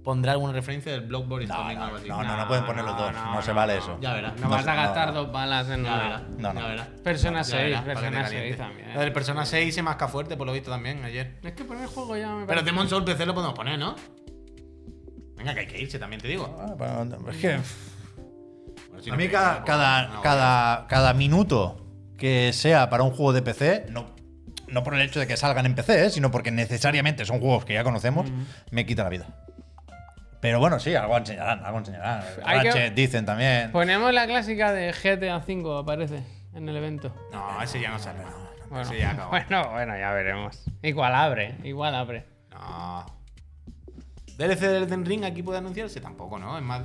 Speaker 2: pondrá alguna referencia del Bloodborne y
Speaker 3: No,
Speaker 2: también
Speaker 3: no,
Speaker 2: algo así.
Speaker 3: no, no, no pueden poner los dos. No, se vale eso.
Speaker 2: Ya verás.
Speaker 1: No,
Speaker 3: No
Speaker 1: vas
Speaker 3: sé,
Speaker 1: a
Speaker 3: no,
Speaker 1: gastar
Speaker 3: no.
Speaker 1: dos balas en
Speaker 2: Ya
Speaker 1: nada.
Speaker 2: verás.
Speaker 3: No, no.
Speaker 2: Ya verás.
Speaker 1: Persona
Speaker 2: Ya
Speaker 1: 6,
Speaker 2: verás, para que te
Speaker 1: Persona
Speaker 2: calientes.
Speaker 1: 6 también. ¿eh?
Speaker 2: El Persona 6 se masca fuerte, por lo visto, también ayer.
Speaker 1: Es que por el juego ya me
Speaker 2: Pero
Speaker 1: parece.
Speaker 2: Demon Souls PC lo podemos poner, ¿no? Venga, que hay que irse, también te digo.
Speaker 3: Ah, bueno, es que-
Speaker 2: Bueno, si
Speaker 3: a
Speaker 2: no
Speaker 3: mí
Speaker 2: queréis,
Speaker 3: cada,
Speaker 2: no,
Speaker 3: cada,
Speaker 2: no,
Speaker 3: cada, cada minuto que sea para un juego de PC, no, no por el hecho de que salgan en PC, ¿eh? sino porque necesariamente son juegos que ya conocemos, me quita la vida. Pero bueno, sí, algo enseñarán, algo enseñarán.
Speaker 1: Hay que-
Speaker 3: Ratchet dicen también.
Speaker 2: Pues,
Speaker 1: Ponemos la clásica de GTA V, aparece en el evento.
Speaker 2: No, ese ya no sale. No,
Speaker 1: Bueno,
Speaker 2: Ese ya acabó.
Speaker 1: bueno, bueno, ya veremos. Igual abre, igual abre.
Speaker 2: No. DLC del Elden Ring aquí puede anunciarse tampoco, ¿no? Es más.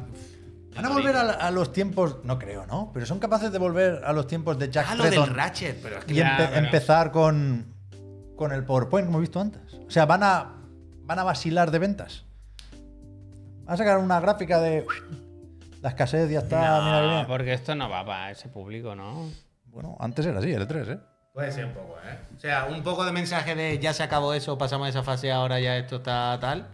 Speaker 3: Van a volver a, la- a los tiempos, no creo, ¿no? Pero son capaces de volver a los tiempos de Jack
Speaker 2: Ah, lo
Speaker 3: Tretton
Speaker 2: del Ratchet, pero es que.
Speaker 3: y
Speaker 1: Ya,
Speaker 3: empe-
Speaker 1: pero-
Speaker 3: empezar con, con el PowerPoint, como he visto antes. O sea, van a, van a vacilar de ventas. Van a sacar una gráfica de la escasez, ya está, mira que
Speaker 1: No,
Speaker 3: bien.
Speaker 1: porque esto no va para ese público, ¿no?
Speaker 3: Bueno, antes era así, el 3 ¿eh?
Speaker 2: Puede ser un poco, ¿eh? O sea, un poco de mensaje de ya se acabó eso, pasamos esa fase, ahora ya esto está tal.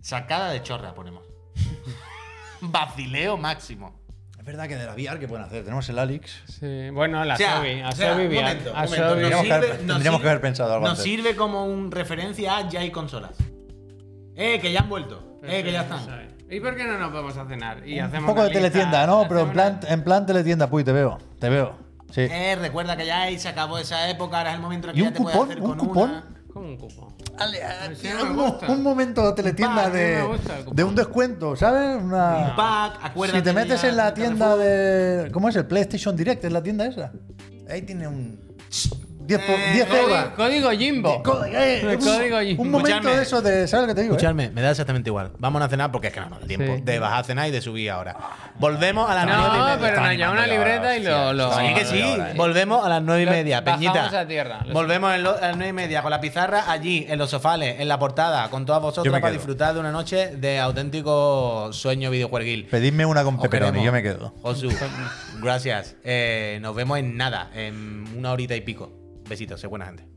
Speaker 2: Sacada de chorra ponemos. Vacileo máximo.
Speaker 3: Es verdad que de la VR, ¿qué pueden hacer? Tenemos el Alex.
Speaker 1: Sí. Bueno, la
Speaker 2: O sea,
Speaker 1: Sobi, a
Speaker 2: o sea,
Speaker 1: Sobi
Speaker 2: un
Speaker 1: bien,
Speaker 2: momento,
Speaker 1: a
Speaker 2: un momento,
Speaker 1: Sobi.
Speaker 2: no
Speaker 3: Tendríamos, que haber,
Speaker 2: sirve- nos
Speaker 3: tendríamos que
Speaker 2: sirve-
Speaker 3: haber pensado algo
Speaker 2: Nos
Speaker 3: antes.
Speaker 2: sirve como un referencia a ya hay consolas. Eh, que ya han vuelto. Eh, que ya están.
Speaker 1: ¿Y por qué no nos vamos a cenar? Y
Speaker 3: Un
Speaker 1: hacemos
Speaker 3: poco
Speaker 1: una
Speaker 3: de
Speaker 1: lista,
Speaker 3: teletienda, ¿no? Pero en
Speaker 1: hacemos
Speaker 3: plan,
Speaker 1: una-
Speaker 3: en plan teletienda, puy, te veo, te veo. Sí.
Speaker 2: Eh, recuerda que ya ahí se acabó esa época, ahora es el momento en el
Speaker 3: ¿Y
Speaker 2: que
Speaker 3: un
Speaker 2: ya te puedes
Speaker 3: cupón?
Speaker 2: hacer
Speaker 3: ¿Un
Speaker 2: con
Speaker 3: cupón?
Speaker 2: una.
Speaker 1: Como un cupón.
Speaker 3: Ale, ah,
Speaker 1: sí me
Speaker 3: un,
Speaker 1: gusta.
Speaker 3: un momento de teletienda
Speaker 1: Pa, sí
Speaker 3: de,
Speaker 1: me gusta el cupón.
Speaker 3: de un descuento, ¿sabes? Una-
Speaker 2: Un pack, acuérdate.
Speaker 3: si te metes
Speaker 2: ya
Speaker 3: en la
Speaker 2: de
Speaker 3: tienda de. ¿Cómo es? El PlayStation Direct, es la tienda esa. Ahí tiene un. 10, por-
Speaker 2: Eh,
Speaker 3: 10
Speaker 2: no,
Speaker 3: euros.
Speaker 1: Código, código Jimbo.
Speaker 3: Co- eh,
Speaker 1: El
Speaker 3: un-
Speaker 1: código
Speaker 3: un,
Speaker 1: Jimbo.
Speaker 3: momento
Speaker 2: Escuchadme.
Speaker 3: de eso de. ¿Sabes lo que te digo? eh?
Speaker 2: Escuchadme, me da exactamente igual. Vamos a cenar porque es que no nos da tiempo.
Speaker 1: Sí.
Speaker 2: De bajar a cenar y de subir ahora. Volvemos a las
Speaker 1: No,
Speaker 2: nueve y media.
Speaker 1: pero nos lleva una libreta y lo. lo-
Speaker 2: Sí, que sí.
Speaker 3: eh.
Speaker 2: Volvemos a las nueve y
Speaker 1: Lo-
Speaker 2: media,
Speaker 1: bajamos
Speaker 2: Peñita.
Speaker 1: a tierra. Lo
Speaker 2: Volvemos en lo- a las nueve y media con la pizarra allí, en los sofales, en la portada, con todas
Speaker 3: Yo
Speaker 2: vosotras
Speaker 3: me
Speaker 2: para
Speaker 3: quedo.
Speaker 2: disfrutar de una noche de auténtico sueño videojueguil.
Speaker 3: Pedidme una con
Speaker 2: Os
Speaker 3: pepperoni,
Speaker 2: queremos.
Speaker 3: yo me quedo.
Speaker 2: Josu, gracias. Eh, nos vemos en nada, en una horita y pico. Besitos, sé buena gente.